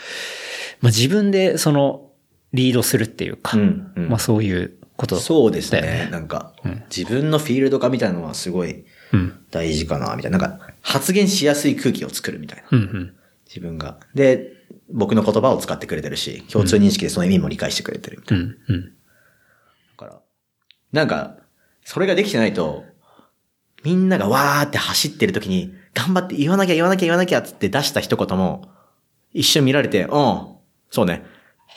C: まあ自分でそのリードするって いうか、
B: うんうん
C: まあそういうこと。
B: そうです
C: だよ
B: ね。なんか、自分のフィールド化みたいなのはすごい
C: うん。
B: 大事かな、みたいな。なんか、発言しやすい空気を作るみたいな。
C: うんうん。
B: 自分が。で、僕の言葉を使ってくれてるし、共通認識でその意味も理解してくれてるみたい
C: うんうん。
B: な。だから、なんか、それができてないと、みんながわーって走ってる時に、頑張って言わなきゃ言わなきゃ言わなきゃっつって出した一言も、一瞬見られて、うん、そうね。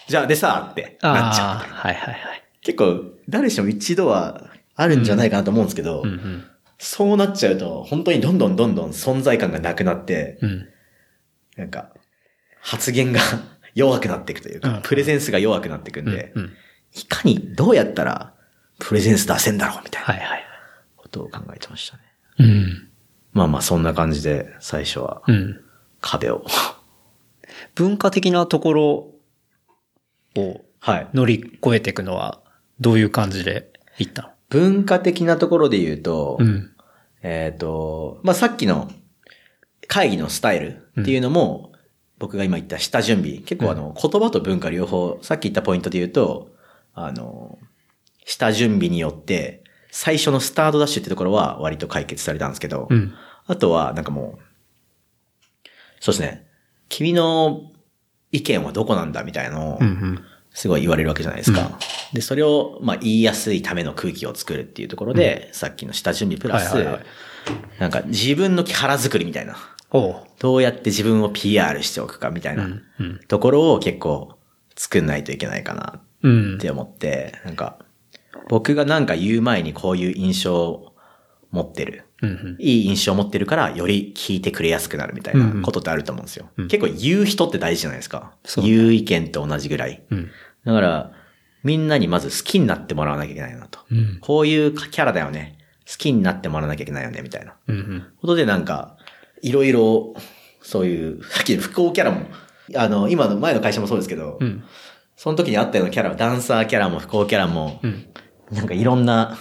B: じゃあでさ、ってなっちゃう。
C: ああ、はいはいはい。
B: 結構、誰しも一度はあるんじゃないかなと思うんですけど、
C: うんうん。
B: そうなっちゃうと、本当にどんどんどんどん存在感がなくなって、
C: うん。
B: なんか、発言が 弱くなっていくという
C: うんう
B: か
C: ん、
B: プレゼンスが弱くなっていくんで
C: う、ん。
B: いかにどうやったらプレゼンス出せんだろうみたい
C: は
B: ない
C: はい。
B: ことを考えてましたね。
C: うん。
B: まあまあそんな感じで最初は
C: うん。
B: 壁を。
C: 文化的なところを
B: はい。
C: 乗り越えていくのは、どういう感じでいったの
B: 文化的なところで言うと、
C: うん。
B: えっと、まあさっきの会議のスタイルっていうのも、僕が今言った下準備。結構あの、言葉と文化両方、さっき言ったポイントで言うと、あの、下準備によって、最初のスタートダッシュってところは割と解決されたんですけど、
C: うん。
B: あとはなんかもう、そうですね、君の意見はどこなんだみたいなのを
C: うんう、ん。
B: すごい言われるわけじゃないですか。で、それを、まあ、言いやすいための空気を作るっていうところで、さっきの下準備プラス、
C: はいはいはい
B: なんか自分の腹作りみたいな。
C: おう。
B: どうやって自分を PR しておくかみたいな
C: うん
B: ところを結構作んないといけないかな
C: うん
B: っ。て思って、なんか、僕がなんか言う前にこういう印象を持ってる。
C: うん。
B: いい印象を持ってるから、より聞いてくれやすくなるみたいなことってあると思うんですよ。結構言う人って大事じゃないですか。
C: そうね
B: 言う意見と同じぐらい。
C: うん。
B: だから、みんなにまず好きになってもらわなきゃいけないなと。
C: うん。
B: こういうキャラだよね。好きになってもらわなきゃいけないよね、みたいな。
C: うん。
B: ことでなんか、いろいろ、そういう、さっきの不幸キャラも、あの、今の前の会社もそうですけど、
C: うん。
B: その時にあったようなキャラは、ダンサーキャラも不幸キャラも、
C: うん。
B: なんかいろんな、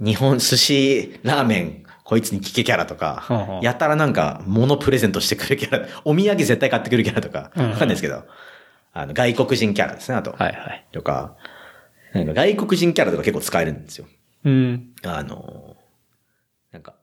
B: 日本寿司、ラーメン、こいつに聞けキャラとか、
C: はあはあ
B: やたらなんか、物プレゼントしてくるキャラ、お土産絶対買ってくるキャラとか、
C: うんうん
B: わかんないですけど、あの、外国人キャラですね、あと。
C: はいはい。
B: とか、なんか外国人キャラとか結構使えるんですよ。
C: うん。
B: あの、なんか、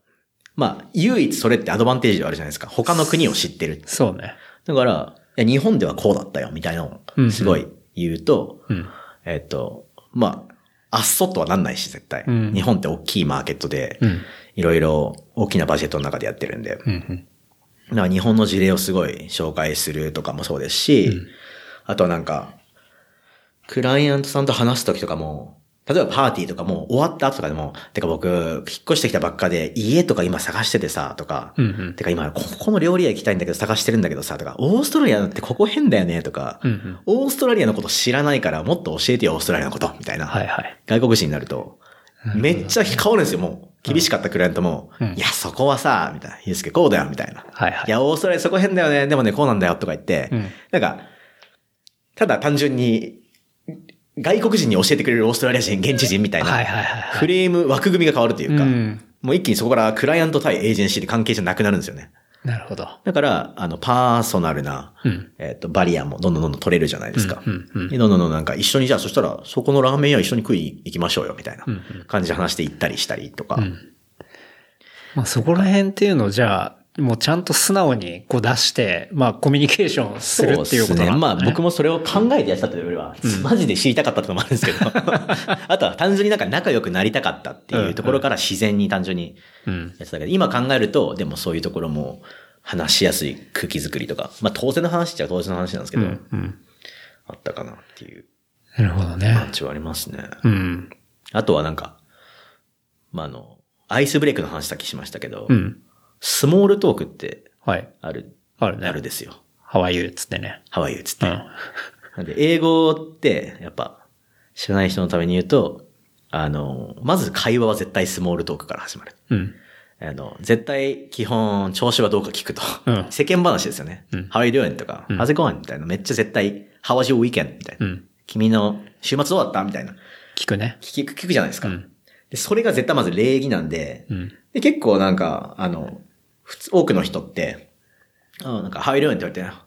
B: まあ、唯一それってアドバンテージではあるじゃないですか。他の国を知ってる。
C: そうね。
B: だから、いや日本ではこうだったよ、みたいなの
C: うん
B: を、
C: うん
B: すごい言うと、
C: うん。
B: えっと、まあ、あっそとはなんないし、絶対。
C: うん
B: 日本って大きいマーケットで、
C: うん。
B: いろいろ大きなバジェットの中でやってるんで、
C: うん。
B: だから日本の事例をすごい紹介するとかもそうですし、あとはなんか、クライアントさんと話すときとかも、例えばパーティーとかもう終わった後とかでも、てか僕、引っ越してきたばっかで、家とか今探しててさ、とか、
C: うんうん
B: てか今、ここの料理屋行きたいんだけど探してるんだけどさ、とか、オーストラリアってここ変だよね、とか、
C: うんうん。
B: オーストラリアのこと知らないから、もっと教えてよ、オーストラリアのこと、みたいな。
C: はいはい。
B: 外国人になると、めっちゃ変わるんですよ、もう。厳しかったクライアントも、
C: うん
B: いや、そこはさ、みたいな。ゆうすけこうだよ、みたいな。
C: はいはい
B: いや、オーストラリアそこ変だよね。でもね、こうなんだよ、とか言って、
C: うん
B: なんか、ただ単純に、外国人に教えてくれるオーストラリア人、現地人みたいな、
C: はいはいはいはい。
B: フレーム、枠組みが変わるというか、
C: うん
B: もう一気にそこからクライアント対エージェンシーで関係じゃなくなるんですよね。
C: なるほど。
B: だから、あの、パーソナルな、
C: うん。
B: えっ、と、バリアもどんどんどんどん取れるじゃないですか。
C: うんうんうん
B: でどんどんどんなんか一緒にじゃあそしたらそこのラーメン屋一緒に食い行きましょうよみたいな
C: うん
B: 感じで話して行ったりしたりとか。
C: うん。まあそこら辺っていうのをじゃあ、もうちゃんと素直にこう出して、まあコミュニケーションするっていうこ
B: そ
C: とな
B: で
C: んだ
B: す
C: ね。
B: ね。まあ僕もそれを考えてやってたというよりは、マジで知りたかったってのもあるんで すけど、あとは単純になんか仲良くなりたかったっていうところから自然に単純に
C: う
B: や
C: ん。
B: ってたけど、今考えると、でもそういうところも話しやすい空気作りとか、まあ当然の話っちゃ当然の話なんですけ
C: う
B: ど、
C: ん。うん。
B: あったかなっていう
C: なるほどね
B: 感。じはありますね。
C: うん。
B: あとはなんか、まあ、あの、アイスブレイクの話さっきしましたけど、
C: うん。
B: スモールトークって
C: はい。
B: ある、
C: あるね。
B: あるですよ。
C: ハワイユーっつってね。
B: ハワイっつっ
C: う
B: て。
C: ん。
B: なんで、英語って、やっぱ、知らない人のために言うと、あの、まず会話は絶対スモールトークから始まる。
C: うん。
B: あの、絶対、基本、調子はどうか聞くと。
C: うん
B: 世間話ですよね。
C: うん
B: How are you doing? とか、
C: ん
B: How's it going? みたいな。めっちゃ絶対、How was your weekend? みたいな。
C: うん
B: 君の週末どうだったみたいな。
C: 聞くね。
B: 聞く、聞くじゃないですか。
C: うん
B: でそれが絶対まず礼儀なんで、
C: うん。
B: で、結構なんか、あの、普通、多くの人って、あなんか、How are you doing? って言わ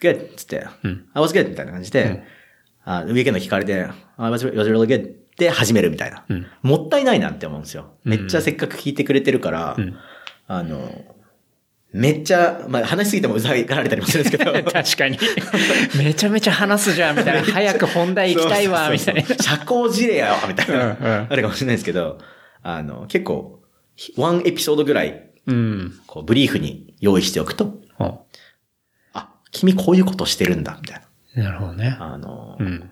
B: れて、Good! っつって、
C: うん。
B: I was good! みたいな感じで、あウィーケンド聞かれて、I was, was really good! で始めるみたいな、
C: うん
B: もったいないなって思うんですよ。めっちゃせっかく聞いてくれてるから、
C: うん
B: あの、めっちゃ、まあ話しすぎてもうざがられたりもするんです けど、
C: 確かに。めちゃめちゃ話すじゃん、みたいな。早く本題行きたいわ、
B: そう
C: み
B: そ
C: た
B: う
C: い
B: そう
C: な。
B: 社交辞令やわ、みたいな。
C: うんうん
B: あるかもしれないですけど、あの、結構、ひワンエピソードぐらい、
C: うん。
B: こう、ブリーフに用意しておくと、
C: お
B: あ、君こういうことしてるんだ、みたい
C: なるほどね。
B: な。あの、
C: うん。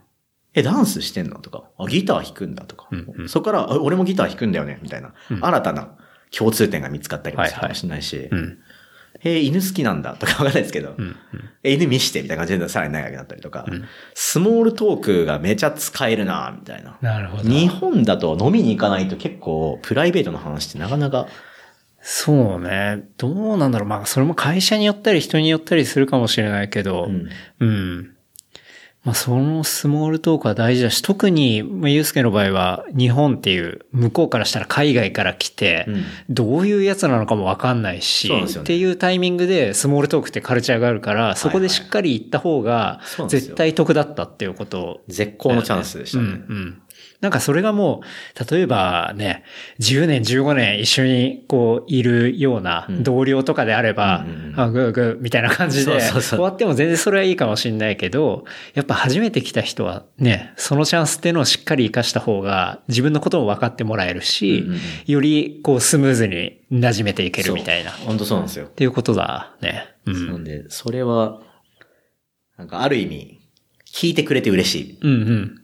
B: え、ダンスしてんのとか、あ、ギター弾くんだとか、
C: うんうん
B: そこから、あ俺もギター弾くんだよね、みたいな、新たな共通点が見つかったりもするかもしれないし、
C: うん。
B: え、犬好きなんだとかわか んないですけど、
C: うん。
B: え、犬見してみたいな感じでさらに長くなったりとか、スモールトークがめちゃ使えるな、みたいな。
C: なるほど。
B: 日本だと飲みに行かないと結構プライベートの話ってなかなか、
C: そうね。どうなんだろう。まあ、それも会社によったり人によったりするかもしれないけど、
B: うん
C: うん。まあ、そのスモールトークは大事だし、特に、まあ、ゆうすけの場合は、日本っていう、向こうからしたら海外から来て、
B: うん
C: どういうやつなのかもわかんないし、
B: そうなんですよね
C: っていうタイミングで、スモールトークってカルチャーがあるから、そこでしっかり行った方が
B: そうなん、ですよ
C: 絶対得だったっていうことを
B: 絶好のチャンスでしたね。
C: うんうん。なんかそれがもう、例えばね、10年、15年一緒にこういるような
B: うん
C: 同僚とかであれば、
B: うんうんうん
C: あ、グーグーみたいな感じ
B: そう
C: で、
B: そうそう
C: 終わっても全然それはいいかもしれないけど、やっぱ初めて来た人はね、そのチャンスっていうのをしっかり活かした方が、自分のことも分かってもらえるし、
B: うんうんうん
C: よりこうスムーズに馴染めていけるみたいな。っ
B: そう本当そうなんですよ。
C: ていうことだね。うん。
B: なんで、それは、なんかある意味、聞いてくれて嬉しい。
C: うんうん。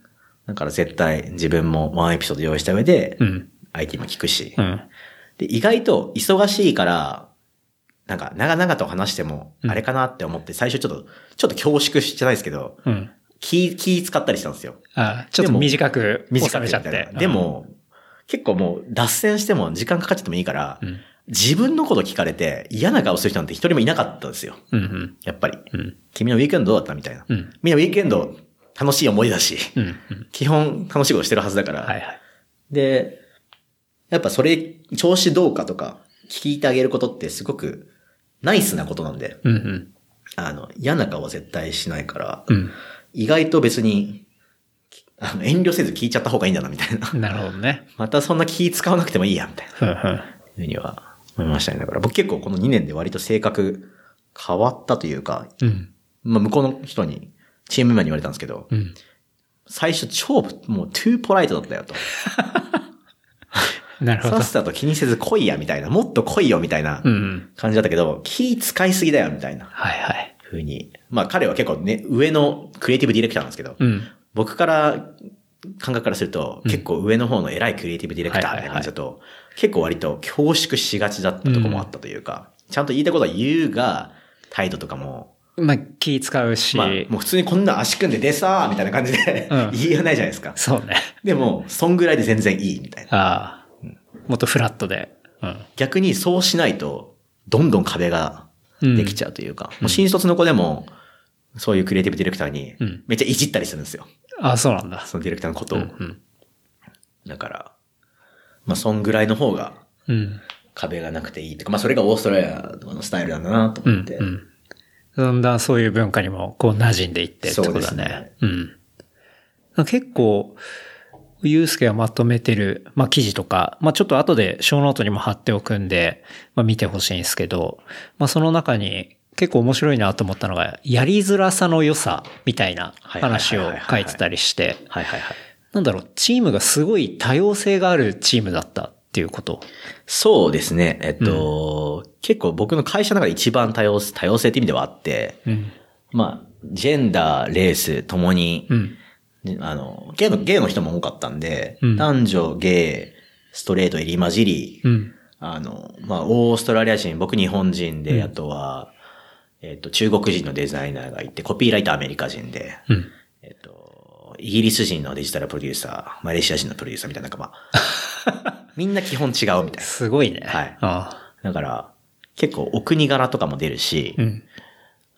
B: だから絶対自分もワンエピソード用意した上で
C: う、ん。
B: 相手にも聞くし
C: う。ん。
B: で、意外と忙しいから、なんか長々と話しても、
C: うん
B: あれかなって思って、最初ちょっと、ちょっと恐縮じゃないですけど、
C: うん。
B: 気、気使ったりしたんですよ。
C: あちょっと短く
B: 短
C: 収
B: く
C: め
B: み
C: ちゃ
B: た
C: っ
B: いな
C: て。
B: でも、結構もう脱線しても時間かかっちゃってもいいから、
C: ん
B: 自分のこと聞かれて嫌な顔する人なんて一人もいなかったんですよ。
C: うん、うん
B: やっぱり。
C: うん。うん。
B: 君のウィークエンドどうだったみたいな。
C: うん。
B: みんなウィークエンド楽しい思い出だし、
C: うん。うん
B: 基本楽しいことしてるはずだから、
C: はいはい。
B: で、やっぱそれ、調子どうかとか、聞いてあげることってすごくナイスなことなんで、
C: うんうん。
B: あの、嫌な顔は絶対しないから、
C: う
B: 意外と別に、あの、遠慮せず聞いちゃった方がいいんだな、みたいな。
C: ん。なるほどね。
B: またそんな気使わなくてもいいや、みたいな、
C: うんうん。
B: ふうには思いましたね。だから僕結構この2年で割と性格変わったというか、
C: うん。
B: まあ向こうの人に、チームメンバーに言われたんですけど、
C: うん。
B: 最初超、もう、トゥーポライトだったよと。
C: なるほど
B: さっ。さと気にせず来いや、みたいな。もっと来いよ、みたいな
C: うんうん。
B: 感じだったけど、気使いすぎだよ、みたいな
C: はいはい。
B: 風に。まあ彼は結構ね、上のクリエイティブディレクターなんですけど、
C: うん。
B: 僕から感覚からすると、結構上の方の偉いクリエイティブディレクターみたいな感じだと、結構割と恐縮しがちだったとこもあったというか、ちゃんと言いたいことは言うが、態度とかも、
C: まあ、気使うし、
B: まあ、もう普通にこんな足組んででさーみたいな感じで、
C: うん
B: 言い合わないじゃないですか。
C: そうね。
B: でも、そんぐらいで全然いいみたいな。
C: ああ、もっとフラットで。うん。
B: 逆にそうしないと、どんどん壁ができちゃうというか、もう新卒の子でも、そういうクリエイティブディレクターに
C: うん、
B: めっちゃいじったりするんですよ。
C: ああ、そうなんだ。
B: そのディレクターのこと
C: う
B: を。
C: ん。
B: だから、まあ、そんぐらいの方が
C: うん。
B: 壁がなくていいとか、まあ、それがオーストラリアとかのスタイルなんだなと
C: う
B: 思っ
C: ん
B: て。。
C: うん。だんだんそういう文化にも、こう、馴染んでいってってことだ
B: そうです
C: ね
B: ね。
C: うん。結構、ゆうすけがまとめてる、まあ、記事とか、まあ、ちょっと後で小ノートにも貼っておくんで、まあ、見てほしいんですけど、まあ、その中に結構面白いなと思ったのが、やりづらさの良さみたいな話を書いてたりして、
B: はいはいはい。
C: なんだろう、チームがすごい多様性があるチームだったっていうこと。
B: そうですね。えっと、結構僕の会社の中で一番多様性、多様性って意味ではあって、
C: うん。
B: まあ、ジェンダー、レースともに
C: う、ん。
B: あの、ゲイの、ゲイの人も多かったんで、
C: うん
B: 男女、ゲイ、ストレート入り混じり、
C: うん。
B: あの、まあ、オーストラリア人、僕日本人で、
C: うん
B: あとは、えっと、中国人のデザイナーがいて、コピーライターアメリカ人で、
C: うん。
B: えっと、イギリス人のデジタルプロデューサー、マレーシア人のプロデューサーみたいな、なんかま あ、みんな基本違うみたい
C: すごいね。
B: はい
C: ああ
B: な。だから、結構お国柄とかも出るし、
C: うん。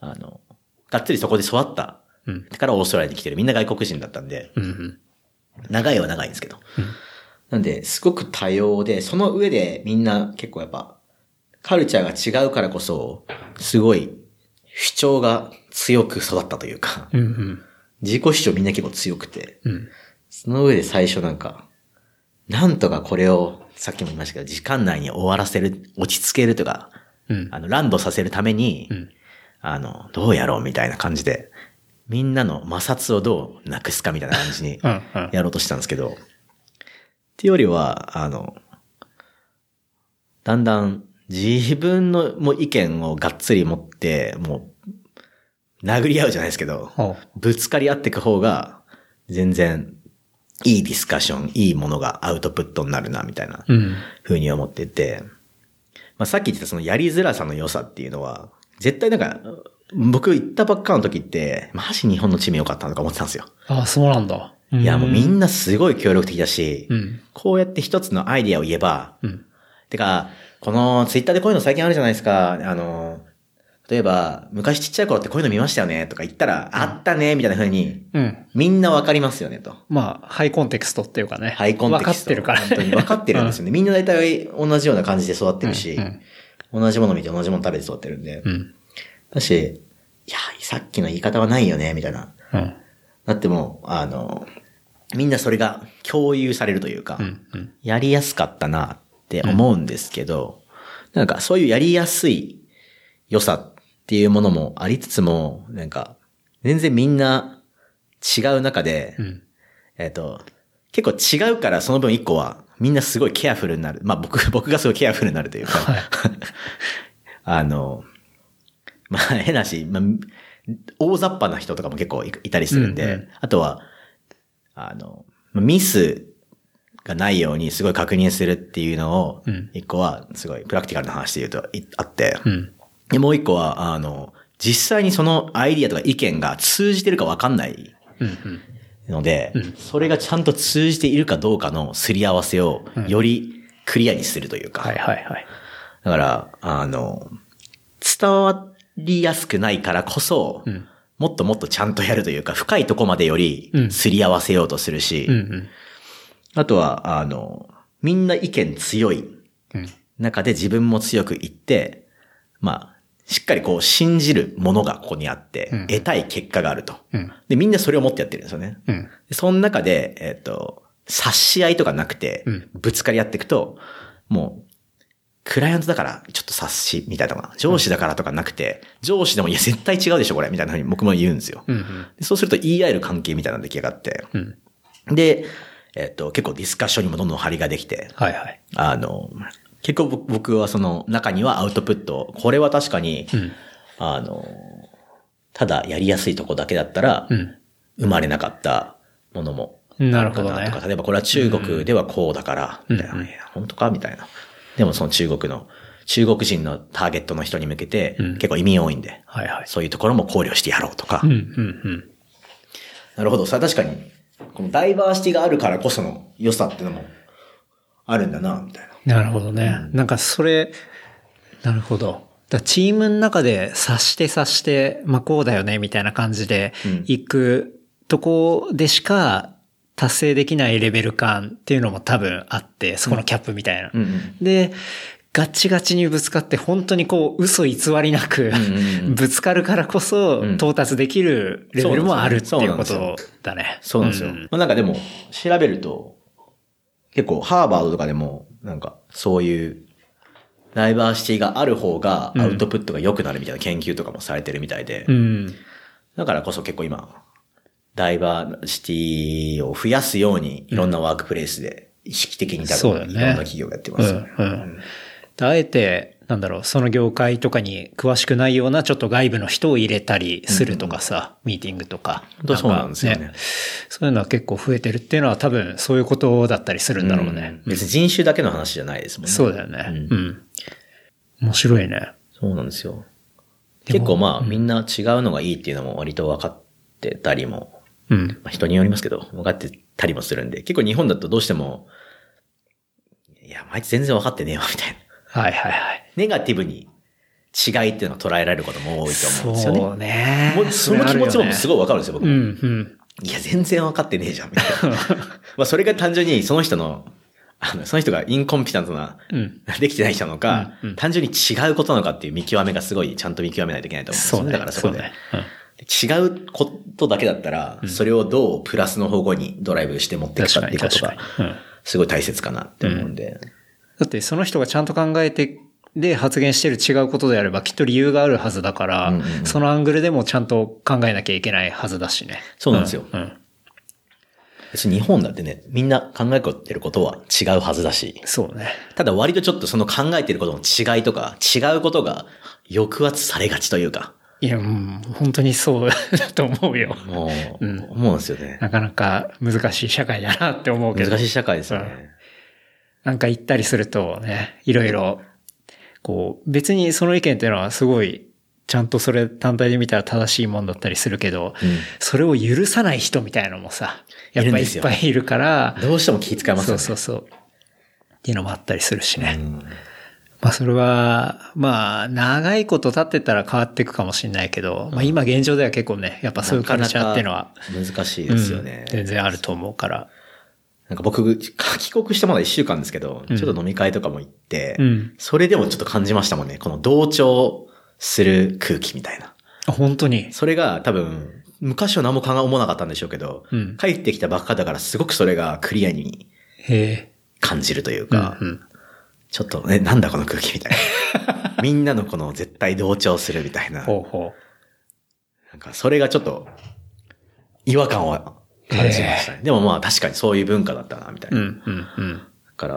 B: あの、がっつりそこで育った
C: うん。
B: からオーストラリアに来てる。みんな外国人だったんで、
C: うん。
B: 長いは長いんですけど。なんで、すごく多様で、その上でみんな結構やっぱ、カルチャーが違うからこそ、すごい主張が強く育ったというか、
C: うん。うん。
B: 自己主張みんな結構強くて、
C: うん。
B: その上で最初なんか、なんとかこれを、さっきも言いましたけど、時間内に終わらせる、落ち着けるとか、
C: うん。
B: あの、ランドさせるために、
C: うん。
B: あの、どうやろうみたいな感じで、みんなの摩擦をどうなくすかみたいな感じ に
C: うん。うん。
B: やろうとしたんですけど、っていうよりは、あの、だんだん自分のもう意見をがっつり持って、もう、殴り合うじゃないですけど、
C: ほ
B: ぶつかり合っていく方が、全然、いいディスカッション、いいものがアウトプットになるな、みたいな
C: う。うん。
B: 風に思ってて、まあ、さっき言ってたそのやりづらさの良さっていうのは、絶対なんか、僕行ったばっかの時って、マジ日本のチーム良かったなとか思ってたんですよ。
C: ああ、そうなんだ。い
B: いや、もうみんなすごい協力的だし、
C: うん。
B: こうやって一つのアイディアを言えば、
C: うん。
B: てか、このツイッターでこういうの最近あるじゃないですか、あの、例えば、昔ちっちゃい頃ってこういうの見ましたよねとか言ったら、あったね、みたいな風に、
C: うん。
B: みんなわかりますよねと。
C: まあ、ハイコンテクストっていうかね。
B: ハイコンテキ
C: 分かっ
B: スト。
C: てるからね。
B: 本当に分かってるんです よね。みんな大体同じような感じで育ってるし、
C: うん
B: 同じもの見て同じもの食べて育ってるんで。
C: うん。
B: だし、いや、さっきの言い方はないよね、みたいな。
C: うん。
B: だってもう、あの、みんなそれが共有されるというか、
C: うん。うん。
B: やりやすかったなって思うんですけど、なんかそういうやりやすい良さっていうものもありつつも、なんか、全然みんな違う中で、
C: うん。
B: えっ、と、結構違うからその分一個は、みんなすごいケアフルになる。まあ僕、 僕がすごいケアフルになるというか、
C: はい
B: あの、まあ変な話、まあ、大雑把な人とかも結構いいたりするんで、
C: うんうん
B: あとは、あの、まあミスがないようにすごい確認するっていうのを
C: うん、
B: 一個はすごいプラクティカルな話で言うといあって、
C: うん。
B: でもう一個は、あの、実際にそのアイディアとか意見が通じてるかわかんない
C: うん。うん。
B: ので、それがちゃんと通じているかどうかのすり合わせをよりクリアにするというか、
C: はいはいはい。
B: だから、あの、伝わりやすくないからこそ、
C: うん
B: もっともっとちゃんとやるというか、深いとこまでより
C: うん
B: すり合わせようとするし、
C: うん。うん。
B: あとは、あの、みんな意見強い
C: うん。
B: 中で自分も強く言って、まあ、しっかりこう信じるものがここにあって、
C: うん
B: 得たい結果があると。
C: うん。
B: で、みんなそれを持ってやってるんですよね。
C: うん。
B: でその中で、えっ、と、察し合いとかなくて、
C: うん
B: ぶつかり合っていくと、もう、クライアントだから、ちょっと察し、みたいなのが、上司だからとかなくて、上司でも、いや、絶対違うでしょ、これ、みたいなふうに僕も言うんですよ。
C: うん。
B: でそうすると言い合える関係みたいなのが出来上がって、
C: うん。
B: で、えっ、と、結構ディスカッションにもどんどん張りができて、
C: はいはい。
B: あの、結構僕僕はその中にはアウトプットを、これは確かに、
C: うん。
B: あの、ただやりやすいとこだけだったら
C: う、ん。
B: 生まれなかったものも
C: なる
B: か
C: ほど
B: な
C: ね
B: とか、。例えばこれは中国ではこうだから、みたいな。
C: うん
B: いや本当かみたいな。でもその中国の、中国人のターゲットの人に向けて、
C: うん
B: 結構移民多いんで、
C: はいはい。
B: そういうところも考慮してやろうとか。
C: うん、うん、
B: なるほど。それは確かに、このダイバーシティがあるからこその良さっていうのもあるんだな、みたいな。
C: うん。なるほどね。なんかそれ、なるほど。だからチームの中で察して察して、まあこうだよね、みたいな感じで
B: うん
C: 行くとこでしか達成できないレベル感っていうのも多分あって、そこのキャップみたいな。
B: ん
C: で、ガチガチにぶつかって、本当にこう、嘘偽りなく、
B: うんうん
C: ぶつかるからこそ、
B: うん
C: 到達できるレベルもあるっていうこ
B: そうなん
C: とだね。
B: そうなんですよ。まあなんかでも、調べると、結構ハーバードとかでも、なんかそういう、ダイバーシティがある方がアウトプットが良くなるみたいな研究とかもされてるみたいで、
C: うん。
B: だからこそ結構今、ダイバーシティを増やすように、いろんなワークプレイスで意識的に多
C: そうだ
B: 分、
C: よ
B: い
C: ね
B: ろんな企業がやってますよね。
C: うんうんあえて、なんだろう、その業界とかに詳しくないような、ちょっと外部の人を入れたりするとかさ、ミーティングとか。
B: 本当そうなんですよね
C: かそういうのは結構増えてるっていうのは多分そういうことだったりするんだろうね。
B: うん別に人種だけの話じゃないですもんね。
C: そうだよね。うん。面白いね。
B: そうなんですよ。結構まあ、みんな違うのがいいっていうのも割と分かってたりも、
C: うん。
B: まあ人によりますけど、分かってたりもするんで、結構日本だとどうしても、いや、あいつ全然分かってねえわ、みたいな。
C: はいはいはい。
B: ネガティブに違いっていうのを捉えられることも多いと思うんですよね。
C: そうね。
B: もうその気持ちもす
C: ごい。
B: ごい分かるんですよ、僕
C: う
B: も。
C: んうん。
B: いや、全然分かってねえじゃん、みたい な。まあ、それが単純にその人の、あの、その人がインコンピタントな、
C: うん。
B: できてない人なのか、
C: うんうん
B: 単純に違うことなのかっていう見極めがすごいちゃんと見極めないといけないと思うんです
C: そ
B: よ
C: う
B: ね。
C: ね。
B: だからそこで。
C: うねうん
B: 違うことだけだったら、それをどうプラスの方向にドライブして持っていくか
C: 確
B: っ
C: か
B: てい
C: に
B: うこと
C: 確か
B: が
C: に。、うん
B: すごい大切かなって思うんで。
C: だってその人がちゃんと考えて、で発言してる違うことであればきっと理由があるはずだから、
B: うんうんうん
C: そのアングルでもちゃんと考えなきゃいけないはずだしね。
B: そうなんですよ
C: うんうん
B: 私日本だってね、みんな考えてることは違うはずだし、
C: そうね。
B: ただ割とちょっとその考えてることの違いとか、違うことが抑圧されがちというか、
C: いや、うん、本当にそうだと思うよ。
B: もう、
C: うん
B: 思うんですよね。
C: なかなか難しい社会だなって思うけど。
B: 難しい社会ですよね。
C: なんか行ったりするとね、いろいろ、こう、別にその意見っていうのはすごい、ちゃんとそれ単体で見たら正しいもんだったりするけど、
B: うん
C: それを許さない人みたいなのもさ、やっぱりいっぱいいるから、
B: どうしても気遣います
C: そ
B: よ
C: う
B: ね。
C: そうそう。っていうのもあったりするしね。
B: うん
C: まあそれは、まあ長いこと経ってたら変わっていくかもしれないけど、まあ今現状では結構ね、やっぱそういうカルチャーっていうのは、
B: 難しい
C: うん
B: ですよね。
C: 全然あると思うから。
B: なんか僕、帰国してまだ一週間ですけど、ちょっと飲み会とかも行って、
C: うん
B: それでもちょっと感じましたもんね。この同調する空気みたいな。
C: あ本当に。
B: それが多分、昔は何も考え思わなかったんでしょうけど、
C: うん
B: 帰ってきたばっかだからすごくそれがクリアに
C: へ
B: 感じるという
C: え。
B: か、
C: うんうん
B: ちょっとね、なんだこの空気みたい な。みんなのこの絶対同調するみたいな。
C: ほうほう。
B: なんかそれがちょっと違和感を感じましたね。でもまあ確かにそういう文化だったな、みたいな。
C: うんうんうん。
B: だから、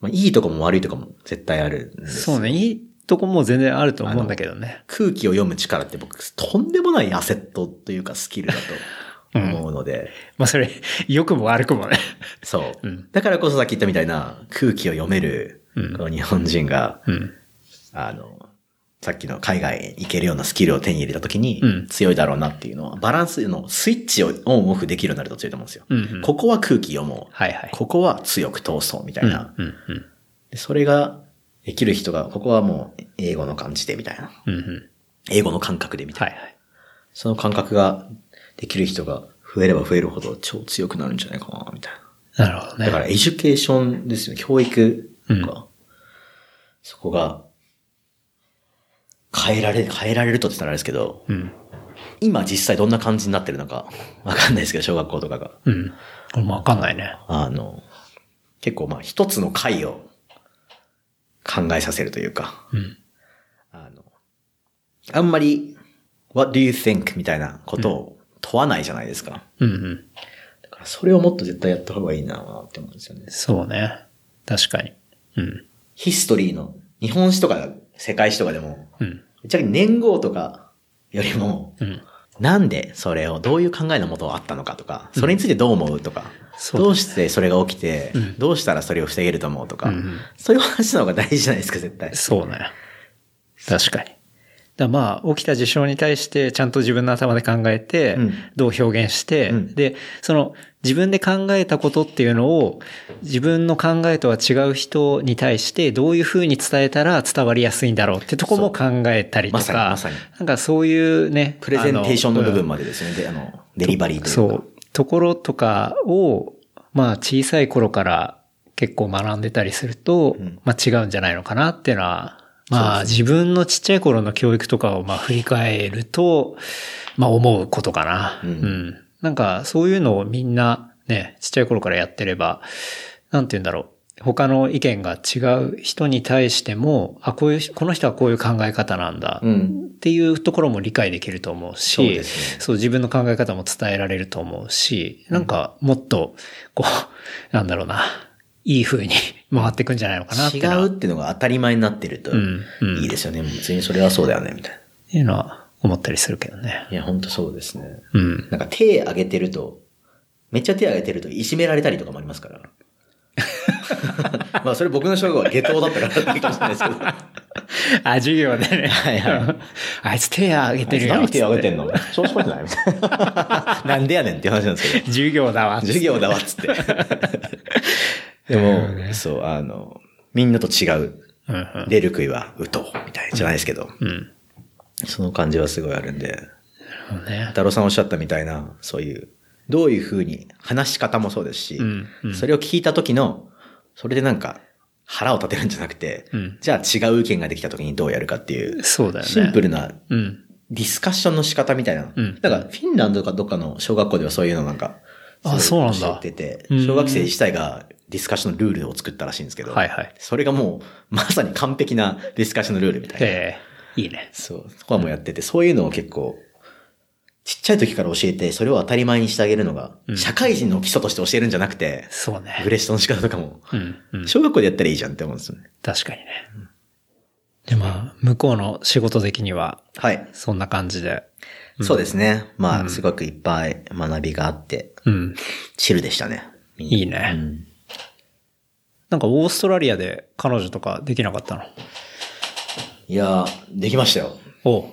B: まあ、いいとこも悪いとこも絶対あるんです。
C: そうね、いいとこも全然あると思うんだけどね。
B: 空気を読む力って僕、とんでもないアセットというかスキルだと思うので、
C: まあそれ、良くも悪くもね。
B: そう、
C: うん
B: だからこそさっき言ったみたいな空気を読める、
C: うん
B: この日本人が、
C: うん。
B: あの、さっきの海外に行けるようなスキルを手に入れた時に
C: うん
B: 強いだろうなっていうのは、バランスのスイッチをオンオフできるようになると強いと思うんですよ。
C: うんうん
B: ここは空気読もう。
C: はいはい。
B: ここは強く通そうみた
C: う
B: い
C: ん
B: な、
C: うんうん。
B: でそれができる人が、ここはもう英語の感じでみたいな。
C: うんうん。
B: 英語の感覚でみたいな。
C: はいはい。
B: その感覚ができる人が増えれば増えるほど超強くなるんじゃないかな、みたい
C: なるほ
B: な。
C: どね。
B: だからエデュケーションですよね。教育とか、そこが変えられ、変えられるとって言ったらあれですけど、
C: うん。
B: 今実際どんな感じになってるのかわかんないですけど、小学校とかが。
C: うん。これもわかんないね。
B: あの、結構まあ一つの回を考えさせるというか、
C: うん。
B: あの、あんまり、what do you think? みたいなことを問わないじゃないですか。
C: うんうん。
B: だからそれをもっと絶対やった方がいいなって思うんですよね。
C: そうね。確かに。うん。
B: ヒストリーの、日本史とか世界史とかでも、
C: うん。
B: ぶっちゃけ年号とかよりも、
C: うん。
B: なんでそれを、どういう考えのもとあったのかとか、それについてどう思うとか、
C: そうだね
B: どうしてそれが起きて、どうしたらそれを防げると思うとか、
C: うんうん
B: そういう話の方が大事じゃないですか、絶 対。
C: そうね。確かに。だからまあ、起きた事象に対して、ちゃんと自分の頭で考えて、
B: うん
C: どう表現して、
B: うん
C: で、その、自分で考えたことっていうのを、自分の考えとは違う人に対して、どういうふうに伝えたら伝わりやすいんだろうってとこも考えたりと
B: そうま
C: か
B: さにまさ、
C: なんかそういうね、
B: プレゼンテーションの部
C: あ
B: 分までですね、であの、デリバリーというか。
C: そう。ところとかを、まあ小さい頃から結構学んでたりすると、
B: ん
C: まあ違うんじゃないのかなっていうのは、まあ自分のちっちゃい頃の教育とかをまあ振り返ると、まあ思うことかな。
B: うん
C: うんなんかそういうのをみんなね、ちっちゃい頃からやってれば、なんて言うんだろう。他の意見が違う人に対しても、あ、こういう、この人はこういう考え方なんだ。
B: うん。
C: っていうところも理解できると思うし、
B: そうですね
C: そう自分の考え方も伝えられると思うし、なんかもっと、こう、 なんだろうな、いい風に回っていくんじゃないのかなって
B: 違
C: いうのは
B: うっていうのが当たり前になってると、
C: んうん
B: いいですよね。別にそれはそうだよね、みたいな。
C: いうのは思ったりするけどね。
B: いや、本当そうですね。
C: うん。
B: なんか手挙げてると、めっちゃ手挙げてるといじめられたりとかもあります から。まあそれ僕の小学校は下等だったからってかもしれないですけど。
C: あ、授業でね。
B: はいはい
C: あいつ手挙げてるよ。
B: 何手挙げて
C: つっ
B: ん の調子こいてないみたいな。なんでやねんっていう話なん ですけど。
C: 授業だわ。
B: 授業だわっつ って。でも、そう、あの、みんなと違う。
C: うんうん。
B: 出る杭は打とうみたいじゃないですけど、
C: うん。
B: その感じはすごいあるんで、
C: そうね。
B: 太郎さんおっしゃったみたいな、そういう、どういうふうに話し方もそうですし、
C: うんうん
B: それを聞いた時の、それでなんか腹を立てるんじゃなくて、
C: うん
B: じゃあ違う意見ができた時にどうやるかっていう、
C: そうだよね。
B: シンプルな
C: うん。
B: ディスカッションの仕方みたいな。
C: うん
B: だからフィンランドとかどっかの小学校ではそういうのなんか、
C: あそうなん
B: 教え
C: だ
B: てて
C: うん、
B: 小学生自体がディスカッションのルールを作ったらしいんですけど、
C: はいはい
B: それがもうまさに完璧なディスカッションのルールみたいな。
C: ええいいね。
B: そう、そこはもうやってて、そういうのを結構、ちっちゃい時から教えて、それを当たり前にしてあげるのが、社会人の基礎として教えるんじゃなくて、
C: そうね
B: グ。レストの仕方とかも、
C: うん。うん。
B: 小学校でやったらいいじゃんって思うんですよね。
C: 確かにね。で、まあ、向こうの仕事的には、
B: はい。
C: そんな感じで。
B: そうですね。まあ、すごくいっぱい学びがあって、
C: うん。
B: チルでしたね。みんない
C: い
B: う
C: ね。
B: ん
C: なんか、オーストラリアで彼女とかできなかったの
B: いやー、できましたよ。
C: おう。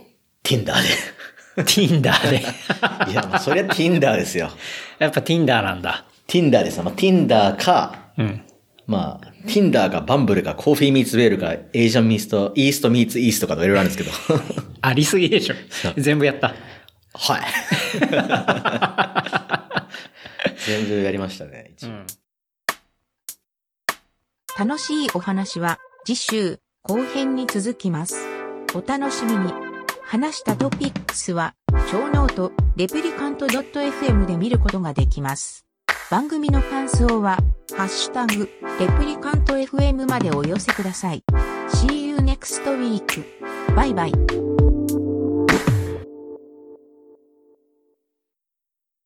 B: Tinder
C: ティンダーで。
B: で。いや、まあそりゃ Tinder ですよ。
C: やっぱティンダーなんだ。
B: Tinder ですよ。まあ、Tinder か、
C: うん。
B: まあ、Tinder か、Bumble か、Coffee Meets Whale か、Asian Meets と、East Meets East とかといろいろあるんですけど。
C: ありすぎでしょ
B: そう。
C: 全部やった。
B: はい。 全部やりましたね、一応
C: ん。
D: 楽しいお話は次週後編に続きます。お楽しみに。話したトピックスは、超ノート、レプリカント .fm で見ることができます。番組の感想は、ハッシュタグ、レプリカント fm までお寄せください。See you next week. バイバイ。